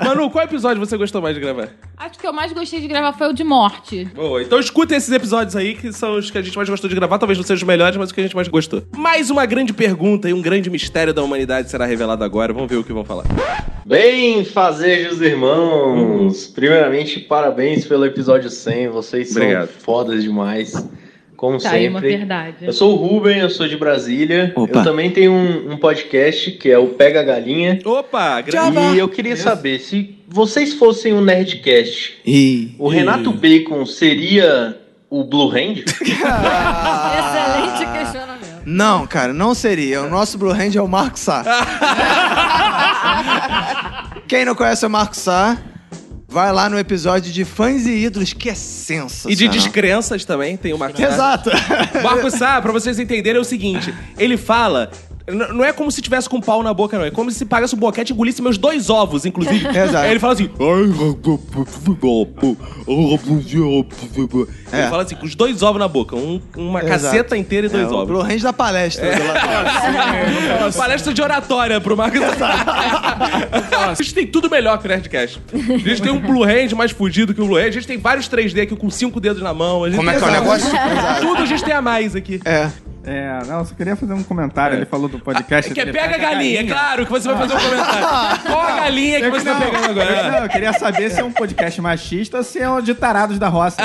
Speaker 1: Manu, qual episódio você gostou mais de gravar?
Speaker 2: Acho que eu mais gostei de gravar foi o de morte.
Speaker 1: Boa, então escutem esses episódios aí, que são os que a gente mais gostou de gravar. Talvez não sejam os melhores, mas os que a gente mais gostou. Mais uma grande pergunta e um grande mistério da humanidade será revelado agora. Vamos ver o que vão falar.
Speaker 13: Bem, fazejos irmãos! Primeiramente, parabéns pelo episódio 100, vocês são
Speaker 1: Obrigado.
Speaker 13: fodas demais, como
Speaker 2: Tá aí uma
Speaker 13: sempre.
Speaker 2: verdade.
Speaker 13: eu sou o Ruben, eu sou de Brasília. Eu também tenho um, um podcast que é o Pega a Galinha.
Speaker 1: Opa,
Speaker 13: E eu queria saber, se vocês fossem um Nerdcast, o Renato Bacon seria o Blue Hand?
Speaker 7: Excelente questionamento.
Speaker 3: Não, cara, não seria. O nosso Blue Hand é o Marco Sá. Quem não conhece o Marco Sá, vai lá no episódio de Fãs e Ídolos, que é sensacional.
Speaker 1: E de descrenças também, tem o Marco Sá.
Speaker 3: Exato.
Speaker 1: Marco Sá, pra vocês entenderem, é o seguinte: ele fala. n- Não é como se tivesse com um pau na boca, não. É como se pagasse o boquete e engolisse meus dois ovos, inclusive.
Speaker 8: Exato.
Speaker 1: Aí ele fala assim. Ele fala assim, com os dois ovos na boca. um- uma
Speaker 3: É. Exato.
Speaker 1: caceta inteira e dois
Speaker 3: É, o
Speaker 1: ovos. É.
Speaker 3: Blue Hand da palestra. do lado.
Speaker 1: Palestra de oratória pro Marcos. a gente tem tudo melhor que o Nerdcast. A gente tem um Blue Hand mais fudido que o Blue Hand. A gente tem vários 3D aqui com cinco dedos na mão. A gente
Speaker 3: Como é que é o
Speaker 1: Exato.
Speaker 3: negócio?
Speaker 1: Tudo a gente tem a mais aqui.
Speaker 3: É.
Speaker 6: É, não, eu só queria fazer um comentário. Ele falou do podcast.
Speaker 1: Que é
Speaker 6: dele,
Speaker 1: pega a galinha, é claro que você vai fazer um comentário. Qual a galinha que
Speaker 6: Eu-
Speaker 1: você tá pegando agora?
Speaker 6: Eu, não, eu queria saber se é um podcast machista ou se é um de tarados da roça.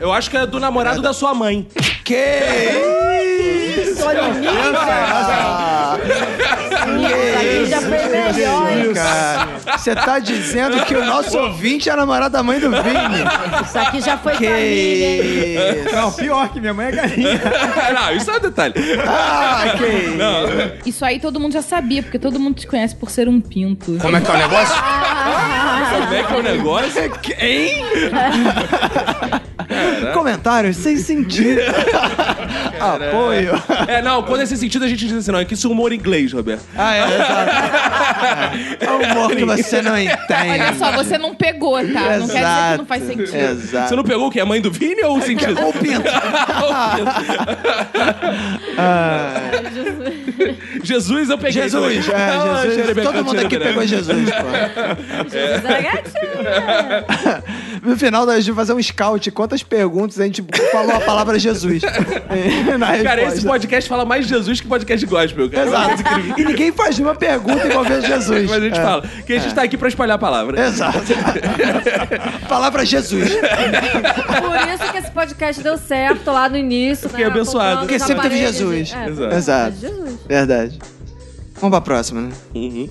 Speaker 1: Eu acho que é do namorado da sua mãe.
Speaker 3: Que
Speaker 8: isso, olha o nível.
Speaker 5: aí já foi melhor.
Speaker 3: Cara, Você tá dizendo que o nosso ouvinte é a namorada da mãe do Vini.
Speaker 5: Isso aqui já foi
Speaker 3: Que
Speaker 5: família, hein?
Speaker 3: Não, pior que minha mãe é galinha.
Speaker 1: não, isso é um detalhe.
Speaker 3: Ah, que
Speaker 1: Não.
Speaker 2: Isso aí todo mundo já sabia, porque todo mundo te conhece por ser um pinto.
Speaker 1: Como é que é o negócio? Como é que é o negócio? Hein?
Speaker 3: Ah, Comentários sem sentido. Apoio.
Speaker 1: É, não, quando é sem sentido a gente diz assim, não, é que isso é humor inglês, Roberto.
Speaker 3: Ah, é, É um humor que você não entende.
Speaker 2: Olha só, você não pegou, tá? Não quer dizer que não faz sentido.
Speaker 3: Exato. É,
Speaker 1: Você não pegou o que? é A mãe do Vini ou o sentido?
Speaker 3: Ou o pinto.
Speaker 2: Ah.
Speaker 1: Jesus, eu peguei.
Speaker 3: Jesus,
Speaker 1: também.
Speaker 3: é,
Speaker 1: Ah,
Speaker 3: Jesus.
Speaker 1: xerebeca,
Speaker 3: Todo mundo aqui
Speaker 1: xerebeca.
Speaker 3: pegou Jesus, pô. No final, a gente vai fazer um scout. Quantas perguntas a gente falou a palavra Jesus? Na
Speaker 1: Cara,
Speaker 3: resposta.
Speaker 1: esse podcast fala mais de Jesus que podcast gospel, cara.
Speaker 3: Exato. E ninguém faz nenhuma pergunta envolvendo Jesus.
Speaker 1: Mas a gente
Speaker 3: É.
Speaker 1: fala que a gente tá aqui pra espalhar a palavra.
Speaker 3: Exato. palavra Jesus.
Speaker 7: Por isso que esse podcast deu certo lá no início.
Speaker 3: Fiquei
Speaker 7: né?
Speaker 3: abençoado.
Speaker 7: Comprando
Speaker 3: Porque
Speaker 7: na
Speaker 3: sempre teve
Speaker 7: parede,
Speaker 3: Jesus.
Speaker 7: é,
Speaker 3: Exato.
Speaker 7: Exato.
Speaker 3: Verdade. Vamos pra próxima, né?
Speaker 12: E aí,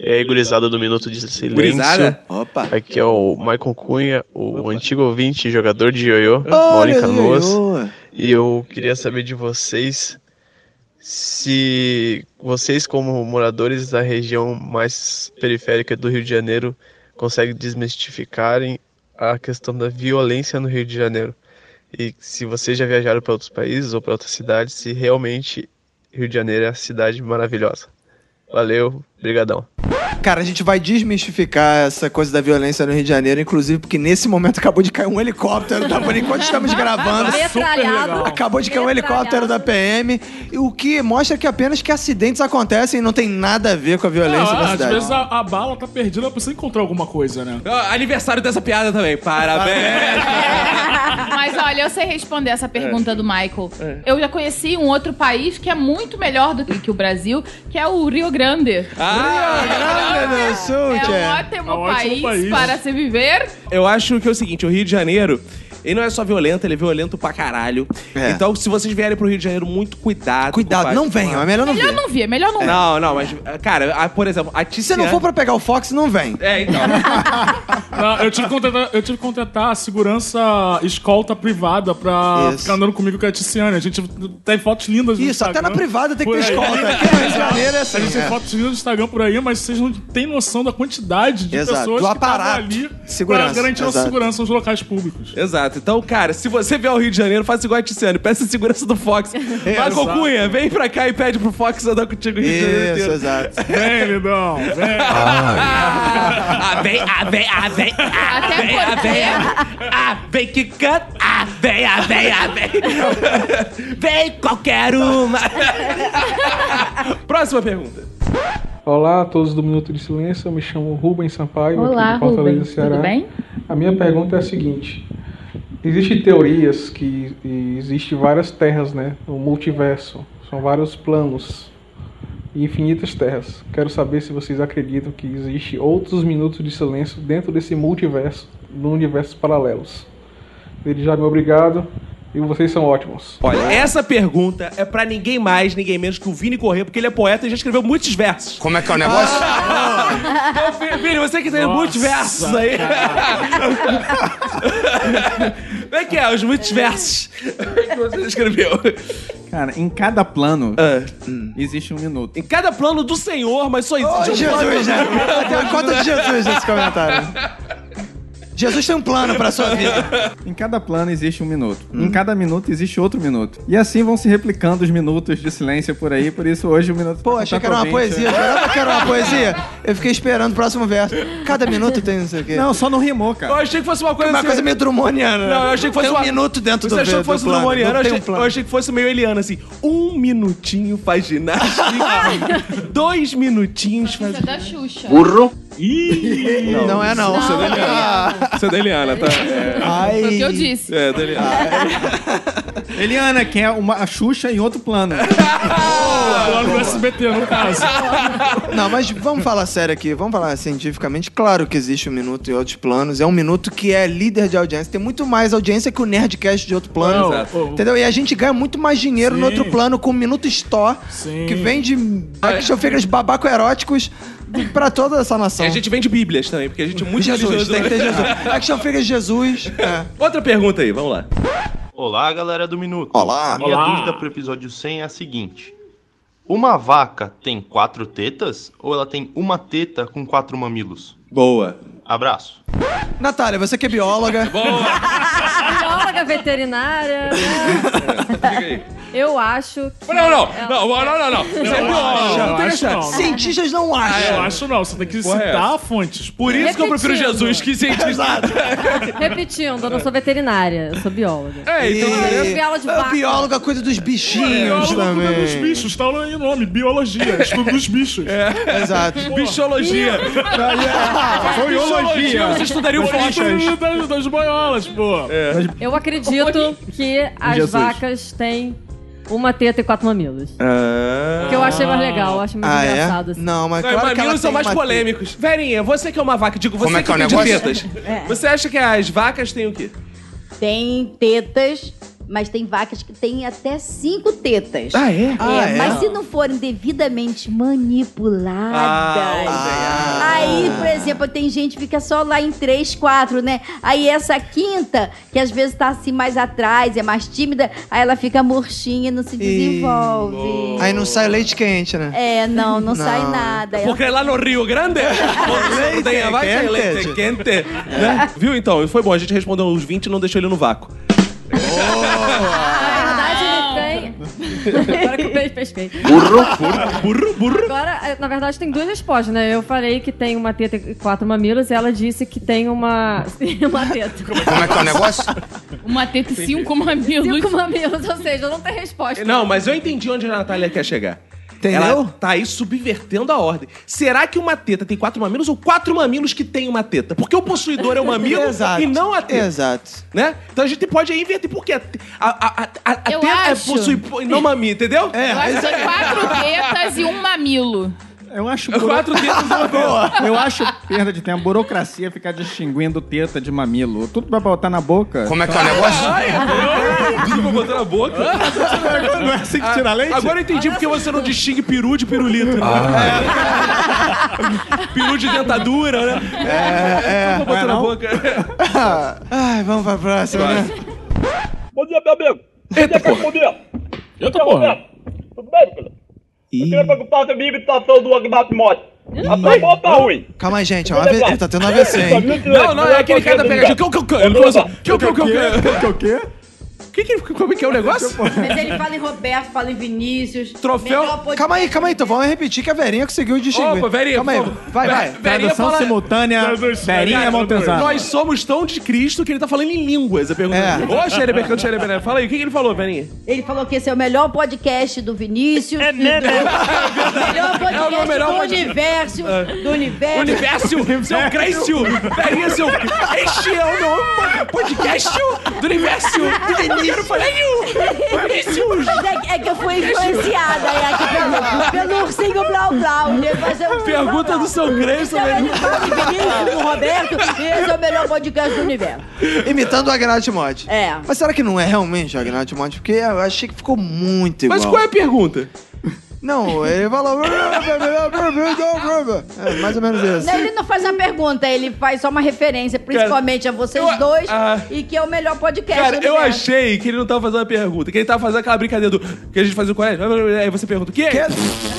Speaker 12: É, gurizada do Minuto de Silêncio.
Speaker 3: Gurizada? Opa.
Speaker 12: Aqui é o Maicon Cunha, o antigo ouvinte e jogador de ioiô,
Speaker 3: Olha,
Speaker 12: moro em Canoas.
Speaker 3: ioiô.
Speaker 12: E eu queria saber de vocês se vocês, como moradores da região mais periférica do Rio de Janeiro, conseguem desmistificarem a questão da violência no Rio de Janeiro. E se vocês já viajaram para outros países ou para outras cidades, se realmente Rio de Janeiro é a cidade maravilhosa. Valeu, brigadão.
Speaker 3: Cara, a gente vai desmistificar essa coisa da violência no Rio de Janeiro, inclusive porque nesse momento acabou de cair um helicóptero da PM. Enquanto estamos gravando,
Speaker 8: Metralhado. Super legal.
Speaker 3: acabou de cair um helicóptero da PM, e o que mostra que apenas que acidentes acontecem e não tem nada a ver com a violência
Speaker 4: Ah,
Speaker 3: da
Speaker 4: às
Speaker 3: cidade.
Speaker 4: vezes a, a bala tá perdida, ela precisa encontrar alguma coisa, né?
Speaker 1: Ah, Aniversário dessa piada também. Parabéns.
Speaker 2: Mas olha, eu sei responder essa
Speaker 3: É.
Speaker 2: pergunta do Michael. Eu já conheci um outro país que é muito melhor do que o Brasil, que é o Rio Grande.
Speaker 3: Ah, Rio Grande do Sul,
Speaker 2: é
Speaker 1: tchê.
Speaker 2: um
Speaker 1: É
Speaker 2: ótimo,
Speaker 1: um
Speaker 2: país,
Speaker 1: ótimo país.
Speaker 2: para se viver.
Speaker 1: Eu acho que é o seguinte, o Rio de Janeiro, ele não é só violento, ele é violento pra caralho. Então, se vocês vierem pro Rio de Janeiro, muito cuidado.
Speaker 3: É. Cuidado, não venham, é melhor não
Speaker 2: Melhor
Speaker 3: vir.
Speaker 2: não ver, melhor não ver.
Speaker 1: Não, não, mas, cara, a- por exemplo, a
Speaker 3: Se
Speaker 1: Tiziana...
Speaker 3: não for pra pegar o Fox, não vem.
Speaker 1: É, então.
Speaker 4: Não, eu tive que contratar, eu tive que contratar a segurança escolta privada pra
Speaker 3: Isso.
Speaker 4: ficar andando comigo com a Tiziane. A gente tem fotos lindas no
Speaker 3: Isso, até na privada tem que ter
Speaker 4: Por aí.
Speaker 3: escolta. Aqui no Rio de Janeiro é assim,
Speaker 4: A gente tem
Speaker 3: é.
Speaker 4: fotos lindas no Instagram por aí, mas vocês não têm noção da quantidade de
Speaker 3: Exato,
Speaker 4: pessoas
Speaker 3: do
Speaker 4: que estavam
Speaker 3: aparato.
Speaker 4: ali
Speaker 3: Segurança,
Speaker 4: pra garantir a
Speaker 3: exato.
Speaker 4: segurança nos locais públicos.
Speaker 1: Exato. Então, cara, se você vier ao Rio de Janeiro, faça igual a Tiziane, peça segurança do Fox. Marco
Speaker 4: exato.
Speaker 1: Cunha, vem pra cá e pede pro Fox andar contigo no Rio de Janeiro
Speaker 3: Isso,
Speaker 1: inteiro.
Speaker 3: exato.
Speaker 4: Vem, lindão, vem.
Speaker 1: Ah, vem, ah, vem, ah, vem, ah,
Speaker 8: Até
Speaker 1: vem, ah,
Speaker 8: porque-
Speaker 1: vem, ah, vem que canta, ah, vem, ah, vem, ah, vem. Vem qualquer uma. Próxima pergunta.
Speaker 15: Olá a todos do Minuto de Silêncio, eu me chamo Rubens Sampaio,
Speaker 2: Olá,
Speaker 15: aqui de Fortaleza,
Speaker 2: Rubens,
Speaker 15: Ceará.
Speaker 2: tudo bem?
Speaker 15: A minha pergunta é a seguinte: existem teorias que existem várias terras, né? O multiverso, são vários planos e infinitas terras. Quero saber se vocês acreditam que existem outros minutos de silêncio dentro desse multiverso, no universo paralelos. Desde já, meu obrigado e vocês são ótimos.
Speaker 1: Olha, essa pergunta é pra ninguém mais, ninguém menos que o Vini Corrêa, porque ele é poeta e já escreveu muitos versos. Como é que é o negócio?
Speaker 3: Ah,
Speaker 1: Então, Vini, Vini, você que tem muitos versos aí. Como é que é? Os muitos versos que você escreveu.
Speaker 6: Cara, em cada plano hum, existe um minuto.
Speaker 1: Em cada plano do Senhor, mas só existe um plano.
Speaker 6: Jesus, né? Tem uma cota de Jesus nesse comentário.
Speaker 3: Jesus tem um plano pra sua vida.
Speaker 6: Em cada plano existe um minuto. Em cada minuto existe outro minuto. E assim vão se replicando os minutos de silêncio por aí. Por isso hoje o minuto. Pô,
Speaker 3: Achei que era uma
Speaker 6: né?
Speaker 3: poesia. Jurava que era uma poesia. Eu fiquei esperando o próximo verso. Cada minuto tem não sei o quê.
Speaker 6: Não, só não rimou,
Speaker 1: Eu
Speaker 6: cara.
Speaker 1: achei que fosse uma coisa
Speaker 3: Uma
Speaker 1: assim-
Speaker 3: coisa meio drumoniana.
Speaker 1: Não, eu achei que fosse
Speaker 3: Tem um
Speaker 1: uma-
Speaker 3: minuto dentro
Speaker 1: Você
Speaker 3: do
Speaker 1: achou
Speaker 3: do
Speaker 1: que fosse
Speaker 3: plano.
Speaker 1: drumoniana?
Speaker 3: Não
Speaker 1: Eu
Speaker 3: tem
Speaker 1: achei,
Speaker 3: um plano.
Speaker 1: eu achei que fosse meio eliana, assim. Um minutinho faz ginástica. dois minutinhos faz...
Speaker 2: Isso é da Xuxa.
Speaker 1: Ih!
Speaker 2: Não, não é não.
Speaker 1: Isso é da
Speaker 2: Não,
Speaker 1: Eliana. Isso é da Eliana, tá? É.
Speaker 3: Ah.
Speaker 2: Foi o que eu disse.
Speaker 1: É, da Eliana.
Speaker 6: Eliana, quem é uma a Xuxa em outro plano.
Speaker 4: Lá no SBT, no caso.
Speaker 3: Não, mas vamos falar sério aqui, vamos falar cientificamente. Claro que existe um minuto em outros planos. É um minuto que é líder de audiência. Tem muito mais audiência que o Nerdcast de outro plano.
Speaker 4: Não, Exato.
Speaker 3: Entendeu? E a gente ganha muito mais dinheiro no outro plano com o Minuto Store, que vende action
Speaker 16: É.
Speaker 3: figures babaco-eróticos pra toda essa nação.
Speaker 1: E a gente vende bíblias também, porque a gente é muito
Speaker 3: Jesus,
Speaker 1: religioso.
Speaker 3: tem que ter Jesus. Action figures Jesus. É.
Speaker 1: Outra pergunta aí, vamos lá.
Speaker 16: Olá, galera do Minuto.
Speaker 3: Olá.
Speaker 16: Minha
Speaker 3: Olá.
Speaker 16: dúvida pro episódio 100 é a seguinte. Uma vaca tem quatro tetas ou ela tem uma teta com quatro mamilos?
Speaker 1: Boa.
Speaker 16: Abraço.
Speaker 3: Natália, você que é bióloga.
Speaker 7: Bióloga veterinária. né? Eu acho. que-
Speaker 4: Não, não,
Speaker 7: É.
Speaker 4: não, não, não, não, não. Isso é
Speaker 1: Não,
Speaker 4: biólogo,
Speaker 1: não,
Speaker 4: não tem
Speaker 1: acho
Speaker 4: essa-
Speaker 1: não.
Speaker 3: Cientistas não
Speaker 4: Ah,
Speaker 3: acham.
Speaker 4: eu acho não. Você tem que
Speaker 1: Porra, é
Speaker 4: citar
Speaker 1: essa?
Speaker 4: fontes.
Speaker 1: Por isso que eu prefiro
Speaker 7: Repetindo.
Speaker 1: Jesus, que cientista.
Speaker 7: Repetindo, eu não sou veterinária, eu sou bióloga.
Speaker 1: É, então,
Speaker 7: Eu sou bióloga de vaca.
Speaker 3: biólogo é coisa dos bichinhos
Speaker 4: Biólogo é
Speaker 3: também.
Speaker 4: cuida dos bichos, tá aí o nome. Biologia, estudo dos bichos.
Speaker 3: É. Exato. é.
Speaker 1: Bichologia.
Speaker 4: Biologia,
Speaker 1: Biologia, você estudaria
Speaker 4: Mas
Speaker 1: bochechas.
Speaker 4: estudo Das, das boiolas, pô.
Speaker 3: É.
Speaker 7: Eu acredito que as
Speaker 4: Jesus.
Speaker 7: vacas têm uma teta e quatro mamilos.
Speaker 3: Ah.
Speaker 7: Que eu achei mais legal, eu acho mais
Speaker 1: Ah, é?
Speaker 7: engraçado. assim.
Speaker 3: Não, mas
Speaker 1: Não, e mamilos são mais polêmicos. Verinha, você que é uma vaca, digo, você
Speaker 3: Como é
Speaker 1: que,
Speaker 3: que é o
Speaker 1: tem de
Speaker 3: negócio?
Speaker 1: tetas. Você acha que as vacas têm o quê?
Speaker 5: Tem tetas, mas tem vacas que têm até cinco tetas.
Speaker 1: Ah, é?
Speaker 5: É,
Speaker 1: Ah, é?
Speaker 5: Mas se não forem devidamente manipuladas.
Speaker 8: Ah,
Speaker 5: aí, por exemplo, tem gente que fica só lá em três, quatro, né? Aí essa quinta, que às vezes tá assim mais atrás, é mais tímida, aí ela fica murchinha e não se desenvolve.
Speaker 3: Aí não sai leite quente, né?
Speaker 5: É, não, não, sai
Speaker 3: Não.
Speaker 5: nada. Ela-
Speaker 1: Porque lá no Rio Grande, onde não tem a vaca, é leite quente. Né? Viu então? E foi bom, a gente respondeu uns 20 e não deixou ele no vácuo.
Speaker 3: Ah.
Speaker 7: Na verdade, ele tem. Agora que eu pe- pesquei.
Speaker 1: Burro, burro, burro, burro.
Speaker 7: Agora, eh, na verdade, tem duas respostas, né? Eu falei que tem uma teta e quatro mamilos e ela disse que tem uma. uma teta.
Speaker 2: Como é que é o negócio? Uma teta e cinco mamilos.
Speaker 7: Cinco mamilos, ou seja, não tem resposta.
Speaker 1: Não, mas eu entendi onde a Natália quer chegar.
Speaker 3: Entendeu?
Speaker 1: Ela tá aí subvertendo a ordem. Será que uma teta tem quatro mamilos ou quatro mamilos que tem uma teta? Porque o possuidor é o mamilo
Speaker 3: Exato.
Speaker 1: e não a teta.
Speaker 3: Exato.
Speaker 1: Né? Então a gente pode aí inverter, porque a, te- a- a- a- a- a
Speaker 2: Eu
Speaker 1: teta é
Speaker 2: acho.
Speaker 1: possui e não mami, entendeu? É,
Speaker 2: Eu acho que são quatro tetas e um mamilo.
Speaker 6: Eu acho
Speaker 1: Quatro dedos e uma
Speaker 6: Boa.
Speaker 1: teta.
Speaker 6: Eu acho perda de tempo. A burocracia ficar distinguindo teta de mamilo. Tudo pra botar na boca. Como é que é o
Speaker 18: Ah,
Speaker 1: Tudo pra botar na boca.
Speaker 6: Não é assim que
Speaker 18: Ah,
Speaker 6: tira leite?
Speaker 1: Ah, Agora eu entendi porque você não distingue peru de pirulito. Né? É. peru de dentadura, né?
Speaker 3: É, é.
Speaker 1: Tudo
Speaker 3: Não
Speaker 1: pra botar
Speaker 3: é
Speaker 1: na
Speaker 3: não?
Speaker 1: boca.
Speaker 3: Ai, vamos pra próxima,
Speaker 1: Vai.
Speaker 3: né?
Speaker 18: Bom dia, meu amigo.
Speaker 1: Eita,
Speaker 18: porra. Bom dia.
Speaker 4: Eita,
Speaker 18: porra. Tudo bem, filho? Eu queria perguntar sobre a imitação do Agnar Timóteo. Ah, tá boa ou tá ruim?
Speaker 3: Calma aí, gente. É um AVC. Ele tá tendo AVC, hein?
Speaker 1: Não, não, é aquele cara da pegadinha. Que, que, que, ele falou assim, que, que, que, que,
Speaker 6: que, que,
Speaker 1: que, que, que, como é que é o negócio?
Speaker 5: Mas ele fala em Roberto, fala em Vinícius.
Speaker 1: Troféu.
Speaker 5: melhor podcast-
Speaker 3: Calma aí, calma aí. Então vamos repetir que a Verinha conseguiu distinguir.
Speaker 1: Opa, Verinha,
Speaker 3: Calma aí.
Speaker 1: por favor.
Speaker 3: Vai, né, vai.
Speaker 1: Ve- Verinha fala-
Speaker 6: Verinha Montezano.
Speaker 1: Nós somos tão de Cristo que ele tá falando em línguas. Eu pergunto. Ô, é. Xerebecanto, Xerebecanto. Fala aí, o que, que ele falou, Verinha?
Speaker 5: Ele falou que esse é o melhor podcast do Vinícius. É,
Speaker 1: né,
Speaker 5: do...
Speaker 1: né?
Speaker 5: melhor podcast
Speaker 1: É o melhor
Speaker 5: do
Speaker 1: podcast. É.
Speaker 5: universo. Do
Speaker 1: Ah.
Speaker 5: universo.
Speaker 1: Universo, é um seu Crécio. Verinha, seu... Este é o meu podcast do universo. Eu quero falar em Vinícius.
Speaker 5: É, é que eu fui influenciada é, aqui pelo, pelo ursinho Blau Blau. né? Mas eu-
Speaker 1: Pergunta do seu Crécio,
Speaker 5: Então
Speaker 1: velho.
Speaker 5: ele fala em Vinícius, do Roberto, e esse é o melhor podcast do universo.
Speaker 3: Imitando o Agnaldo Timóteo.
Speaker 5: É.
Speaker 3: Mas será que não é realmente o Agnaldo Timóteo? Porque eu achei que ficou muito igual.
Speaker 1: Mas qual é a pergunta?
Speaker 3: Não, ele falou... É, mais ou menos isso.
Speaker 5: Não, ele não faz uma pergunta, ele faz só uma referência, principalmente a vocês
Speaker 1: eu-
Speaker 5: dois,
Speaker 1: ah.
Speaker 5: e que é o melhor podcast
Speaker 1: Cara,
Speaker 5: do
Speaker 1: eu
Speaker 5: universo.
Speaker 1: achei que ele não tava fazendo a pergunta, que ele tava fazendo aquela brincadeira do. Que a gente fazia com ele. Aí você pergunta, o quê?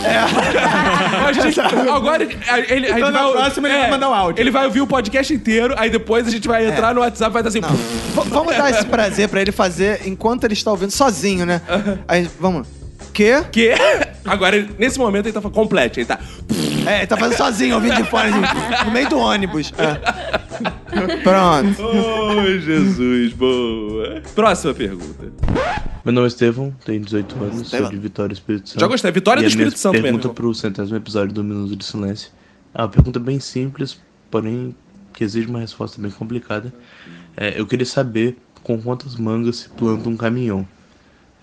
Speaker 1: É. a gente, agora a- ele, a gente
Speaker 6: Então, na
Speaker 1: vai, é,
Speaker 6: próxima, ele vai mandar um áudio.
Speaker 1: Ele vai ouvir o podcast inteiro, aí depois a gente vai
Speaker 3: É.
Speaker 1: entrar no WhatsApp e vai estar assim.
Speaker 3: V- Vamos dar esse prazer pra ele fazer enquanto ele está ouvindo sozinho, né? Aí, vamos. Quê?
Speaker 1: Que? Agora, ele- nesse momento, ele tá falando completo, ele tá.
Speaker 3: É, ele tá fazendo sozinho, ouvindo de fone, assim, no meio do ônibus. É. Pronto.
Speaker 1: Oh, Jesus, boa. Próxima pergunta.
Speaker 16: Meu nome é Estevão, tenho 18 anos,
Speaker 1: Estevão.
Speaker 16: sou de Vitória Espírito Santo.
Speaker 1: Já
Speaker 3: É
Speaker 1: gostei, Vitória
Speaker 16: e
Speaker 1: do
Speaker 16: a minha
Speaker 1: Espírito Santo
Speaker 16: pergunta
Speaker 1: mesmo.
Speaker 16: pro centésimo episódio do Minuto de Silêncio. É uma pergunta bem simples, porém que exige uma resposta bem complicada. É, eu queria saber com quantas mangas se planta um caminhão.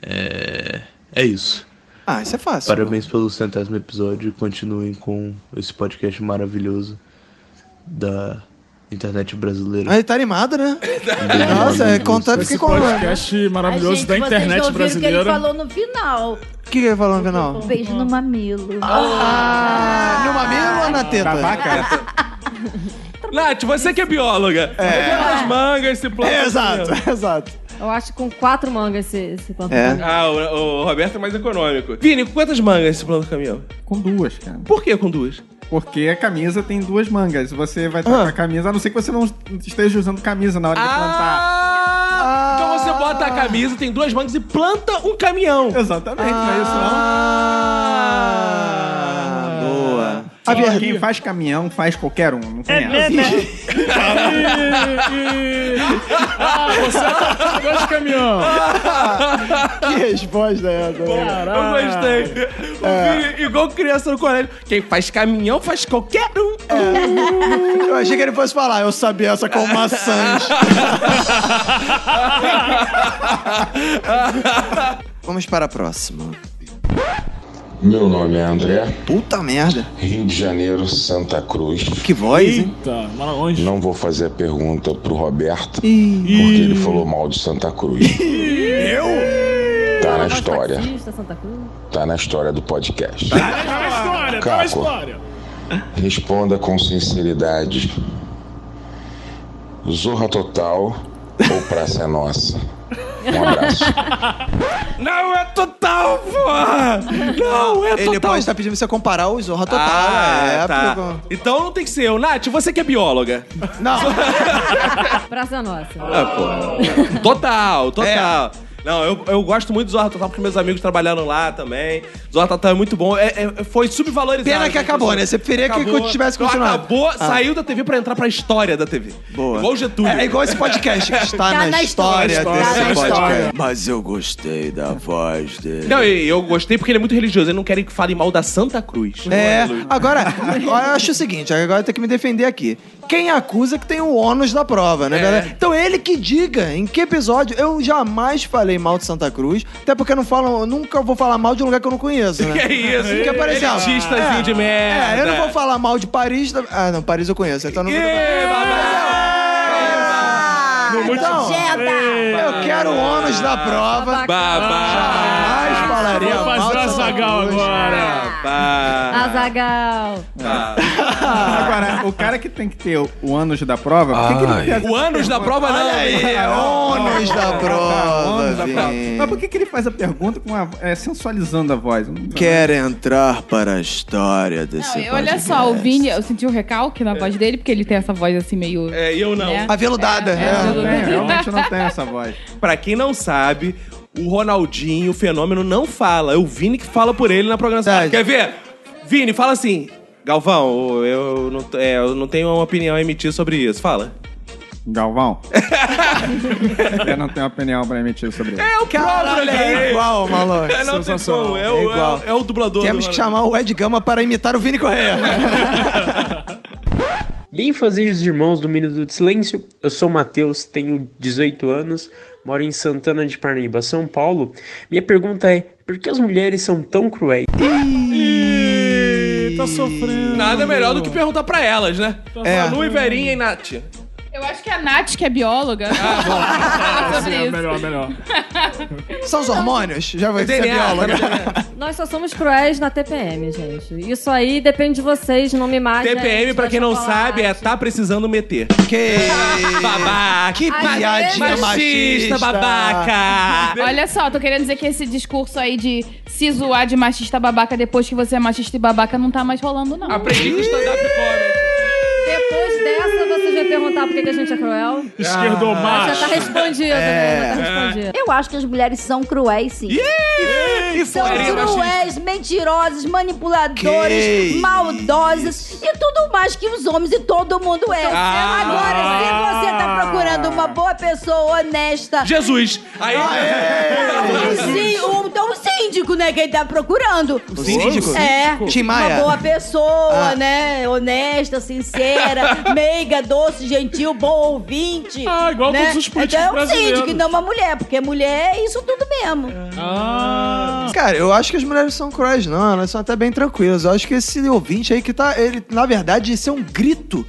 Speaker 12: É, é isso.
Speaker 3: Ah, isso é fácil.
Speaker 12: Parabéns pelo centésimo episódio e continuem com esse podcast maravilhoso da internet brasileira.
Speaker 3: Aí tá animado, né?
Speaker 12: Nossa,
Speaker 3: Nossa, é, conta,
Speaker 4: Esse
Speaker 3: fiquei com
Speaker 4: podcast maravilhoso
Speaker 5: Gente,
Speaker 4: da
Speaker 5: vocês
Speaker 4: internet
Speaker 5: não ouviram o que ele
Speaker 4: brasileira.
Speaker 5: falou no final.
Speaker 3: O que, que ele falou no final?
Speaker 5: Um beijo no mamilo.
Speaker 3: Ah, no mamilo ou na teta?
Speaker 1: Nath, você que é bióloga.
Speaker 3: É.
Speaker 1: Pelas mangas, se planta.
Speaker 3: Exato, exato.
Speaker 7: Eu acho que com quatro mangas esse, esse plantão.
Speaker 1: Ah, o, o Roberto é mais econômico. Vini, com quantas mangas esse plano do caminhão?
Speaker 6: Com duas, cara.
Speaker 1: Por que com duas? Ah.
Speaker 6: Porque a camisa tem duas mangas. Você vai estar com a camisa, a não ser que você não esteja usando camisa na hora de plantar.
Speaker 1: Ah,
Speaker 3: Ah.
Speaker 1: Então você bota a camisa, tem duas mangas e planta um caminhão. Ah.
Speaker 6: Exatamente, não é isso não.
Speaker 3: Ah, Boa.
Speaker 6: A verdade- Quem faz caminhão faz qualquer um,
Speaker 3: É
Speaker 6: não tem essa.
Speaker 4: Ah, você tá dois caminhão.
Speaker 3: Que resposta é essa? É.
Speaker 1: Eu gostei. O Vini, igual criança no colégio. Quem faz caminhão faz qualquer um.
Speaker 3: Eu achei que ele fosse falar, eu sabia essa com maçãs. Vamos para a próxima.
Speaker 17: Meu nome é André.
Speaker 3: Puta merda.
Speaker 17: Rio de Janeiro, Santa Cruz.
Speaker 3: Que voz, hein?
Speaker 4: Eita, mora longe.
Speaker 17: Não vou fazer a pergunta pro Roberto, porque
Speaker 3: Ih.
Speaker 17: ele falou mal de Santa Cruz. Eu? Tá na história.
Speaker 7: Batista, Santa Cruz.
Speaker 17: Tá na história do podcast.
Speaker 4: Tá História,
Speaker 17: Caco.
Speaker 4: tá história.
Speaker 17: Responda com sinceridade. Zorra Total ou Praça é Nossa? Um abraço.
Speaker 1: Não é total, porra! Não é total.
Speaker 3: Ele pode estar pedindo você comparar o Zorra Total.
Speaker 1: Ah,
Speaker 3: é,
Speaker 1: tá.
Speaker 3: porque-
Speaker 1: Então não tem que ser eu. Nath, você que é bióloga.
Speaker 3: Não.
Speaker 7: Praça nossa.
Speaker 1: Ah, pô. Total,
Speaker 3: É.
Speaker 1: total. Não, eu, eu gosto muito do Zorra Total porque meus amigos trabalharam lá também. Zorra Total é muito bom. É, é- foi subvalorizado.
Speaker 3: Pena que acabou, né? Você preferia que tivesse
Speaker 1: Então,
Speaker 3: continuado.
Speaker 1: Acabou,
Speaker 3: Ah.
Speaker 1: saiu da TV pra entrar pra história da TV. Boa. Igual o Getúlio.
Speaker 3: É igual esse podcast que está Tá na, história,
Speaker 1: é
Speaker 3: Tá desse podcast. Mas eu gostei da voz dele.
Speaker 1: Não, e eu gostei porque ele é muito religioso. Eles não querem que falem mal da Santa Cruz.
Speaker 3: É, agora, eu acho o seguinte, agora tem que me defender aqui. Quem acusa é que tem o ônus da prova, né,
Speaker 1: É.
Speaker 3: galera? Então ele que diga em que episódio. Eu jamais falei mal de Santa Cruz, até porque eu não falo, eu nunca vou falar mal de um lugar que eu não conheço, né?
Speaker 1: Que isso?
Speaker 3: Porque, por exemplo,
Speaker 1: Elitistazinho
Speaker 3: é,
Speaker 1: de merda.
Speaker 3: É, eu não vou falar mal de Paris. da- Ah, não, Paris eu conheço, então não vou. Então, eu quero o ônus da prova. Jamais falaria
Speaker 4: Vou
Speaker 3: mal
Speaker 4: fazer
Speaker 3: de
Speaker 4: a
Speaker 3: Santa
Speaker 4: Zagal
Speaker 3: Cruz.
Speaker 4: agora.
Speaker 7: Ah, Azagal.
Speaker 6: É. Agora, o cara que tem que ter o- o ânus da prova, por é que, que ele
Speaker 1: Ai.
Speaker 6: fez
Speaker 1: O ânus da prova não.
Speaker 6: Olha aí,
Speaker 1: é
Speaker 3: ônus da prova,
Speaker 6: ônus da prova.
Speaker 3: gente.
Speaker 6: Mas por que, que ele faz a pergunta com a, é, sensualizando a voz?
Speaker 3: Quer entrar para a história desse
Speaker 2: E Olha só, o Vini, eu senti um recalque na voz dele, porque ele tem essa voz assim meio.
Speaker 1: É, e eu não.
Speaker 2: Né?
Speaker 3: Aveludada.
Speaker 6: É, realmente não tem essa voz.
Speaker 1: Pra quem não sabe, o Ronaldinho, o fenômeno, não fala. É o Vini que fala por ele na programação.
Speaker 6: Tá,
Speaker 1: Quer ver? Vini, fala assim. Galvão, eu não, t- é, eu não tenho uma opinião a emitir sobre isso. Fala.
Speaker 6: Galvão. Eu não tenho opinião pra emitir sobre isso.
Speaker 1: É o
Speaker 3: Caralho, é igual, maluco.
Speaker 1: É, não tem como. É, o-
Speaker 3: É igual.
Speaker 1: é o- é o dublador.
Speaker 3: Temos
Speaker 1: do
Speaker 3: que chamar o Ed Gama para imitar o Vini Correia.
Speaker 14: Bem fazeres irmãos do Minuto de Silêncio, eu sou o Matheus, tenho 18 anos, moro em Santana de Parnaíba, São Paulo. Minha pergunta é, por que as mulheres são tão cruéis?
Speaker 4: Tá sofrendo.
Speaker 1: Nada melhor do que perguntar pra elas, né?
Speaker 14: É.
Speaker 1: Manu e Verinha e Nath.
Speaker 2: Eu acho que é a Nath, que é bióloga.
Speaker 4: Ah, sim,
Speaker 2: sobre
Speaker 4: é
Speaker 2: isso.
Speaker 4: melhor, melhor.
Speaker 3: São os hormônios? Já
Speaker 1: É
Speaker 3: vai ser
Speaker 4: DNA,
Speaker 1: né?
Speaker 3: bióloga.
Speaker 7: Nós só somos cruéis na TPM, gente. Isso aí depende de vocês, não me matem.
Speaker 1: TPM, pra quem não sabe, é tá precisando meter.
Speaker 3: Que
Speaker 1: babaca.
Speaker 3: Que piadinha machista.
Speaker 1: babaca.
Speaker 2: Olha só, tô querendo dizer que esse discurso aí de se zoar de machista babaca depois que você é machista e babaca não tá mais rolando, não.
Speaker 1: Aprendi com stand-up comedy.
Speaker 7: Depois dessa, você vai perguntar por que que a gente é cruel?
Speaker 4: Esquerdomacho.
Speaker 7: Já tá respondido, né? Já tá
Speaker 4: É.
Speaker 7: respondido.
Speaker 5: Eu acho que as mulheres são cruéis, sim.
Speaker 4: E
Speaker 5: São
Speaker 4: fora,
Speaker 5: cruéis, mentirosas, manipuladoras,
Speaker 4: Que
Speaker 5: maldosas e tudo mais que os homens e todo mundo é.
Speaker 1: Ah.
Speaker 5: Agora, se você tá procurando uma boa pessoa honesta,
Speaker 1: Jesus. Aí.
Speaker 5: Sim, um, então o síndico, né? Quem tá procurando.
Speaker 3: O síndico?
Speaker 5: É.
Speaker 3: Tim Maia.
Speaker 5: Uma boa pessoa,
Speaker 3: Ah.
Speaker 5: né? Honesta, sincera, meiga, doce, gentil, bom ouvinte. Ah,
Speaker 4: igual
Speaker 5: né?
Speaker 4: todos os políticos
Speaker 5: Então é um síndico
Speaker 4: brasileiros.
Speaker 5: e não uma mulher, porque mulher é isso tudo mesmo.
Speaker 4: Ah.
Speaker 3: Cara, eu acho que as mulheres são cruéis, não. Elas são até bem tranquilas. Eu acho que esse ouvinte aí que tá. Ele, na verdade, esse é um grito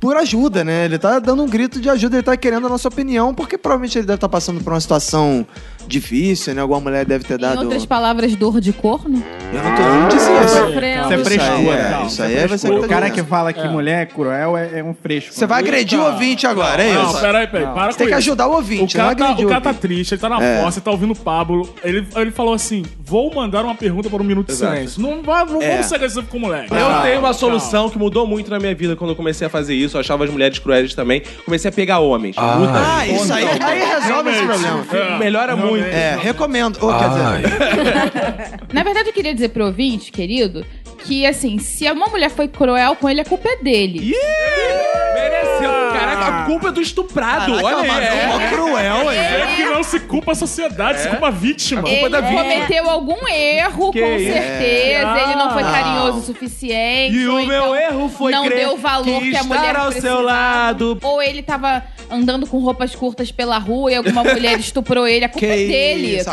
Speaker 3: por ajuda, né? Ele tá dando um grito de ajuda, ele tá querendo a nossa opinião, porque provavelmente ele deve estar passando por uma situação difícil, né? Alguma mulher deve ter
Speaker 2: Em
Speaker 3: dado.
Speaker 2: outras palavras, dor de corno?
Speaker 3: Eu não tô eu não disse isso.
Speaker 2: Sofrendo.
Speaker 6: Isso é frescura.
Speaker 3: aí é-
Speaker 6: Não,
Speaker 3: isso aí é você
Speaker 6: frescura.
Speaker 3: que tá
Speaker 6: O cara que
Speaker 3: dizendo.
Speaker 6: fala que mulher é cruel é, é um fresco.
Speaker 3: Você vai agredir o ouvinte agora, é isso?
Speaker 4: Não, peraí, peraí.
Speaker 6: Não.
Speaker 4: Para
Speaker 6: Você tem
Speaker 4: com
Speaker 6: que
Speaker 4: isso.
Speaker 6: ajudar o ouvinte,
Speaker 4: O cara,
Speaker 6: não
Speaker 4: tá,
Speaker 6: agredir
Speaker 4: o
Speaker 6: o
Speaker 4: cara tá
Speaker 6: ouvinte.
Speaker 4: triste, ele tá na
Speaker 6: É.
Speaker 4: fossa, ele tá ouvindo o Pablo. Ele, ele falou assim: vou mandar uma pergunta para um minuto de
Speaker 1: Exato.
Speaker 4: silêncio. Não, vai, não
Speaker 1: É.
Speaker 4: vamos ser agressivo com o moleque.
Speaker 1: Eu
Speaker 4: Calma,
Speaker 1: tenho uma
Speaker 4: calma.
Speaker 1: solução que mudou muito na minha vida quando eu comecei a fazer isso. Eu achava as mulheres cruéis também. Comecei a pegar homens. Ah,
Speaker 3: Ah, isso aí, aí resolve esse problema.
Speaker 1: Realmente. É. Melhora muito.
Speaker 3: É, recomendo. Ô, quer dizer,
Speaker 2: Na verdade, eu queria dizer pro ouvinte, querido, que assim, se uma mulher foi cruel com ele, a culpa é dele.
Speaker 1: Mereceu. Caraca, a culpa é do estuprado.
Speaker 2: Caraca,
Speaker 1: Olha
Speaker 2: Amado,
Speaker 1: aí.
Speaker 4: é
Speaker 1: É.
Speaker 2: mó
Speaker 3: É
Speaker 4: cruel,
Speaker 2: hein?
Speaker 4: É que não se culpa a sociedade, se culpa é a vítima.
Speaker 3: é
Speaker 2: Ele é cometeu algum erro,
Speaker 4: Que
Speaker 2: com
Speaker 4: isso?
Speaker 2: certeza.
Speaker 4: Ah.
Speaker 2: ele não foi
Speaker 4: Não.
Speaker 2: carinhoso o suficiente.
Speaker 1: E
Speaker 2: ou
Speaker 1: o meu
Speaker 2: então
Speaker 1: erro foi
Speaker 2: Não
Speaker 1: crer
Speaker 2: deu o valor que,
Speaker 1: que
Speaker 2: a mulher
Speaker 1: estar ao seu
Speaker 2: precisava.
Speaker 1: lado.
Speaker 2: Ou ele tava andando com roupas curtas pela rua e alguma mulher estuprou ele. A culpa é dele. com certeza.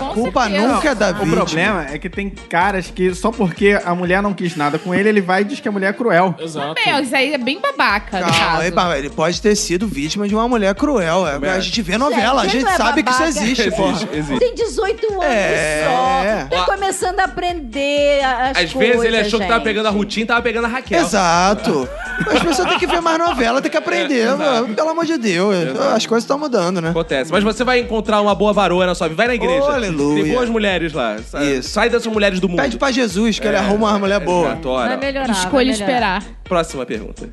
Speaker 6: O problema é que tem caras que só porque a mulher não quis nada com ele, ele vai e diz que a mulher é cruel.
Speaker 3: Exato.
Speaker 2: Meu, isso aí é bem babaca. no
Speaker 3: Calma, é
Speaker 2: caso.
Speaker 3: aí, pá, ele pode ter sido vítima de uma mulher cruel. é, A gente vê novela, a
Speaker 5: Gente,
Speaker 3: gente
Speaker 5: não é
Speaker 3: sabe que isso
Speaker 5: babaca.
Speaker 3: existe, porra.
Speaker 5: Tem 18 anos
Speaker 3: É.
Speaker 5: só. Tá começando a aprender a- as
Speaker 1: Às vezes ele
Speaker 5: coisas,
Speaker 1: achou que tava
Speaker 5: gente.
Speaker 1: pegando a Rutinha e tava pegando a Raquel.
Speaker 3: Exato. As pessoas têm que ver mais novela, têm que aprender.
Speaker 1: É, exato.
Speaker 3: mano. Pelo amor de Deus, as coisas estão mudando, né?
Speaker 1: Acontece. Mas você vai encontrar uma boa varoa na sua vida. Vai na igreja.
Speaker 3: Oh, aleluia.
Speaker 1: Tem boas mulheres lá. Sa- Sai dessas mulheres do mundo. É. Pede
Speaker 3: pra Jesus que ele arruma uma mulher boa.
Speaker 7: Vai melhorar. vai
Speaker 2: Escolha
Speaker 7: melhorar.
Speaker 2: esperar.
Speaker 1: Próxima pergunta.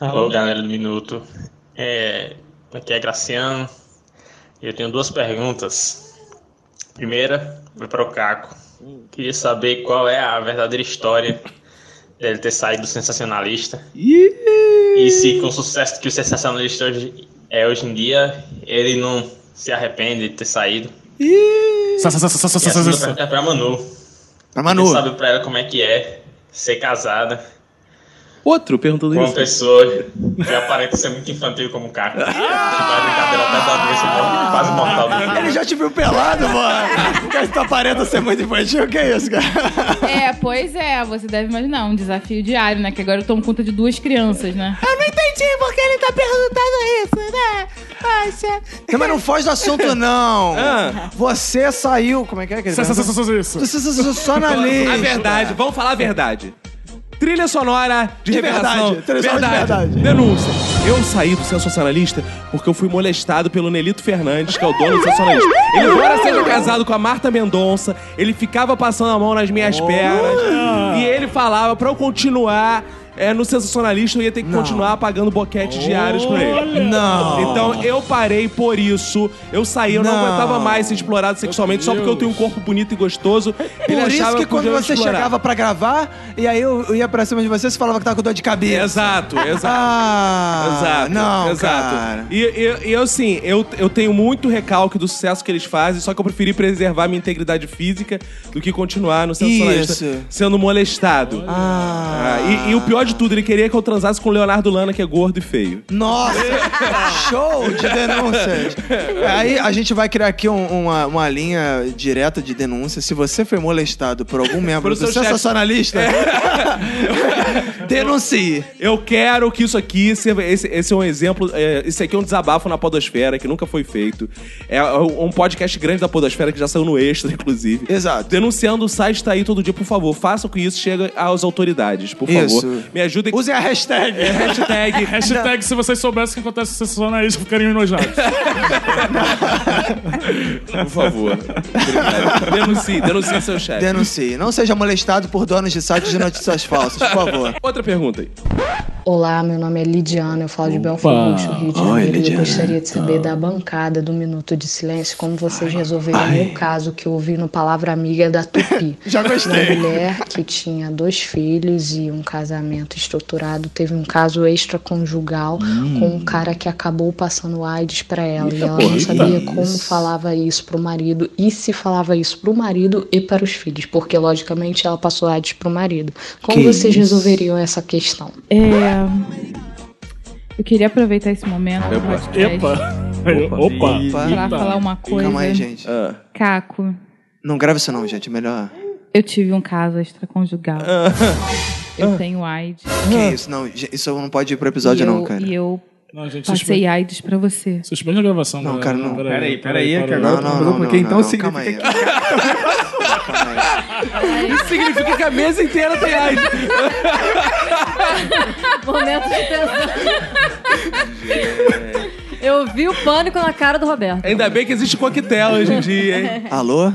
Speaker 23: Alô, galera do Minuto. É, aqui é Graciano. Eu tenho duas perguntas. Primeira vai para o Caco. Queria saber qual é a verdadeira história dele ter saído do sensacionalista. E se com o sucesso que o sensacionalista hoje é hoje em dia, ele não se arrepende de ter saído.
Speaker 4: Sa- sa- sa- sa- sa-
Speaker 23: E a
Speaker 4: sa-
Speaker 23: segunda
Speaker 4: sa-
Speaker 23: pergunta é pra Manu.
Speaker 3: Pra
Speaker 23: Manu. Você sabe pra ela como é que é ser casada
Speaker 1: Outro perguntando
Speaker 23: com uma
Speaker 1: isso.
Speaker 23: pessoa que aparenta ser muito infantil como o Caco. Que faz brincadeira até da doença, então, quase mortal do filho.
Speaker 3: Ele já te viu pelado, mano. Quer tua parenta ser muito infantil? Que isso, cara?
Speaker 2: É, pois é, você deve imaginar, um desafio diário, né? Que agora eu tomo conta de duas crianças, né?
Speaker 3: Eu não entendi porque ele tá perguntando isso, né? Poxa. Não, mas não foge do assunto, não.
Speaker 1: Ah.
Speaker 3: Você saiu. Como é que é que ele
Speaker 1: Só- só-
Speaker 3: pergunta?
Speaker 1: só- só- só-
Speaker 3: Só- só- só na lista.
Speaker 1: A verdade, vamos falar a verdade. Trilha sonora de,
Speaker 3: De
Speaker 1: revelação.
Speaker 3: verdade, trilha sonora de verdade.
Speaker 1: Denúncia. Eu saí do sensacionalista porque eu fui molestado pelo Nelito Fernandes, que é o dono do sensacionalista. Ele agora seja casado com a Marta Mendonça, ele ficava passando a mão nas minhas pernas e ele falava pra eu continuar é, no sensacionalista, eu ia ter que continuar pagando boquete diários pra ele.
Speaker 3: Não.
Speaker 1: Então eu parei por isso. Eu saí, eu não,
Speaker 3: Não.
Speaker 1: aguentava mais ser explorado sexualmente só porque eu tenho um corpo bonito e gostoso.
Speaker 3: É Por isso que quando você chegava pra gravar, e aí eu eu ia pra cima de você, você falava que tava com dor de cabeça.
Speaker 1: Exato, exato.
Speaker 3: Ah,
Speaker 1: exato.
Speaker 3: não,
Speaker 1: exato.
Speaker 3: cara.
Speaker 1: E, e- e eu, assim, eu, eu tenho muito recalque do sucesso que eles fazem, só que eu preferi preservar minha integridade física do que continuar no sensacionalista
Speaker 3: Isso.
Speaker 1: sendo molestado. Ah. e, e o pior de tudo, ele queria que eu transasse com o Leonardo Lana, que é gordo e feio.
Speaker 3: Nossa! Show de denúncias! Aí a gente vai criar aqui um- uma, uma linha direta de denúncias. Se você foi molestado por algum membro
Speaker 1: Pro
Speaker 3: do
Speaker 1: seu chefe. É,
Speaker 3: sensacionalista, denuncie.
Speaker 1: Eu quero que isso aqui, se- esse, esse é um exemplo, é, esse aqui é um desabafo na podosfera que nunca foi feito. É um podcast grande da podosfera que já saiu no Extra, inclusive.
Speaker 3: Exato.
Speaker 1: Denunciando o site tá aí todo dia, por favor, façam que isso chegue às autoridades, por
Speaker 3: Isso.
Speaker 1: favor. Me ajudem.
Speaker 3: Usem a hashtag.
Speaker 1: É, hashtag.
Speaker 4: Hashtag se vocês soubessem o que acontece com sensacionais, é ficariam enojados.
Speaker 1: Por favor. Obrigado. denuncie, denuncie seu chefe.
Speaker 3: Denuncie. Não seja molestado por donos de sites de notícias falsas, por favor.
Speaker 1: Outra pergunta aí.
Speaker 24: Olá, meu nome é Lidiana, eu falo de
Speaker 19: Opa!
Speaker 24: Belfort Roxo, Rio de
Speaker 19: Oi,
Speaker 24: Janeiro. e eu
Speaker 19: Lidiana. então.
Speaker 24: gostaria de saber da bancada do Minuto de Silêncio como vocês resolveram o meu caso que eu ouvi no Palavra Amiga da Tupi.
Speaker 19: Já gostei.
Speaker 24: Uma mulher que tinha dois filhos e um casamento estruturado teve um caso extraconjugal
Speaker 19: Hum.
Speaker 24: com um cara que acabou passando AIDS pra ela. e
Speaker 20: Eita,
Speaker 24: ela
Speaker 20: porra,
Speaker 24: não sabia
Speaker 19: tá-
Speaker 20: eita.
Speaker 24: como falava isso pro marido e se falava isso pro marido e para os filhos, porque logicamente ela passou AIDS pro marido. Como
Speaker 2: Que
Speaker 24: vocês
Speaker 2: isso.
Speaker 24: resolveriam essa questão?
Speaker 2: É, eu queria aproveitar esse momento do podcast
Speaker 3: Opa.
Speaker 4: Opa.
Speaker 2: pra falar uma coisa.
Speaker 3: Calma aí, gente.
Speaker 1: Ah.
Speaker 2: Caco,
Speaker 3: Não grava isso não, gente. É melhor...
Speaker 2: eu tive um caso extraconjugal.
Speaker 3: Ah.
Speaker 2: eu tenho AIDS.
Speaker 3: Que isso? Não, ge- isso não pode ir pro episódio
Speaker 2: Ah. e
Speaker 3: não,
Speaker 2: eu,
Speaker 3: cara.
Speaker 2: E eu
Speaker 4: Não, gente,
Speaker 2: passei
Speaker 4: suspeita.
Speaker 2: AIDS pra você.
Speaker 4: Suspende a gravação.
Speaker 3: Não, cara, não.
Speaker 6: Peraí, peraí, que agora
Speaker 3: Não,
Speaker 6: não,
Speaker 3: não,
Speaker 6: mudou,
Speaker 3: não,
Speaker 6: porque
Speaker 3: não,
Speaker 6: então
Speaker 3: não,
Speaker 6: significa
Speaker 3: calma aí.
Speaker 6: que
Speaker 3: Isso significa que a mesa inteira tem AIDS.
Speaker 7: Momento de tensão. Eu vi o pânico na cara do Roberto.
Speaker 1: Ainda bem que existe coquetel hoje em dia, hein?
Speaker 3: Alô?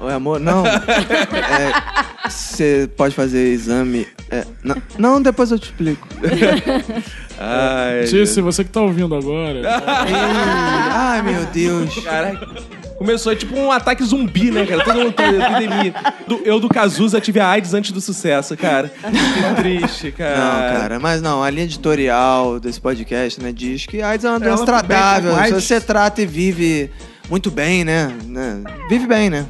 Speaker 3: Oi, amor? Não. É, Você pode fazer exame. é, não, não, depois eu te explico. Ai,
Speaker 4: Disse, você que tá ouvindo agora.
Speaker 3: Ai, meu Deus.
Speaker 1: Caraca. Começou é tipo um ataque zumbi, né, cara? Todo mundo tem epidemia. Do- eu do Cazuza tive a AIDS antes do sucesso, cara. Que triste, cara.
Speaker 3: Não, cara, mas não, a linha editorial desse podcast, né, diz que AIDS é uma doença
Speaker 1: Ela tá bem
Speaker 3: tratável.
Speaker 1: com
Speaker 3: Se
Speaker 1: AIDS.
Speaker 3: você trata e vive muito bem, né? né, Vive bem, né?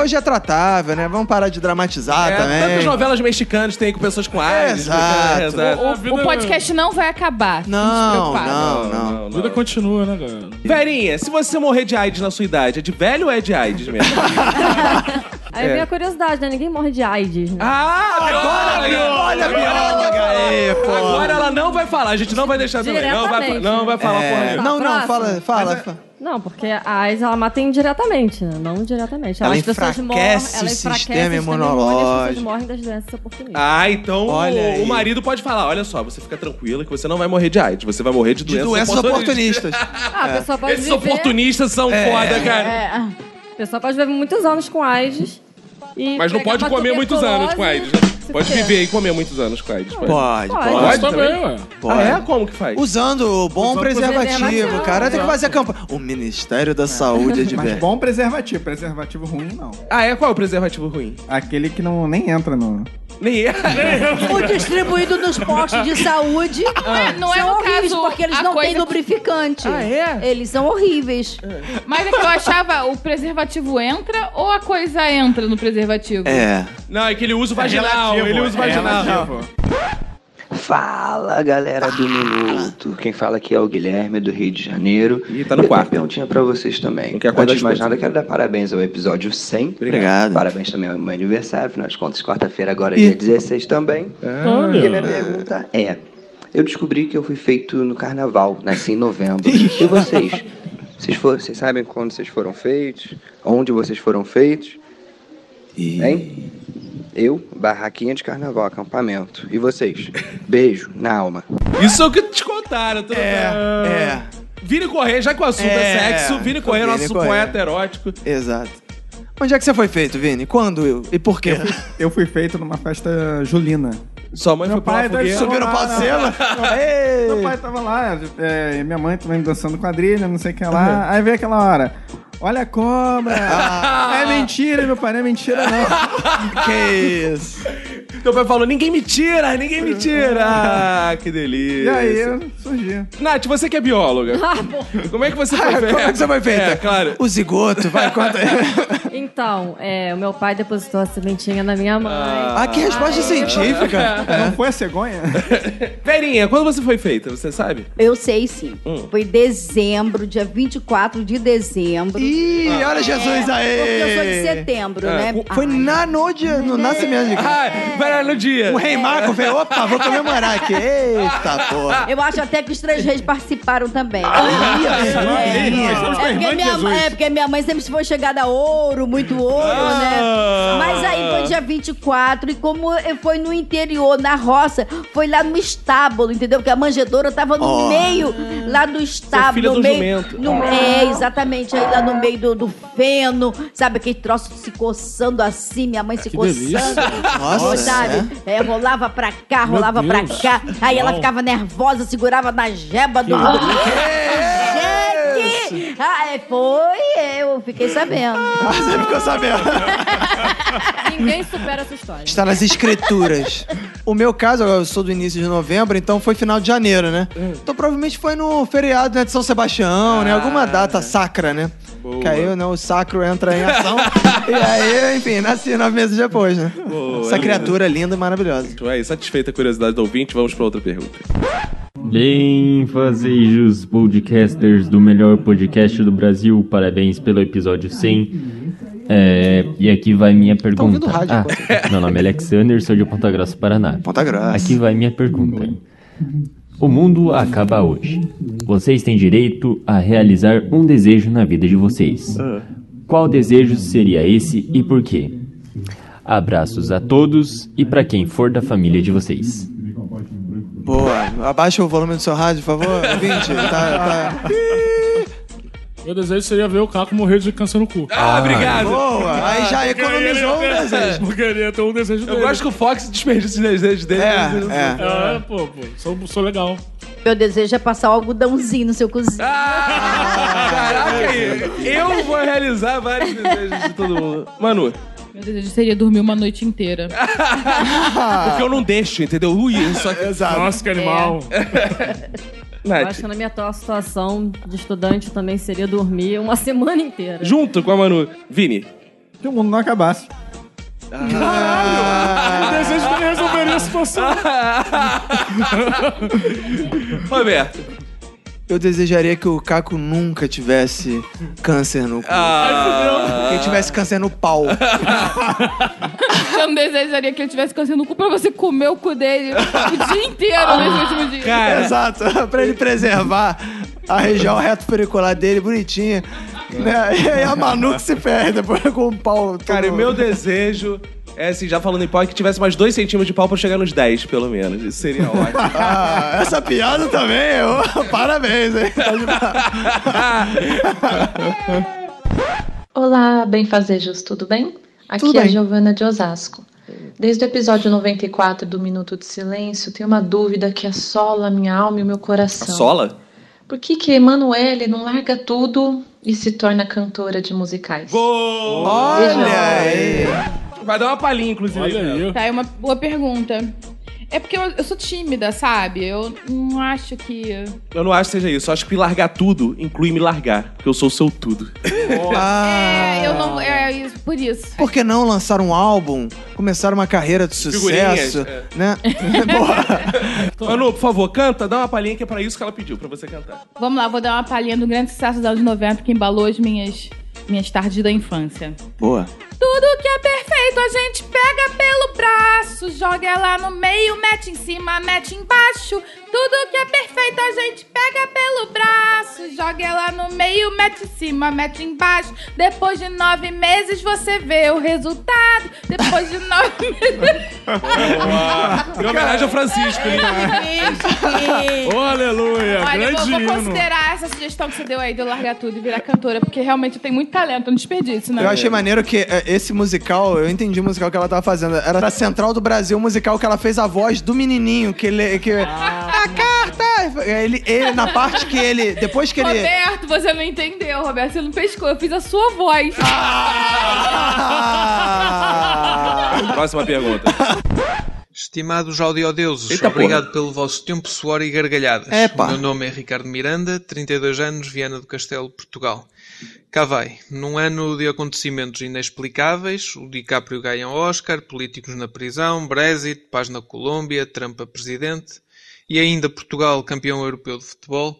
Speaker 3: Hoje é tratável, né? Vamos parar de dramatizar
Speaker 1: É, tantas
Speaker 3: Ah, também.
Speaker 1: novelas mexicanas tem com pessoas com AIDS.
Speaker 3: Exato.
Speaker 1: né? Exato.
Speaker 2: O, o podcast não vai acabar. Não,
Speaker 3: não, não.
Speaker 4: A vida continua, né, galera?
Speaker 1: Verinha, se você morrer de AIDS na sua idade, é de velho ou é de AIDS mesmo?
Speaker 7: Aí
Speaker 1: É.
Speaker 7: vem a curiosidade, né? Ninguém morre de AIDS, né?
Speaker 1: Ah,
Speaker 7: agora,
Speaker 1: Olha a bióloga aí, pô. Agora ela não vai falar, a gente não vai deixar também. Não vai, fa-
Speaker 7: Diretamente.
Speaker 1: não vai falar
Speaker 3: É,
Speaker 1: porra nenhuma.
Speaker 3: não, não, fala, fala.
Speaker 7: Mas é- Não, porque a AIDS ela mata indiretamente, né? Não diretamente.
Speaker 3: Ela
Speaker 7: as pessoas
Speaker 3: enfraquece
Speaker 7: morrem,
Speaker 3: o
Speaker 7: ela enfraquece
Speaker 3: sistema
Speaker 7: o sistema imune, as pessoas
Speaker 3: imunológico.
Speaker 7: morrem das doenças oportunistas.
Speaker 1: Ah, então o-
Speaker 3: Olha
Speaker 1: o,
Speaker 3: aí.
Speaker 1: marido pode falar: olha só, você fica tranquila que você não vai morrer de AIDS, você vai morrer de doenças,
Speaker 3: doenças
Speaker 1: oportunistas.
Speaker 7: Ah, a pessoa pode
Speaker 1: Esses
Speaker 7: viver-
Speaker 1: oportunistas são foda, cara.
Speaker 7: É. A pessoa pode viver muitos anos com AIDS. E
Speaker 1: Mas não
Speaker 7: pegar
Speaker 1: pode
Speaker 7: uma
Speaker 1: comer muitos
Speaker 7: tuberculose.
Speaker 1: anos com AIDS, né? Pode
Speaker 7: quê?
Speaker 1: viver e comer muitos anos com AIDS.
Speaker 3: Pode,
Speaker 1: pode.
Speaker 3: pode.
Speaker 1: também,
Speaker 3: Pode.
Speaker 1: ué. Ah, é? Como que faz?
Speaker 3: Usando o bom
Speaker 1: Usando
Speaker 3: preservativo,
Speaker 1: preservativo, né? É.
Speaker 3: cara. Tem que
Speaker 1: exato.
Speaker 3: fazer a campanha. O Ministério da Saúde é
Speaker 6: Mas
Speaker 3: adverte.
Speaker 6: bom preservativo, preservativo ruim não.
Speaker 1: Ah, é? Qual é o preservativo ruim?
Speaker 6: Aquele que não, nem entra no...
Speaker 1: Nem é.
Speaker 5: O distribuído nos postos de saúde
Speaker 2: não é
Speaker 5: são
Speaker 2: no
Speaker 5: horríveis,
Speaker 2: caso
Speaker 5: porque eles
Speaker 2: a
Speaker 5: não têm
Speaker 2: coisa que-
Speaker 5: lubrificante.
Speaker 2: Ah, é?
Speaker 5: Eles são horríveis.
Speaker 2: Mas é que eu achava o preservativo entra ou a coisa entra no preservativo?
Speaker 3: É.
Speaker 1: Não, é que ele usa o vaginal.
Speaker 3: relativo,
Speaker 1: ele usa o
Speaker 3: é
Speaker 1: vaginal.
Speaker 3: relativo.
Speaker 9: Fala galera do Minuto, quem fala aqui é o Guilherme do Rio de Janeiro. E
Speaker 1: tá no
Speaker 9: eu
Speaker 1: quarto.
Speaker 9: Tenho uma perguntinha pra vocês também.
Speaker 3: Não quer acordar
Speaker 9: Antes de mais
Speaker 3: depois.
Speaker 9: nada, quero dar parabéns ao episódio 100.
Speaker 3: Obrigado.
Speaker 9: Parabéns também ao meu aniversário, afinal de contas, quarta-feira agora é
Speaker 3: Ih.
Speaker 9: dia 16 também.
Speaker 22: Ah.
Speaker 3: Olha.
Speaker 9: E a minha pergunta é: eu descobri que eu fui feito no carnaval, nasci em novembro. e vocês? Vocês, foram, vocês sabem quando vocês foram feitos? Onde vocês foram feitos? Hein? Eu, barraquinha de carnaval, acampamento. E vocês? Beijo na alma.
Speaker 1: Isso é o que te contaram. Tô... É,
Speaker 3: é.
Speaker 1: Vini Correia, já que o assunto é,
Speaker 3: É.
Speaker 1: sexo, Vini Correia,
Speaker 3: Vini
Speaker 1: nosso
Speaker 3: Correia.
Speaker 1: poeta erótico.
Speaker 3: Exato. Onde é que você foi feito, Vini? Quando eu? e por quê?
Speaker 6: Eu fui feito numa festa julina.
Speaker 1: Sua mãe
Speaker 6: Meu
Speaker 1: foi pra
Speaker 6: pai
Speaker 1: uma fogueira.
Speaker 6: dançou lá na-
Speaker 3: Ei!
Speaker 6: Meu pai tava lá, é, e minha mãe também dançando quadrilha, não sei o que lá. Aí veio aquela hora. Olha a cobra! É mentira, meu pai, não é mentira, não.
Speaker 3: que isso?
Speaker 1: Meu pai falou: ninguém me tira, ninguém me tira. Ah, que
Speaker 6: E
Speaker 1: delícia.
Speaker 6: aí surgiu.
Speaker 1: Nath, você que é bióloga.
Speaker 7: Ah, bom.
Speaker 1: Como é que você foi
Speaker 3: Ah,
Speaker 1: feita?
Speaker 3: como é que você foi feita?
Speaker 1: É, claro.
Speaker 3: O zigoto, vai, conta aí.
Speaker 7: Então, é, o meu pai depositou a sementinha na minha mãe.
Speaker 3: Ah, que resposta
Speaker 7: Aí-
Speaker 3: científica. É.
Speaker 6: Não
Speaker 4: é
Speaker 6: foi a cegonha?
Speaker 1: Verinha, quando você foi feita, você sabe?
Speaker 5: Eu sei sim.
Speaker 1: Hum.
Speaker 5: Foi dezembro, dia 24 de dezembro. É,
Speaker 3: Ih, olha Jesus aí!
Speaker 5: Porque eu sou de setembro,
Speaker 3: É,
Speaker 5: né?
Speaker 3: Foi na no dia, no nascimento de
Speaker 1: Ah, vai no dia.
Speaker 3: O rei Marco veio, opa, vou comemorar aqui. Eita porra.
Speaker 5: Eu acho até que os três reis participaram também.
Speaker 3: Ih,
Speaker 5: É,
Speaker 3: nós somos com a irmã
Speaker 5: é porque
Speaker 3: de
Speaker 5: minha,
Speaker 3: Jesus.
Speaker 5: é porque minha mãe sempre foi chegada a ouro, muito ouro,
Speaker 3: Ah.
Speaker 5: né? Mas aí foi dia 24 e como eu- foi no interior, na roça, foi lá no estábulo, entendeu? Porque a manjedoura tava no
Speaker 3: Ó.
Speaker 5: meio lá no estábulo,
Speaker 1: filha
Speaker 5: no
Speaker 1: do
Speaker 5: meio.
Speaker 1: jumento.
Speaker 5: No, é, exatamente, aí lá no meio do, do feno, sabe? Aquele troço se coçando assim, minha mãe se
Speaker 3: Ah, delícia.
Speaker 5: coçando.
Speaker 3: Nossa,
Speaker 5: sabe? É, rolava pra cá,
Speaker 3: Meu
Speaker 5: rolava pra
Speaker 3: Deus.
Speaker 5: cá. Aí ela
Speaker 3: Uau.
Speaker 5: ficava nervosa, segurava na jeba do.
Speaker 3: Que
Speaker 5: Gente! Ah, é, foi, eu fiquei sabendo.
Speaker 3: Você ficou sabendo.
Speaker 7: Ninguém supera essa história.
Speaker 3: Está nas escrituras. O meu caso, eu sou do início de novembro, então foi final de janeiro, né?
Speaker 1: Hum.
Speaker 3: Então provavelmente foi no feriado né, de São Sebastião, né?
Speaker 1: Ah.
Speaker 3: Alguma data sacra, né? Caiu, né? O sacro entra em ação. e aí, enfim, nasci nove meses depois, né?
Speaker 1: Boa.
Speaker 3: Essa criatura linda e maravilhosa.
Speaker 1: Então é, isso. satisfeita a curiosidade do ouvinte, vamos pra outra pergunta.
Speaker 19: Bem, fazejos podcasters do melhor podcast do Brasil, parabéns pelo episódio 100. É, e aqui vai minha pergunta.
Speaker 3: Tá ouvindo rádio,
Speaker 19: Ah, meu nome é Alexander, sou de Ponta Grossa, Paraná. Ponta Grossa. Aqui vai minha pergunta. O mundo acaba hoje. Vocês têm direito a realizar um desejo na vida de vocês. Qual desejo seria esse e por quê? Abraços a todos e para quem for da família de vocês.
Speaker 3: Boa. Abaixa o volume do seu rádio, por favor. Ouvinte, tá, tá.
Speaker 4: Meu desejo seria ver o Caco morrer de câncer no cu. Ah,
Speaker 1: Ah, obrigado.
Speaker 3: Boa. Aí já economizou um desejo.
Speaker 4: Porque ele ia ter um desejo
Speaker 1: Eu gosto que o Fox desperdiça os desejos dele.
Speaker 3: É,
Speaker 4: É, pô, pô, sou, sou legal.
Speaker 5: Meu desejo é passar um algodãozinho no seu cozinho.
Speaker 1: Caraca, eu vou realizar vários desejos de todo mundo. Manu,
Speaker 2: Meu desejo seria dormir uma noite inteira.
Speaker 3: Ah.
Speaker 1: porque eu não deixo, entendeu? Ui, só que...
Speaker 4: Nossa, que animal.
Speaker 7: Eu acho que na minha atual situação de estudante também seria dormir uma semana inteira.
Speaker 1: Junto com a Manu. Vini.
Speaker 6: Que o mundo não acabasse.
Speaker 3: Ah.
Speaker 4: O desejo dele resolveria a situação.
Speaker 1: Roberto.
Speaker 3: Eu desejaria que o Caco nunca tivesse câncer no cu.
Speaker 1: Ah.
Speaker 3: Que ele tivesse câncer no pau.
Speaker 2: Eu não desejaria que ele tivesse câncer no cu pra você comer o cu dele o dia inteiro nesse último dia.
Speaker 3: Exato, pra ele preservar a região reto pericular dele, bonitinha. Né? E aí a Manu que se perde por- com o pau.
Speaker 1: Cara, e meu desejo é, assim, já falando em pau, é que tivesse mais dois centímetros de pau pra eu chegar nos 10, pelo menos. Isso seria ótimo.
Speaker 3: Ah, essa piada também, ô, parabéns, hein? Tá
Speaker 20: Olá, benfazejos, tudo bem? Aqui
Speaker 3: Tudo
Speaker 20: é a
Speaker 3: bem.
Speaker 20: Giovana de Osasco. Desde o episódio 94 do Minuto de Silêncio, tem uma dúvida que assola a minha alma e o meu coração.
Speaker 1: Sola?
Speaker 20: Por que que Emanuele não larga tudo e se torna cantora de musicais?
Speaker 1: Olha aí! Vai dar uma palhinha, inclusive. né? Olha aí.
Speaker 2: Tá, é uma boa pergunta. É porque eu, eu sou tímida, sabe? Eu não acho que.
Speaker 1: Eu não acho que seja isso. Eu acho que largar tudo inclui me largar. Porque eu sou o seu tudo.
Speaker 2: É, eu não. É isso, por isso.
Speaker 3: Por que não lançar um álbum? Começar uma carreira de
Speaker 1: Figurinhas,
Speaker 3: sucesso,
Speaker 1: é.
Speaker 3: né?
Speaker 1: Manu, por favor, canta, dá uma palhinha que é pra isso que ela pediu, pra você cantar.
Speaker 2: Vamos lá, vou dar uma palhinha do grande sucesso dos anos 90 que embalou as minhas, minhas tardes da infância.
Speaker 3: Boa.
Speaker 2: Tudo que é perfeito a gente pega pelo braço, joga lá no meio, mete em cima, mete embaixo. Tudo que é perfeito a gente pega pelo braço, joga lá no meio, mete em cima, mete embaixo. Depois de nove meses você vê o resultado. Depois de nove meses.
Speaker 1: Em homenagem ao Francisco. né?
Speaker 4: Oh, aleluia,
Speaker 2: Olha, eu vou,
Speaker 4: grande
Speaker 2: vou
Speaker 4: hino.
Speaker 2: considerar essa sugestão que você deu aí de eu largar tudo e virar cantora, porque realmente eu tenho muito talento, eu não desperdício, né?
Speaker 3: Eu achei maneiro que é, esse musical, eu entendi o musical que ela tava fazendo. Era da Central do Brasil, o musical que ela fez a voz do menininho, que ele... Que...
Speaker 2: Ah.
Speaker 3: A carta! Ele, ele, na parte que ele... Depois que ele...
Speaker 2: Roberto, você não entendeu, Roberto. Você não pescou. Eu fiz a sua voz.
Speaker 3: Ah!
Speaker 1: Próxima pergunta.
Speaker 22: Estimados audiodeuses,
Speaker 1: Eita,
Speaker 22: obrigado pelo vosso tempo, suor e gargalhadas.
Speaker 3: Epa.
Speaker 22: Meu nome é Ricardo Miranda, 32 anos, Viana do Castelo, Portugal. Cá vai. Num ano de acontecimentos inexplicáveis, o DiCaprio ganha o Oscar, políticos na prisão, Brexit, paz na Colômbia, Trump a presidente e ainda Portugal campeão europeu de futebol.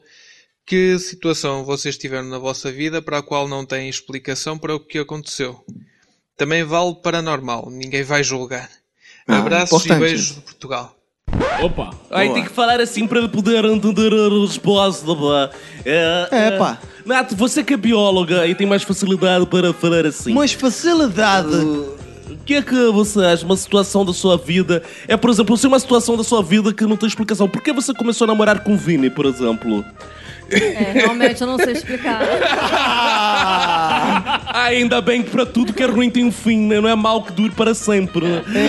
Speaker 22: Que situação vocês tiveram na vossa vida para a qual não têm explicação para o que aconteceu? Também vale paranormal, ninguém vai julgar.
Speaker 3: Ah,
Speaker 22: Abraços e
Speaker 3: importante.
Speaker 22: beijos de Portugal.
Speaker 4: Opa!
Speaker 22: Aí
Speaker 1: Aí
Speaker 22: tem
Speaker 1: tem que falar assim pra ele poder entender a resposta. É,
Speaker 3: É, pá.
Speaker 1: Nath, você que é bióloga e tem mais facilidade para falar assim.
Speaker 3: Mas facilidade.
Speaker 1: O que é que você acha? Uma situação da sua vida. É, por exemplo, se uma situação da sua vida que não tem explicação. Por que você começou a namorar com o Vini, por exemplo?
Speaker 7: É, realmente eu não sei explicar.
Speaker 1: Ainda bem que pra tudo que é ruim tem um fim, né? Não é mal que dure para sempre, né?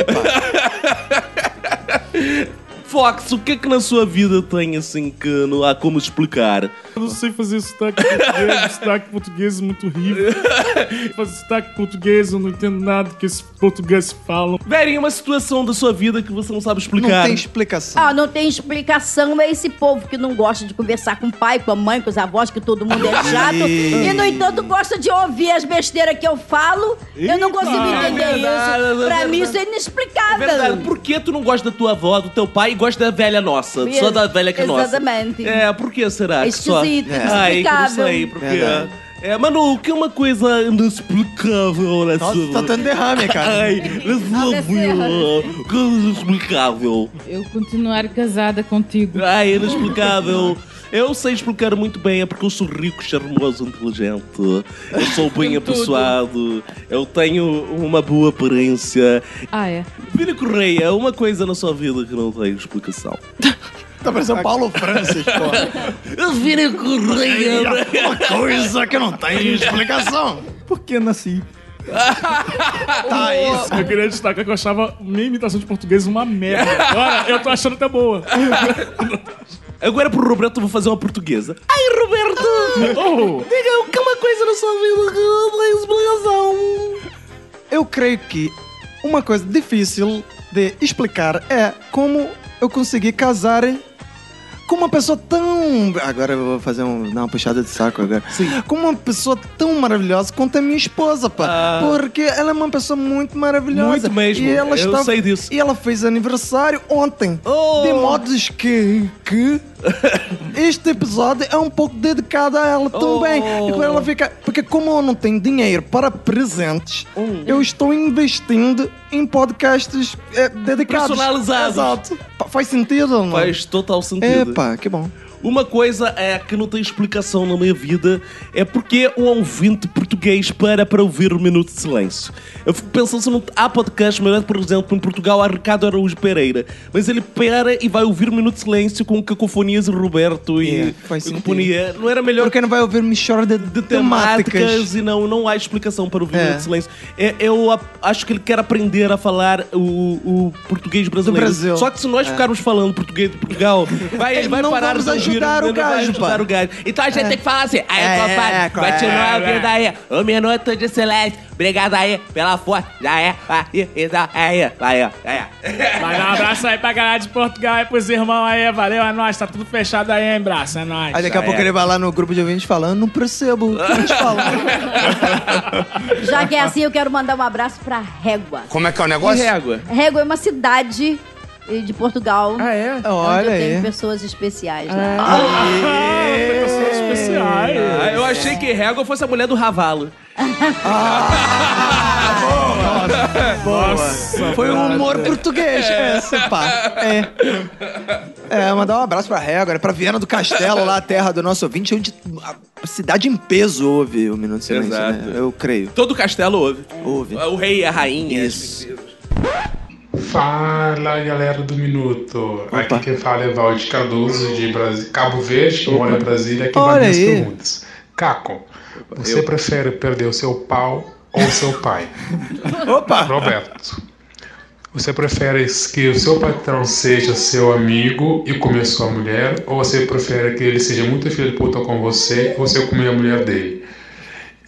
Speaker 1: Fox, o que é que na sua vida tem assim que não há como explicar?
Speaker 4: Eu não sei fazer sotaque português, sotaque português é muito horrível. Fazer sotaque português, eu não entendo nada que esses portugueses falam.
Speaker 1: Verinha, uma situação da sua vida que você não sabe explicar.
Speaker 3: explicação.
Speaker 5: Ah, não tem explicação. É esse povo que não gosta de conversar com o pai, com a mãe, com os avós, que todo mundo é chato. e, no entanto, gosta de ouvir as besteiras que eu falo. eu não consigo
Speaker 1: é
Speaker 5: entender
Speaker 1: verdade, é
Speaker 5: isso. pra
Speaker 1: verdade.
Speaker 5: mim, isso é inexplicável.
Speaker 1: Verdade, por que tu não gosta da tua avó, do teu pai e gosta da velha nossa?
Speaker 5: Yes,
Speaker 1: Só da velha que é nossa.
Speaker 5: exatamente.
Speaker 1: É, por que será? que só- É.
Speaker 5: Esquisito,
Speaker 1: Ai, que não
Speaker 5: inexplicável.
Speaker 1: sei, por quê?
Speaker 3: Verdade.
Speaker 1: É, mano, o que é uma coisa inexplicável na
Speaker 3: Tá-
Speaker 1: sua-
Speaker 3: tá tendo derrame, cara.
Speaker 1: Ai, na sua vida. Coisa inexplicável.
Speaker 2: Eu continuar casada contigo.
Speaker 1: Ai, inexplicável. Eu sei explicar muito bem, é porque eu sou rico, charmoso, inteligente. Eu sou bem
Speaker 2: Tem tudo.
Speaker 1: apessoado. Eu tenho uma boa aparência.
Speaker 2: Ah, é.
Speaker 1: Vini Correia, uma coisa na sua vida que não tem explicação.
Speaker 3: Tá parecendo Paulo Francis, pô. Vini Correia. Uma coisa que não tem explicação.
Speaker 6: Por que nasci?
Speaker 4: Tá isso. Eu queria destacar que eu achava minha imitação de português uma merda. Agora, eu tô achando até boa.
Speaker 1: Agora pro Roberto eu vou fazer uma portuguesa. Ai, Roberto!
Speaker 6: Oh.
Speaker 1: Diga, o que é uma coisa na sua vida que não tem explicação?
Speaker 3: Eu creio que uma coisa difícil de explicar é como eu consegui casar com uma pessoa tão. Agora eu vou fazer um, dar uma puxada de saco agora. Sim. Com uma pessoa tão maravilhosa quanto a minha esposa, pá.
Speaker 1: Ah.
Speaker 3: Porque ela é uma pessoa muito maravilhosa.
Speaker 1: Muito mesmo.
Speaker 3: E ela
Speaker 1: Eu
Speaker 3: estava-
Speaker 1: sei disso. Oh.
Speaker 3: E ela fez aniversário ontem. De modos que. que este episódio é um pouco dedicado a ela também.
Speaker 1: Oh.
Speaker 3: E quando ela fica. Porque como eu não tenho dinheiro para presentes, eu estou investindo em podcasts é, dedicados.
Speaker 1: Personalizados.
Speaker 3: Exato. Pa- Faz sentido ou não?
Speaker 1: Faz total sentido.
Speaker 3: Epa, que bom.
Speaker 1: Uma coisa é que não tem explicação na minha vida é porque um ouvinte português para para ouvir o Minuto de Silêncio. Eu fico pensando se não há podcast melhor, por exemplo, em Portugal há Ricardo Araújo Pereira. Mas ele para e vai ouvir o Minuto de Silêncio com Cacofonias e Roberto e,
Speaker 3: É, faz
Speaker 1: e
Speaker 3: sentido.
Speaker 1: companhia. Não era melhor
Speaker 3: Porque não vai ouvir me chorar de, de temáticas.
Speaker 1: temáticas e não, não há explicação para ouvir o
Speaker 3: É.
Speaker 1: Minuto de Silêncio. É, eu a- acho que ele quer aprender a falar o, o português brasileiro.
Speaker 3: Brasil.
Speaker 1: Só que se nós
Speaker 3: É.
Speaker 1: ficarmos falando português de Portugal, vai, ele vai
Speaker 3: Não
Speaker 1: parar
Speaker 3: vamos
Speaker 1: de ouvir,
Speaker 3: ajudar o
Speaker 1: ele vai
Speaker 3: gajo,
Speaker 1: ajudar
Speaker 3: pá.
Speaker 1: o gajo. Então a gente
Speaker 3: É.
Speaker 1: tem que falar assim, aí,
Speaker 3: É,
Speaker 1: compadre,
Speaker 3: é, claro.
Speaker 1: continua
Speaker 3: É,
Speaker 1: ouvindo aí. O Minuto de Silêncio. Obrigado aí pela força. Já é, aí, então, aí, aí, aí.
Speaker 4: Vai dar um abraço aí pra galera de Portugal e pros irmãos aí. Valeu, é nóis. Tá tudo fechado aí, hein, braço. É nóis.
Speaker 3: Aí daqui a
Speaker 1: Tá
Speaker 4: Já
Speaker 3: pouco
Speaker 4: é.
Speaker 3: ele vai lá no grupo de ouvintes falando, não percebo o que eles falam.
Speaker 5: Já que é assim, eu quero mandar um abraço pra Régua.
Speaker 3: Como é que é o
Speaker 5: negócio? Régua é uma cidade eh, de Portugal. Ah,
Speaker 1: é?
Speaker 3: Olha
Speaker 5: onde eu
Speaker 3: aí.
Speaker 5: tenho pessoas especiais lá.
Speaker 4: pessoas especiais.
Speaker 1: Ah, eu achei que Régua fosse a mulher do Ravalo.
Speaker 3: Ah,
Speaker 4: Nossa.
Speaker 3: Foi um humor português, essa, pá. É. É, mandar um abraço pra Régua, pra Viana do Castelo, lá a terra do nosso ouvinte, onde a cidade em peso ouve o Minuto de Silêncio,
Speaker 1: Exato.
Speaker 3: né? Eu creio.
Speaker 1: Todo castelo ouve.
Speaker 3: Ouve.
Speaker 1: O rei e a rainha. assim,
Speaker 3: Isso.
Speaker 10: Fala galera do Minuto! Aqui quem fala é Valdir Cardoso de Brasi- Cabo Verde, que mora em Brasília, aqui
Speaker 3: Olha
Speaker 10: vai minhas
Speaker 3: aí.
Speaker 10: perguntas. Caco, você
Speaker 3: Eu.
Speaker 10: prefere perder o seu pau ou o seu pai?
Speaker 3: Opa!
Speaker 10: Roberto, você prefere que o seu patrão seja seu amigo e comer sua mulher, ou você prefere que ele seja muito filho de puta com você e você comer a mulher dele?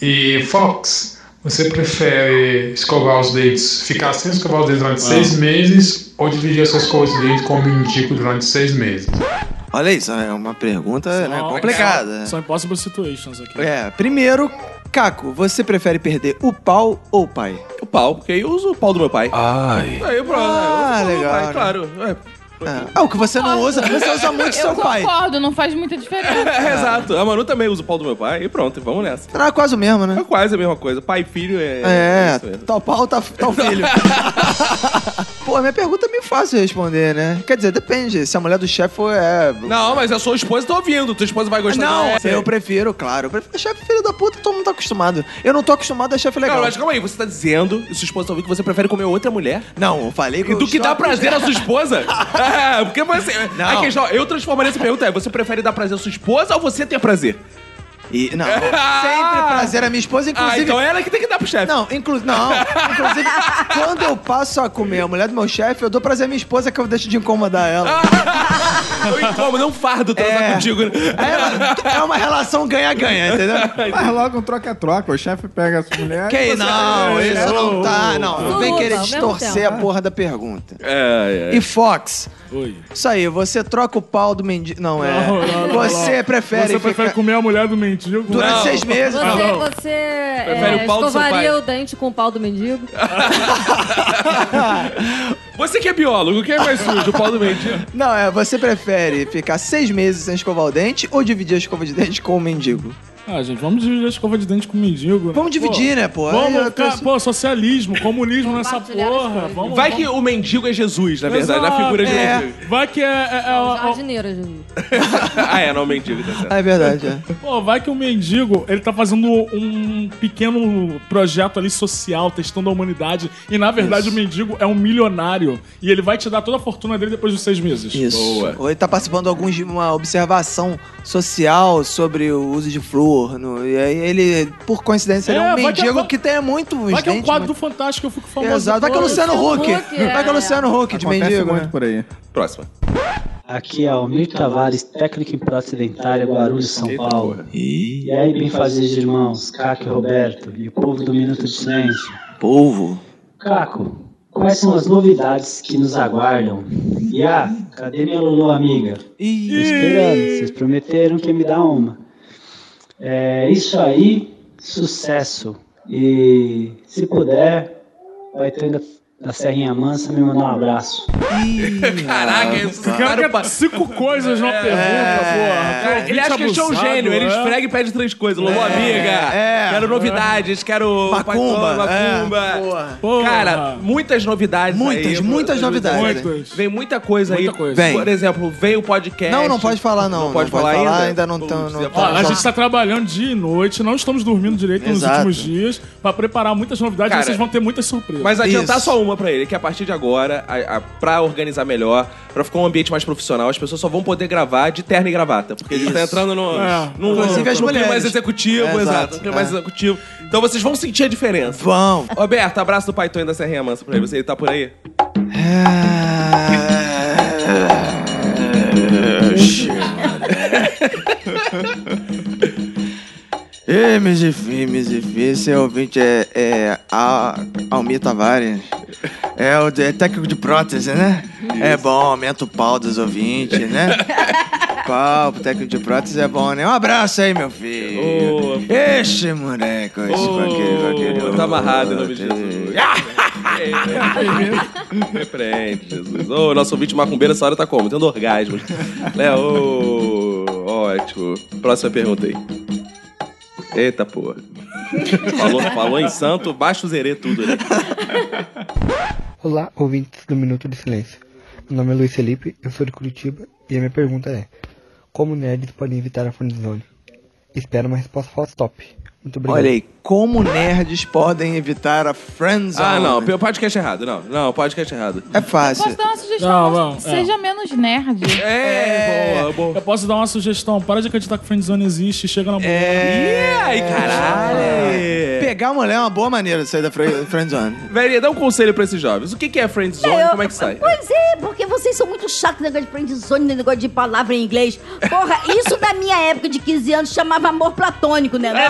Speaker 10: E Fox, você prefere escovar os dentes, ficar sem escovar os dentes durante
Speaker 3: Ah.
Speaker 10: seis meses ou dividir essas coisas de dentes com um mendigo durante seis meses?
Speaker 3: Olha isso, é uma pergunta né,
Speaker 10: Só-
Speaker 3: complicada.
Speaker 4: São impossible situations aqui.
Speaker 3: É, primeiro, Caco, você prefere perder o pau ou o pai?
Speaker 1: O pau, porque eu uso o pau do meu pai.
Speaker 3: Ai.
Speaker 1: Aí, pronto.
Speaker 3: Ah, legal. né?
Speaker 1: claro.
Speaker 3: É. Ah, o que você não usa, você usa muito
Speaker 2: eu
Speaker 3: seu pai.
Speaker 2: concordo, não faz muita diferença.
Speaker 1: É, exato. A Manu também usa o pau do meu pai e pronto, vamos nessa.
Speaker 3: Será quase o mesmo, né?
Speaker 1: É quase a mesma coisa. Pai e filho é.
Speaker 3: É,
Speaker 1: isso mesmo.
Speaker 3: tal pau, tal, tal filho. Pô, minha pergunta é meio fácil de responder, né? Quer dizer, depende. Se a mulher do chefe for, é.
Speaker 1: Não, mas a sua esposa tá ouvindo. Tua esposa vai gostar
Speaker 3: Não,
Speaker 1: dessa.
Speaker 3: eu prefiro, claro. Eu prefiro chefe filho da puta, todo mundo tá acostumado. Eu não tô acostumado a chefe legal.
Speaker 1: Não, mas calma aí, você tá dizendo, e sua esposa tá ouvindo, que você prefere comer outra mulher?
Speaker 3: Não, eu falei que
Speaker 1: E do
Speaker 3: eu
Speaker 1: que dá
Speaker 3: estou-
Speaker 1: prazer à sua esposa? É, porque você. A questão, eu transformaria essa pergunta é: você prefere dar prazer à sua esposa ou você ter prazer?
Speaker 3: E, não. Sempre prazer a minha esposa, inclusive.
Speaker 1: Ah, então ela que tem que dar pro chefe.
Speaker 3: Não, inclu... não. inclusive, quando eu passo a comer a mulher do meu chefe, eu dou prazer à minha esposa que eu deixo de incomodar ela.
Speaker 1: Eu incomodo, não é um fardo transar contigo. né?
Speaker 3: É, uma relação ganha-ganha, entendeu?
Speaker 6: Mas logo um troca-troca. O chefe pega as mulheres.
Speaker 3: Que
Speaker 6: você-
Speaker 3: não,
Speaker 6: É,
Speaker 3: isso não tá. Não, não vem
Speaker 6: Luta,
Speaker 3: querer
Speaker 6: ao mesmo
Speaker 3: distorcer a
Speaker 6: tempo.
Speaker 3: porra da pergunta.
Speaker 1: É, é.
Speaker 3: E Fox, isso aí, você troca o pau do mendigo. Não, é.
Speaker 4: Não, não, não,
Speaker 3: você
Speaker 4: não.
Speaker 3: prefere.
Speaker 4: Você prefere comer a mulher do mendigo?
Speaker 3: Durante seis meses.
Speaker 4: Ah,
Speaker 7: Você,
Speaker 4: não.
Speaker 7: você
Speaker 4: Prefere
Speaker 7: é,
Speaker 4: o pau do seu
Speaker 7: escovaria
Speaker 4: pai.
Speaker 7: o dente com o pau do mendigo?
Speaker 1: Você que é biólogo, o que é mais sujo? O pau do mendigo?
Speaker 3: Não, é, você prefere ficar seis meses sem escovar o dente ou dividir a escova de dente com o mendigo?
Speaker 4: Ah, gente, vamos dividir a escova de dente com o mendigo. né?
Speaker 3: Vamos dividir, né, pô? Aí
Speaker 4: Vamos
Speaker 3: eu tô-
Speaker 4: ficar, pô, socialismo, comunismo nessa porra. Vamos,
Speaker 1: Vai
Speaker 4: vamos.
Speaker 1: que o mendigo é Jesus, na verdade, na
Speaker 4: Exato.
Speaker 1: figura de
Speaker 4: É.
Speaker 1: mendigo.
Speaker 4: Vai que é. é- é-
Speaker 7: O
Speaker 4: ó-
Speaker 7: jardineiro, Jesus.
Speaker 1: ah, é, não, mendigo, tá certo.
Speaker 3: É verdade, é.
Speaker 4: Pô, vai que o mendigo, ele tá fazendo um pequeno projeto ali social, testando a humanidade. E na verdade o mendigo é um milionário. E ele vai te dar toda a fortuna dele depois dos seis meses.
Speaker 3: Isso. Ou ele tá participando de alguns, de uma observação social sobre o uso de flúor. no- e aí ele, por coincidência, ele é um
Speaker 4: É, vai que
Speaker 3: mendigo
Speaker 4: é-
Speaker 3: que tem muito uns
Speaker 4: Vai que é um
Speaker 3: dentes,
Speaker 4: quadro
Speaker 3: muito-
Speaker 4: do Fantástico, eu fico famoso.
Speaker 3: Exato, vai que é o
Speaker 4: depois.
Speaker 3: Luciano Huck. Vai que é o Luciano Huck de
Speaker 6: Acontece
Speaker 3: mendigo.
Speaker 6: muito
Speaker 3: né?
Speaker 6: por aí.
Speaker 1: Próxima.
Speaker 11: Aqui é Almir Tavares, técnico em prótese dentária, Guarulhos, São Paulo. E aí, bem fazeres irmãos, Caco e Roberto, e o povo do Minuto de Silêncio.
Speaker 3: Povo.
Speaker 11: Caco, quais são as novidades que nos aguardam? E ah, cadê minha Lulu amiga? Tô esperando, vocês prometeram que ia me dar uma. É isso aí, sucesso. E se puder, vai ter ainda da Serrinha Mansa me mandar um abraço.
Speaker 1: Caraca,
Speaker 3: Ah,
Speaker 1: é esse cara
Speaker 4: Caraca, cinco coisas numa pergunta, porra.
Speaker 1: É. Ele acha que eles são um gênio,
Speaker 3: é?
Speaker 1: ele esfrega e pede três coisas. Lulu,
Speaker 4: É,
Speaker 1: amiga,
Speaker 4: é.
Speaker 1: quero novidades, quero
Speaker 3: Macumba, é,
Speaker 1: macumba. Cara, muitas novidades
Speaker 3: Muitas,
Speaker 1: aí,
Speaker 3: muitas
Speaker 1: pô,
Speaker 3: novidades.
Speaker 1: Vem muita coisa aí.
Speaker 3: Vem.
Speaker 1: Por exemplo, vem o podcast.
Speaker 3: Não, não pode falar, não.
Speaker 1: Não pode falar ainda?
Speaker 3: ainda não tão- não
Speaker 4: Ó,
Speaker 3: tá.
Speaker 4: a gente tá trabalhando dia e noite, não estamos dormindo direito
Speaker 3: Exato.
Speaker 4: nos últimos dias pra preparar muitas novidades
Speaker 1: Cara,
Speaker 4: vocês vão ter muitas surpresas.
Speaker 1: Mas adiantar só uma pra ele, que a partir de agora, a, a- pra organizar melhor, pra ficar um ambiente mais profissional, as pessoas só vão poder gravar de terno e gravata. Porque ele tá entrando no.
Speaker 3: É.
Speaker 1: no
Speaker 3: Inclusive
Speaker 1: no
Speaker 3: as
Speaker 1: clima
Speaker 3: mulheres.
Speaker 1: mais executivo,
Speaker 3: É, exato,
Speaker 1: exato. no clima mais
Speaker 3: é.
Speaker 1: executivo. Então vocês vão sentir a diferença.
Speaker 3: Vão.
Speaker 1: Roberto, abraço do Paiton e da Serrinha Mansa pra ele. Você ele tá por aí?
Speaker 3: Ei, meus enfim, meus enfim, seu ouvinte é, é Al- Almir Tavares. É o de- é técnico de prótese, né? É bom, aumenta o pau dos ouvintes, né? pau pro técnico de prótese é bom, né? Um abraço aí, meu filho. Esse moleque, esse vaqueiro, vaqueiro.
Speaker 1: Tá amarrado em nome de Jesus. Repreende, Jesus. Ô, nosso ouvinte macumbeiro essa hora tá como? Tendo orgasmo. né? Ô, ótimo. Próxima pergunta aí. Eita, porra. falou, falou em santo, baixo zerê tudo, né?
Speaker 13: Olá, ouvintes do Minuto de Silêncio. Meu nome é Luiz Felipe, eu sou de Curitiba e a minha pergunta é: Como nerds podem evitar a friendzone? Espero uma resposta falsa top. Muito obrigado.
Speaker 3: Olha aí, como nerds podem evitar a friendzone?
Speaker 1: Ah, não, o podcast errado, não. Não, podcast errado.
Speaker 3: É fácil.
Speaker 2: Posso dar um uma sugestão?
Speaker 4: Não, não,
Speaker 2: Seja menos nerd.
Speaker 1: É, boa, boa.
Speaker 4: Eu posso dar uma sugestão. Para de acreditar que friendzone existe. Chega na boca.
Speaker 1: É, ai, caralho.
Speaker 3: Pegar a mulher é uma boa maneira de sair da fri- friendzone.
Speaker 1: Velho, dá um conselho pra esses jovens. O que que é friendzone e como é que sai?
Speaker 5: Pois é, porque vocês são muito chatos negócio de friendzone, negócio de palavra em inglês. Porra, isso na minha época de 15 anos chamava amor platônico, né? É
Speaker 1: né?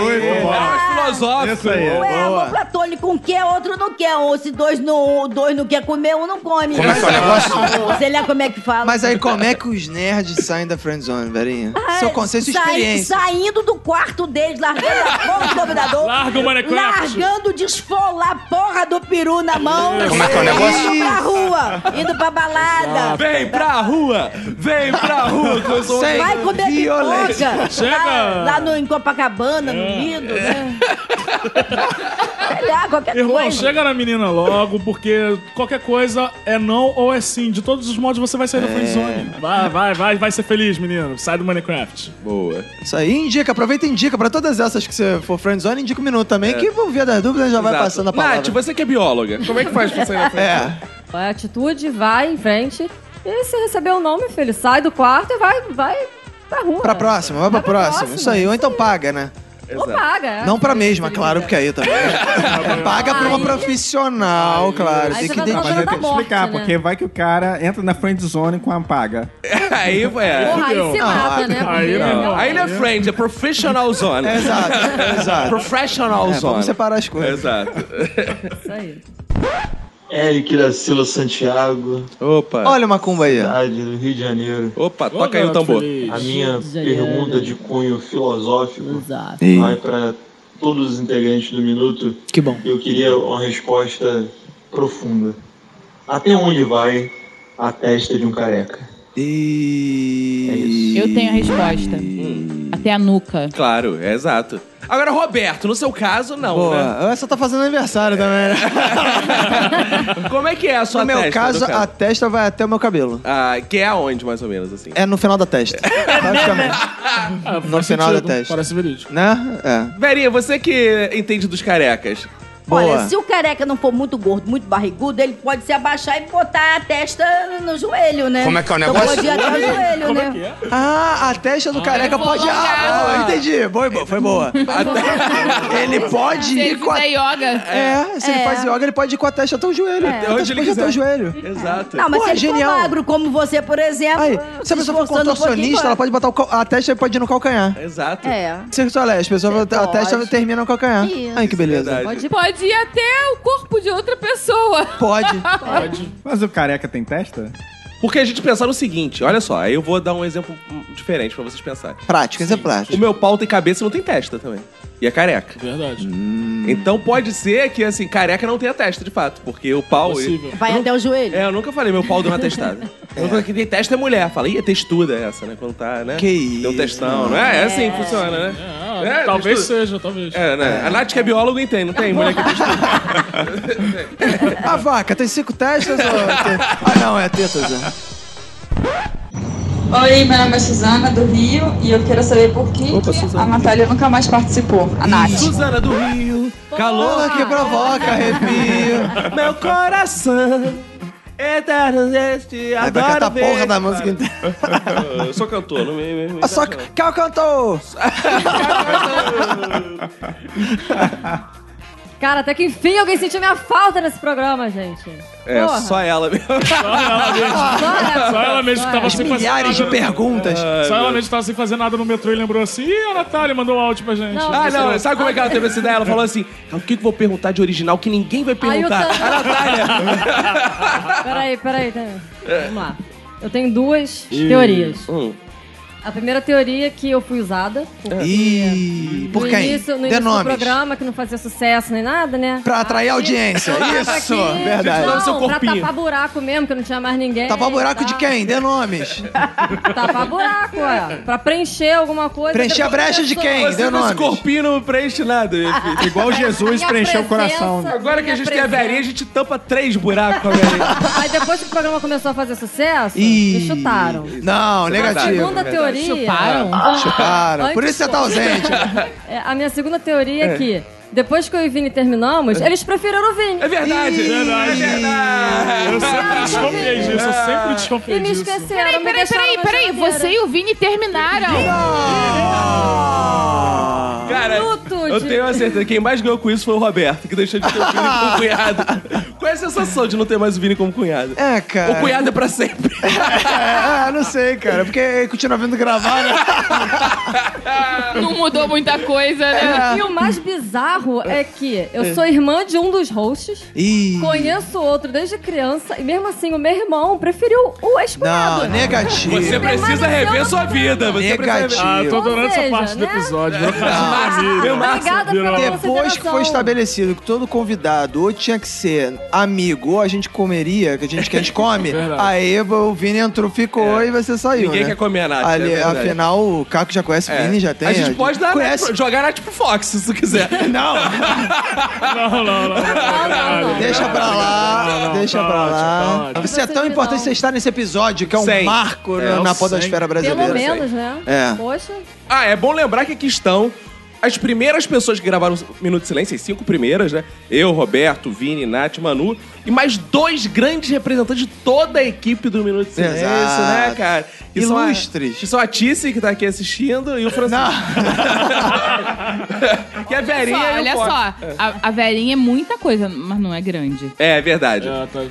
Speaker 1: Muito bom. Ah, Filosófico.
Speaker 6: Isso aí, é
Speaker 5: Ué, amor platônico, um quer, outro não quer. Ou se dois não, dois não quer comer, um não come.
Speaker 3: Como é que é o negócio?
Speaker 5: Sei lá como é que fala.
Speaker 3: Mas aí, como é que os nerds saem da friendzone, velhinha? Seu conselho, sua
Speaker 5: Sai-
Speaker 3: experiência.
Speaker 5: É, Saindo do quarto deles, largando a porra do dominador.
Speaker 3: Larga o Minecraft.
Speaker 5: Largando de esfolar a porra do peru na mão.
Speaker 1: Como é que é o negócio?
Speaker 5: Indo pra rua, indo pra balada.
Speaker 1: Vem pra rua! Vem pra rua! que eu sou- um
Speaker 5: Vai comer
Speaker 1: Violência.
Speaker 5: pipoca. Lá, lá no, em Copacabana,
Speaker 3: É.
Speaker 5: no Lido, né? Sei lá, qualquer
Speaker 4: Irmão,
Speaker 5: coisa.
Speaker 4: chega na menina logo, porque qualquer coisa é não ou é sim. De todos os modos, você vai sair da
Speaker 3: É.
Speaker 4: friendzone. Vai, vai, vai, vai ser feliz, menino. Sai do Minecraft.
Speaker 1: Boa.
Speaker 3: Isso aí, indica, aproveita e indica. Pra todas essas que você for friendzone, indica o minuto também,
Speaker 1: É.
Speaker 3: que vão ver das dúvidas já vai
Speaker 1: Exato.
Speaker 3: passando a palavra.
Speaker 1: é Nath, você que é bióloga, como é que faz pra sair na frente?
Speaker 3: É.
Speaker 7: A atitude, vai em frente. E se receber o nome, filho, sai do quarto e vai, vai pra rua.
Speaker 3: Pra próxima, vai pra próxima. Isso aí, ou então paga, né?
Speaker 7: Ou paga. é.
Speaker 3: Não pra mesma, claro, porque aí também. Paga pra uma profissional, claro.
Speaker 7: Aí
Speaker 3: Tem
Speaker 7: você
Speaker 3: que
Speaker 7: vai
Speaker 6: Mas tá aí
Speaker 3: identificar.
Speaker 6: tem que explicar, porque vai que o cara entra na friend zone com a paga.
Speaker 1: Aí, é.
Speaker 6: Porra, aí se mata, né? Porque-
Speaker 1: Aí, não. aí não é friend, é professional zone.
Speaker 3: Exato, exato.
Speaker 1: Professional
Speaker 3: É,
Speaker 1: zone.
Speaker 3: vamos separar as coisas.
Speaker 1: Exato.
Speaker 7: Isso aí.
Speaker 8: Eric da Silva Santiago.
Speaker 3: Opa. Olha o macumba aí.
Speaker 8: Cidade do Rio de Janeiro.
Speaker 1: Opa, toca aí o tambor. feliz.
Speaker 8: A minha
Speaker 1: Rio de Janeiro.
Speaker 8: pergunta de cunho filosófico
Speaker 3: Ih.
Speaker 8: vai para todos os integrantes do Minuto.
Speaker 3: Que bom.
Speaker 8: Eu queria uma resposta profunda. Até onde vai a testa de um careca?
Speaker 3: E...
Speaker 8: É isso.
Speaker 2: Eu tenho a resposta.
Speaker 3: Hum.
Speaker 2: Até a nuca.
Speaker 1: Claro, é exato. Agora, Roberto, no seu caso, não, né?
Speaker 3: Boa, essa tá fazendo aniversário também, né?
Speaker 1: Como é que é a sua
Speaker 3: No meu
Speaker 1: testa,
Speaker 3: caso, a testa vai até o meu cabelo.
Speaker 1: Ah, que é aonde, mais ou menos, assim?
Speaker 3: É no final da testa. praticamente.
Speaker 6: Ah,
Speaker 3: no final da testa.
Speaker 4: Parece verídico.
Speaker 3: Né? É.
Speaker 1: Verinha, você que entende dos carecas.
Speaker 5: Olha, se o careca não for muito gordo, muito barrigudo, ele pode se abaixar e botar a testa no joelho, né?
Speaker 3: Como é que é o
Speaker 5: Então
Speaker 3: negócio?
Speaker 5: pode ir até o joelho,
Speaker 3: Como
Speaker 5: né?
Speaker 3: é Ah, a testa do careca
Speaker 5: eu vou
Speaker 3: pode.
Speaker 5: alongar,
Speaker 3: Ah, boa,
Speaker 5: ó.
Speaker 3: entendi. Boa, boa, foi boa. A te- Ele pode ir com a.
Speaker 2: yoga.
Speaker 3: É, se ele faz yoga, ele pode ir com a testa até o joelho.
Speaker 5: É.
Speaker 3: Até onde ele quiser. Até o joelho.
Speaker 1: Exato.
Speaker 5: Não, mas
Speaker 3: Porra,
Speaker 5: se ele for
Speaker 3: genial.
Speaker 5: magro como você, por exemplo...
Speaker 3: Aí, se a pessoa for
Speaker 5: esforçando um pouquinho,
Speaker 3: contorcionista, ela pode botar o cal- a testa e pode ir no calcanhar.
Speaker 1: Exato.
Speaker 5: É.
Speaker 3: Circo Soleil, as pessoas a testa termina no calcanhar. É. Ai, que beleza.
Speaker 2: Pode, pode ir até o corpo de outra pessoa.
Speaker 3: Pode.
Speaker 2: Pode.
Speaker 6: Mas o careca tem testa?
Speaker 1: Porque a gente pensar no seguinte, olha só, aí eu vou dar um exemplo hum, diferente pra vocês pensarem.
Speaker 3: Prático, isso é prático.
Speaker 1: O meu pau tem cabeça e não tem testa também. E é careca.
Speaker 4: Verdade.
Speaker 6: Hum.
Speaker 1: Então pode ser que, assim, careca não tenha testa, de fato. Porque o pau...
Speaker 4: Possível.
Speaker 5: Vai até o joelho.
Speaker 1: É, eu nunca falei meu pau deu uma testada. Eu falei que tem testa é mulher. Fala, ih, é textuda essa, né? Quando tá, né?
Speaker 3: Que isso.
Speaker 1: Deu testão, não é? É assim que funciona, né? É,
Speaker 4: talvez
Speaker 1: textuda.
Speaker 4: seja, talvez.
Speaker 1: É, né? A Nath que é biólogo entende, não tem mulher que tem
Speaker 3: A Ah, vaca tem cinco testas ou. tem- Ah, não, é tetas. é.
Speaker 15: Oi, meu nome é Suzana, do Rio, e eu quero saber por que, que a Natália nunca mais participou. A Nath.
Speaker 1: Suzana do Rio, calor que provoca arrepio. Meu coração é terrestre,
Speaker 3: Aí vai cantar
Speaker 1: adoro
Speaker 3: a
Speaker 1: ver.
Speaker 3: porra da música inteira.
Speaker 1: Eu sou cantor, não me... me, me
Speaker 3: Ah, Só que Cal cantou!
Speaker 7: Cara, até que enfim alguém sentiu minha falta nesse programa, gente.
Speaker 1: É,
Speaker 7: Porra.
Speaker 1: só ela mesmo.
Speaker 4: Só ela mesmo. Só ela mesmo que tava sem fazer
Speaker 3: Milhares de
Speaker 4: nada. né? É,
Speaker 3: perguntas.
Speaker 1: É,
Speaker 4: Só ela mesmo que tava sem fazer nada no metrô e lembrou assim, ih, a Natália mandou um áudio pra gente.
Speaker 1: ah, não, sabe como é que ela teve essa ideia? Ela falou assim: "Ah, o que, que eu vou perguntar de original que ninguém vai
Speaker 7: Aí eu
Speaker 1: perguntar?
Speaker 7: tô-
Speaker 1: A Natália!
Speaker 7: Peraí, peraí. tá-
Speaker 3: É.
Speaker 1: É.
Speaker 7: Vamos lá. Eu tenho duas teorias.
Speaker 1: Hum.
Speaker 7: A primeira teoria é que eu fui usada. porque
Speaker 3: É. Ih, por
Speaker 7: no
Speaker 3: quem?
Speaker 7: Início, no
Speaker 3: Dê
Speaker 7: início do
Speaker 3: nomes.
Speaker 7: programa, que não fazia sucesso nem nada, né?
Speaker 3: Pra
Speaker 7: Aí-
Speaker 3: atrair audiência.
Speaker 7: Eu tava
Speaker 3: Isso,
Speaker 7: aqui-
Speaker 3: verdade.
Speaker 7: Não,
Speaker 3: Dá o seu
Speaker 7: pra
Speaker 3: corpinho.
Speaker 7: tapar buraco mesmo, que não tinha mais ninguém.
Speaker 3: Tapar buraco de
Speaker 7: tá?
Speaker 3: quem? Dê nomes.
Speaker 7: Tapar buraco, ué. Pra preencher alguma coisa.
Speaker 3: Preencher a brecha de quem?
Speaker 1: Você
Speaker 3: Deu
Speaker 1: com esse
Speaker 3: nomes.
Speaker 1: corpinho não preenche nada. filho.
Speaker 6: Igual Jesus
Speaker 7: Minha preencheu o presença, coração. né?
Speaker 1: Agora que a
Speaker 7: minha
Speaker 1: gente tem a
Speaker 7: presença.
Speaker 1: verinha, a gente tampa três buracos com a verinha.
Speaker 7: Aí depois que o programa começou a fazer sucesso, me chutaram.
Speaker 3: Não,
Speaker 7: A
Speaker 3: negativo.
Speaker 7: segunda
Speaker 3: verdade.
Speaker 7: teoria- Chuparam? Ah.
Speaker 3: Chuparam. Por isso você tá ausente.
Speaker 7: É, a minha segunda teoria é,
Speaker 3: É.
Speaker 7: que, depois que eu e o Vini terminamos, eles preferiram o Vini.
Speaker 1: É verdade.
Speaker 4: É verdade. Eu sempre desconfiei disso, eu sempre desconfiei
Speaker 7: E me
Speaker 4: disso.
Speaker 7: esqueceram.
Speaker 2: Peraí,
Speaker 7: me
Speaker 2: peraí,
Speaker 7: deixaram
Speaker 2: peraí,
Speaker 7: na
Speaker 2: peraí.
Speaker 7: geladeira.
Speaker 2: Você e o Vini terminaram.
Speaker 1: Cara,
Speaker 2: Minuto
Speaker 1: eu
Speaker 2: de-
Speaker 1: tenho a certeza. Quem mais ganhou com isso foi o Roberto, que deixou de ter o Vini como cunhado. Qual é a sensação de não ter mais o Vini como cunhado?
Speaker 3: É, cara.
Speaker 1: O cunhado é pra sempre.
Speaker 3: Ah, não sei, cara. Porque continua vendo gravar, né?
Speaker 2: Não mudou muita coisa,
Speaker 7: É.
Speaker 2: né?
Speaker 7: E o mais bizarro é que eu sou irmã de um dos hosts,
Speaker 3: Ih.
Speaker 7: conheço o outro desde criança, e mesmo assim o meu irmão preferiu o ex
Speaker 3: Não, negativo.
Speaker 1: Você precisa rever sua vida. Você
Speaker 3: Negativo.
Speaker 1: Precisa...
Speaker 3: Ah, eu tô adorando
Speaker 7: essa Ou seja, parte do né?
Speaker 4: episódio.
Speaker 7: Obrigada pela
Speaker 1: né?
Speaker 3: Depois que foi estabelecido que todo convidado ou tinha que ser amigo ou a gente comeria, que a gente, que a gente come,
Speaker 1: Verdade. É.
Speaker 3: aí o Vini entrou, ficou e você saiu.
Speaker 1: Ninguém
Speaker 3: né?
Speaker 1: quer comer a Nath, é
Speaker 3: Ali,
Speaker 1: verdade. É.
Speaker 3: afinal, o Caco já conhece o Vini, já tem.
Speaker 1: a gente pode dar
Speaker 3: conhece.
Speaker 1: né, jogar Nath pro Fox, se tu quiser.
Speaker 3: Não.
Speaker 4: não, não, não.
Speaker 3: Deixa pra lá, deixa pra lá. Isso é tão importante você estar nesse episódio, que é um
Speaker 1: Cem.
Speaker 3: marco
Speaker 1: É,
Speaker 3: na, na
Speaker 1: um
Speaker 3: podosfera
Speaker 1: cem.
Speaker 3: brasileira.
Speaker 7: Pelo menos, né?
Speaker 3: É.
Speaker 7: Poxa.
Speaker 1: Ah, é bom lembrar que aqui estão as primeiras pessoas que gravaram o Minuto de Silêncio, as cinco primeiras, né? Eu, Roberto, Vini, Nath, Manu. e mais dois grandes representantes de toda a equipe do Minuto de Silêncio,
Speaker 3: Exato.
Speaker 1: né, cara? Que são a-
Speaker 3: Ilustres.
Speaker 1: que são a Tice, que tá aqui assistindo, e o Francisco. que é
Speaker 2: Olha
Speaker 1: verinha
Speaker 2: só,
Speaker 1: e o
Speaker 2: olha
Speaker 1: Fox.
Speaker 2: só. A, a velhinha é muita coisa, mas não é grande.
Speaker 1: É, é verdade.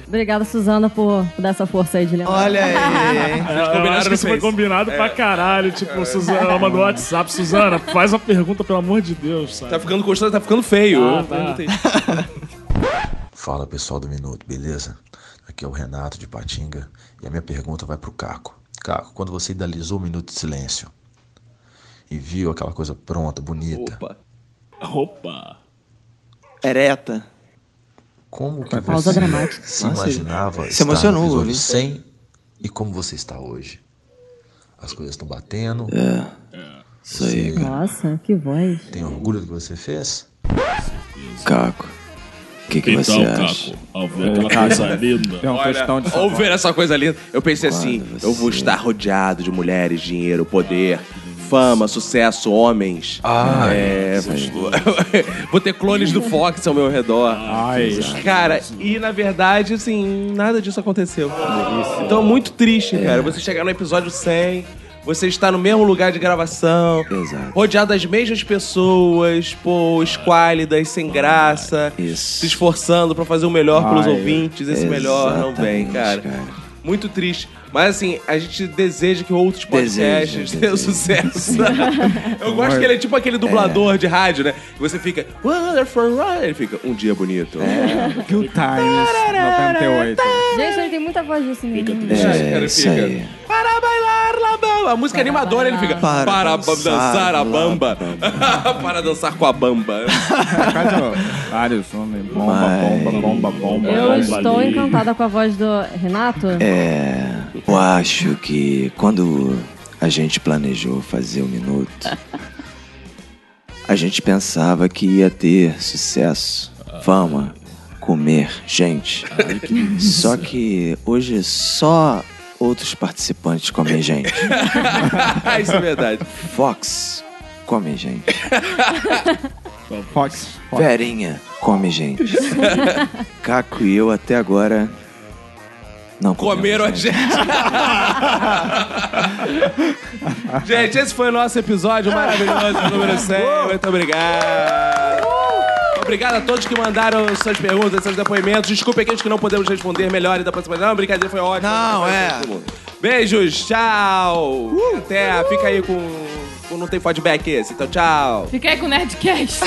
Speaker 7: Obrigada, Suzana, por dar essa força aí de lembrar.
Speaker 3: Olha aí,
Speaker 4: É, eu acho que isso foi combinado pra caralho. Tipo, Suzana, ela mandou WhatsApp. Suzana, faz uma pergunta, pelo amor de Deus, sabe?
Speaker 1: Tá ficando constante, tá ficando feio.
Speaker 4: Ah,
Speaker 1: Eu
Speaker 4: tá.
Speaker 1: perguntei.
Speaker 12: Fala pessoal do Minuto, beleza? Aqui é o Renato de Patinga e a minha pergunta vai pro Caco. Caco, quando você idealizou o Minuto de Silêncio e viu aquela coisa pronta, bonita. Opa!
Speaker 4: Opa!
Speaker 3: Ereta.
Speaker 12: Como que
Speaker 3: Uma pausa
Speaker 12: você
Speaker 3: dramática.
Speaker 12: se
Speaker 3: Nossa, é
Speaker 12: imaginava
Speaker 3: se
Speaker 12: estar
Speaker 3: emocionou,
Speaker 12: no episódio
Speaker 3: viu?
Speaker 12: 100 e como você está hoje? As coisas estão batendo.
Speaker 3: É. Isso aí, cara.
Speaker 7: Nossa, que voz.
Speaker 12: Tem orgulho do que você fez?
Speaker 3: Caco. O que, que
Speaker 12: Então,
Speaker 3: você acha?
Speaker 12: Caco,
Speaker 4: ao
Speaker 12: ver aquela coisa linda.
Speaker 3: É um
Speaker 1: Tá Olha,
Speaker 3: questão de
Speaker 1: ao
Speaker 3: falar.
Speaker 1: ver essa coisa linda, eu pensei assim: eu vou estar rodeado de mulheres, dinheiro, poder, fama, sucesso, homens.
Speaker 3: Ah,
Speaker 1: é. vou ter clones do Fox ao meu redor. Ai, cara, e na verdade, assim, nada disso aconteceu. Então é muito triste, cara. Você chegar no episódio 100, você está no mesmo lugar de gravação, rodeado das mesmas pessoas, pô, esquálidas, sem graça, se esforçando pra fazer o melhor pelos
Speaker 3: Ai,
Speaker 1: ouvintes, esse melhor não vem,
Speaker 3: exatamente,
Speaker 1: cara. Muito triste. Mas assim, a gente deseja que outros podcasts
Speaker 3: Deseja,
Speaker 1: tenham sucesso. Eu gosto que ele é tipo aquele dublador de rádio, né? Que Você fica. Wonderful Ride. Ele fica. Um dia bonito.
Speaker 6: É. Good Times, 98.
Speaker 7: Gente, ele tem muita voz disso mesmo.
Speaker 1: É, cara,
Speaker 3: isso
Speaker 1: fica.
Speaker 3: aí.
Speaker 1: Para bailar la bamba. A música animadora, ele fica. Para, dançar, a bamba. para dançar com a bamba.
Speaker 6: Vários homens. Bomba, bomba, bomba, bomba.
Speaker 7: Eu estou encantada com a voz do Renato.
Speaker 3: É. Eu acho que quando a gente planejou fazer o minuto, a gente pensava que ia ter sucesso, fama, comer, gente. Só que hoje só outros participantes comem gente.
Speaker 1: Isso é verdade.
Speaker 3: Fox come gente.
Speaker 6: Fox. Fox.
Speaker 3: Verinha come gente. Caco e eu até agora não
Speaker 1: Comeram a gente. gente, esse foi o nosso episódio maravilhoso do número 100. Muito obrigado. Obrigado a todos que mandaram suas perguntas, seus depoimentos. Desculpe aqueles que não podemos responder melhor e da próxima. Não, brincadeira, foi ótimo. Não, é. Uh! Beijos, tchau. Até, fica aí com, com Não Tem Feedback esse. Então, tchau.
Speaker 2: Fica aí com o Nerdcast.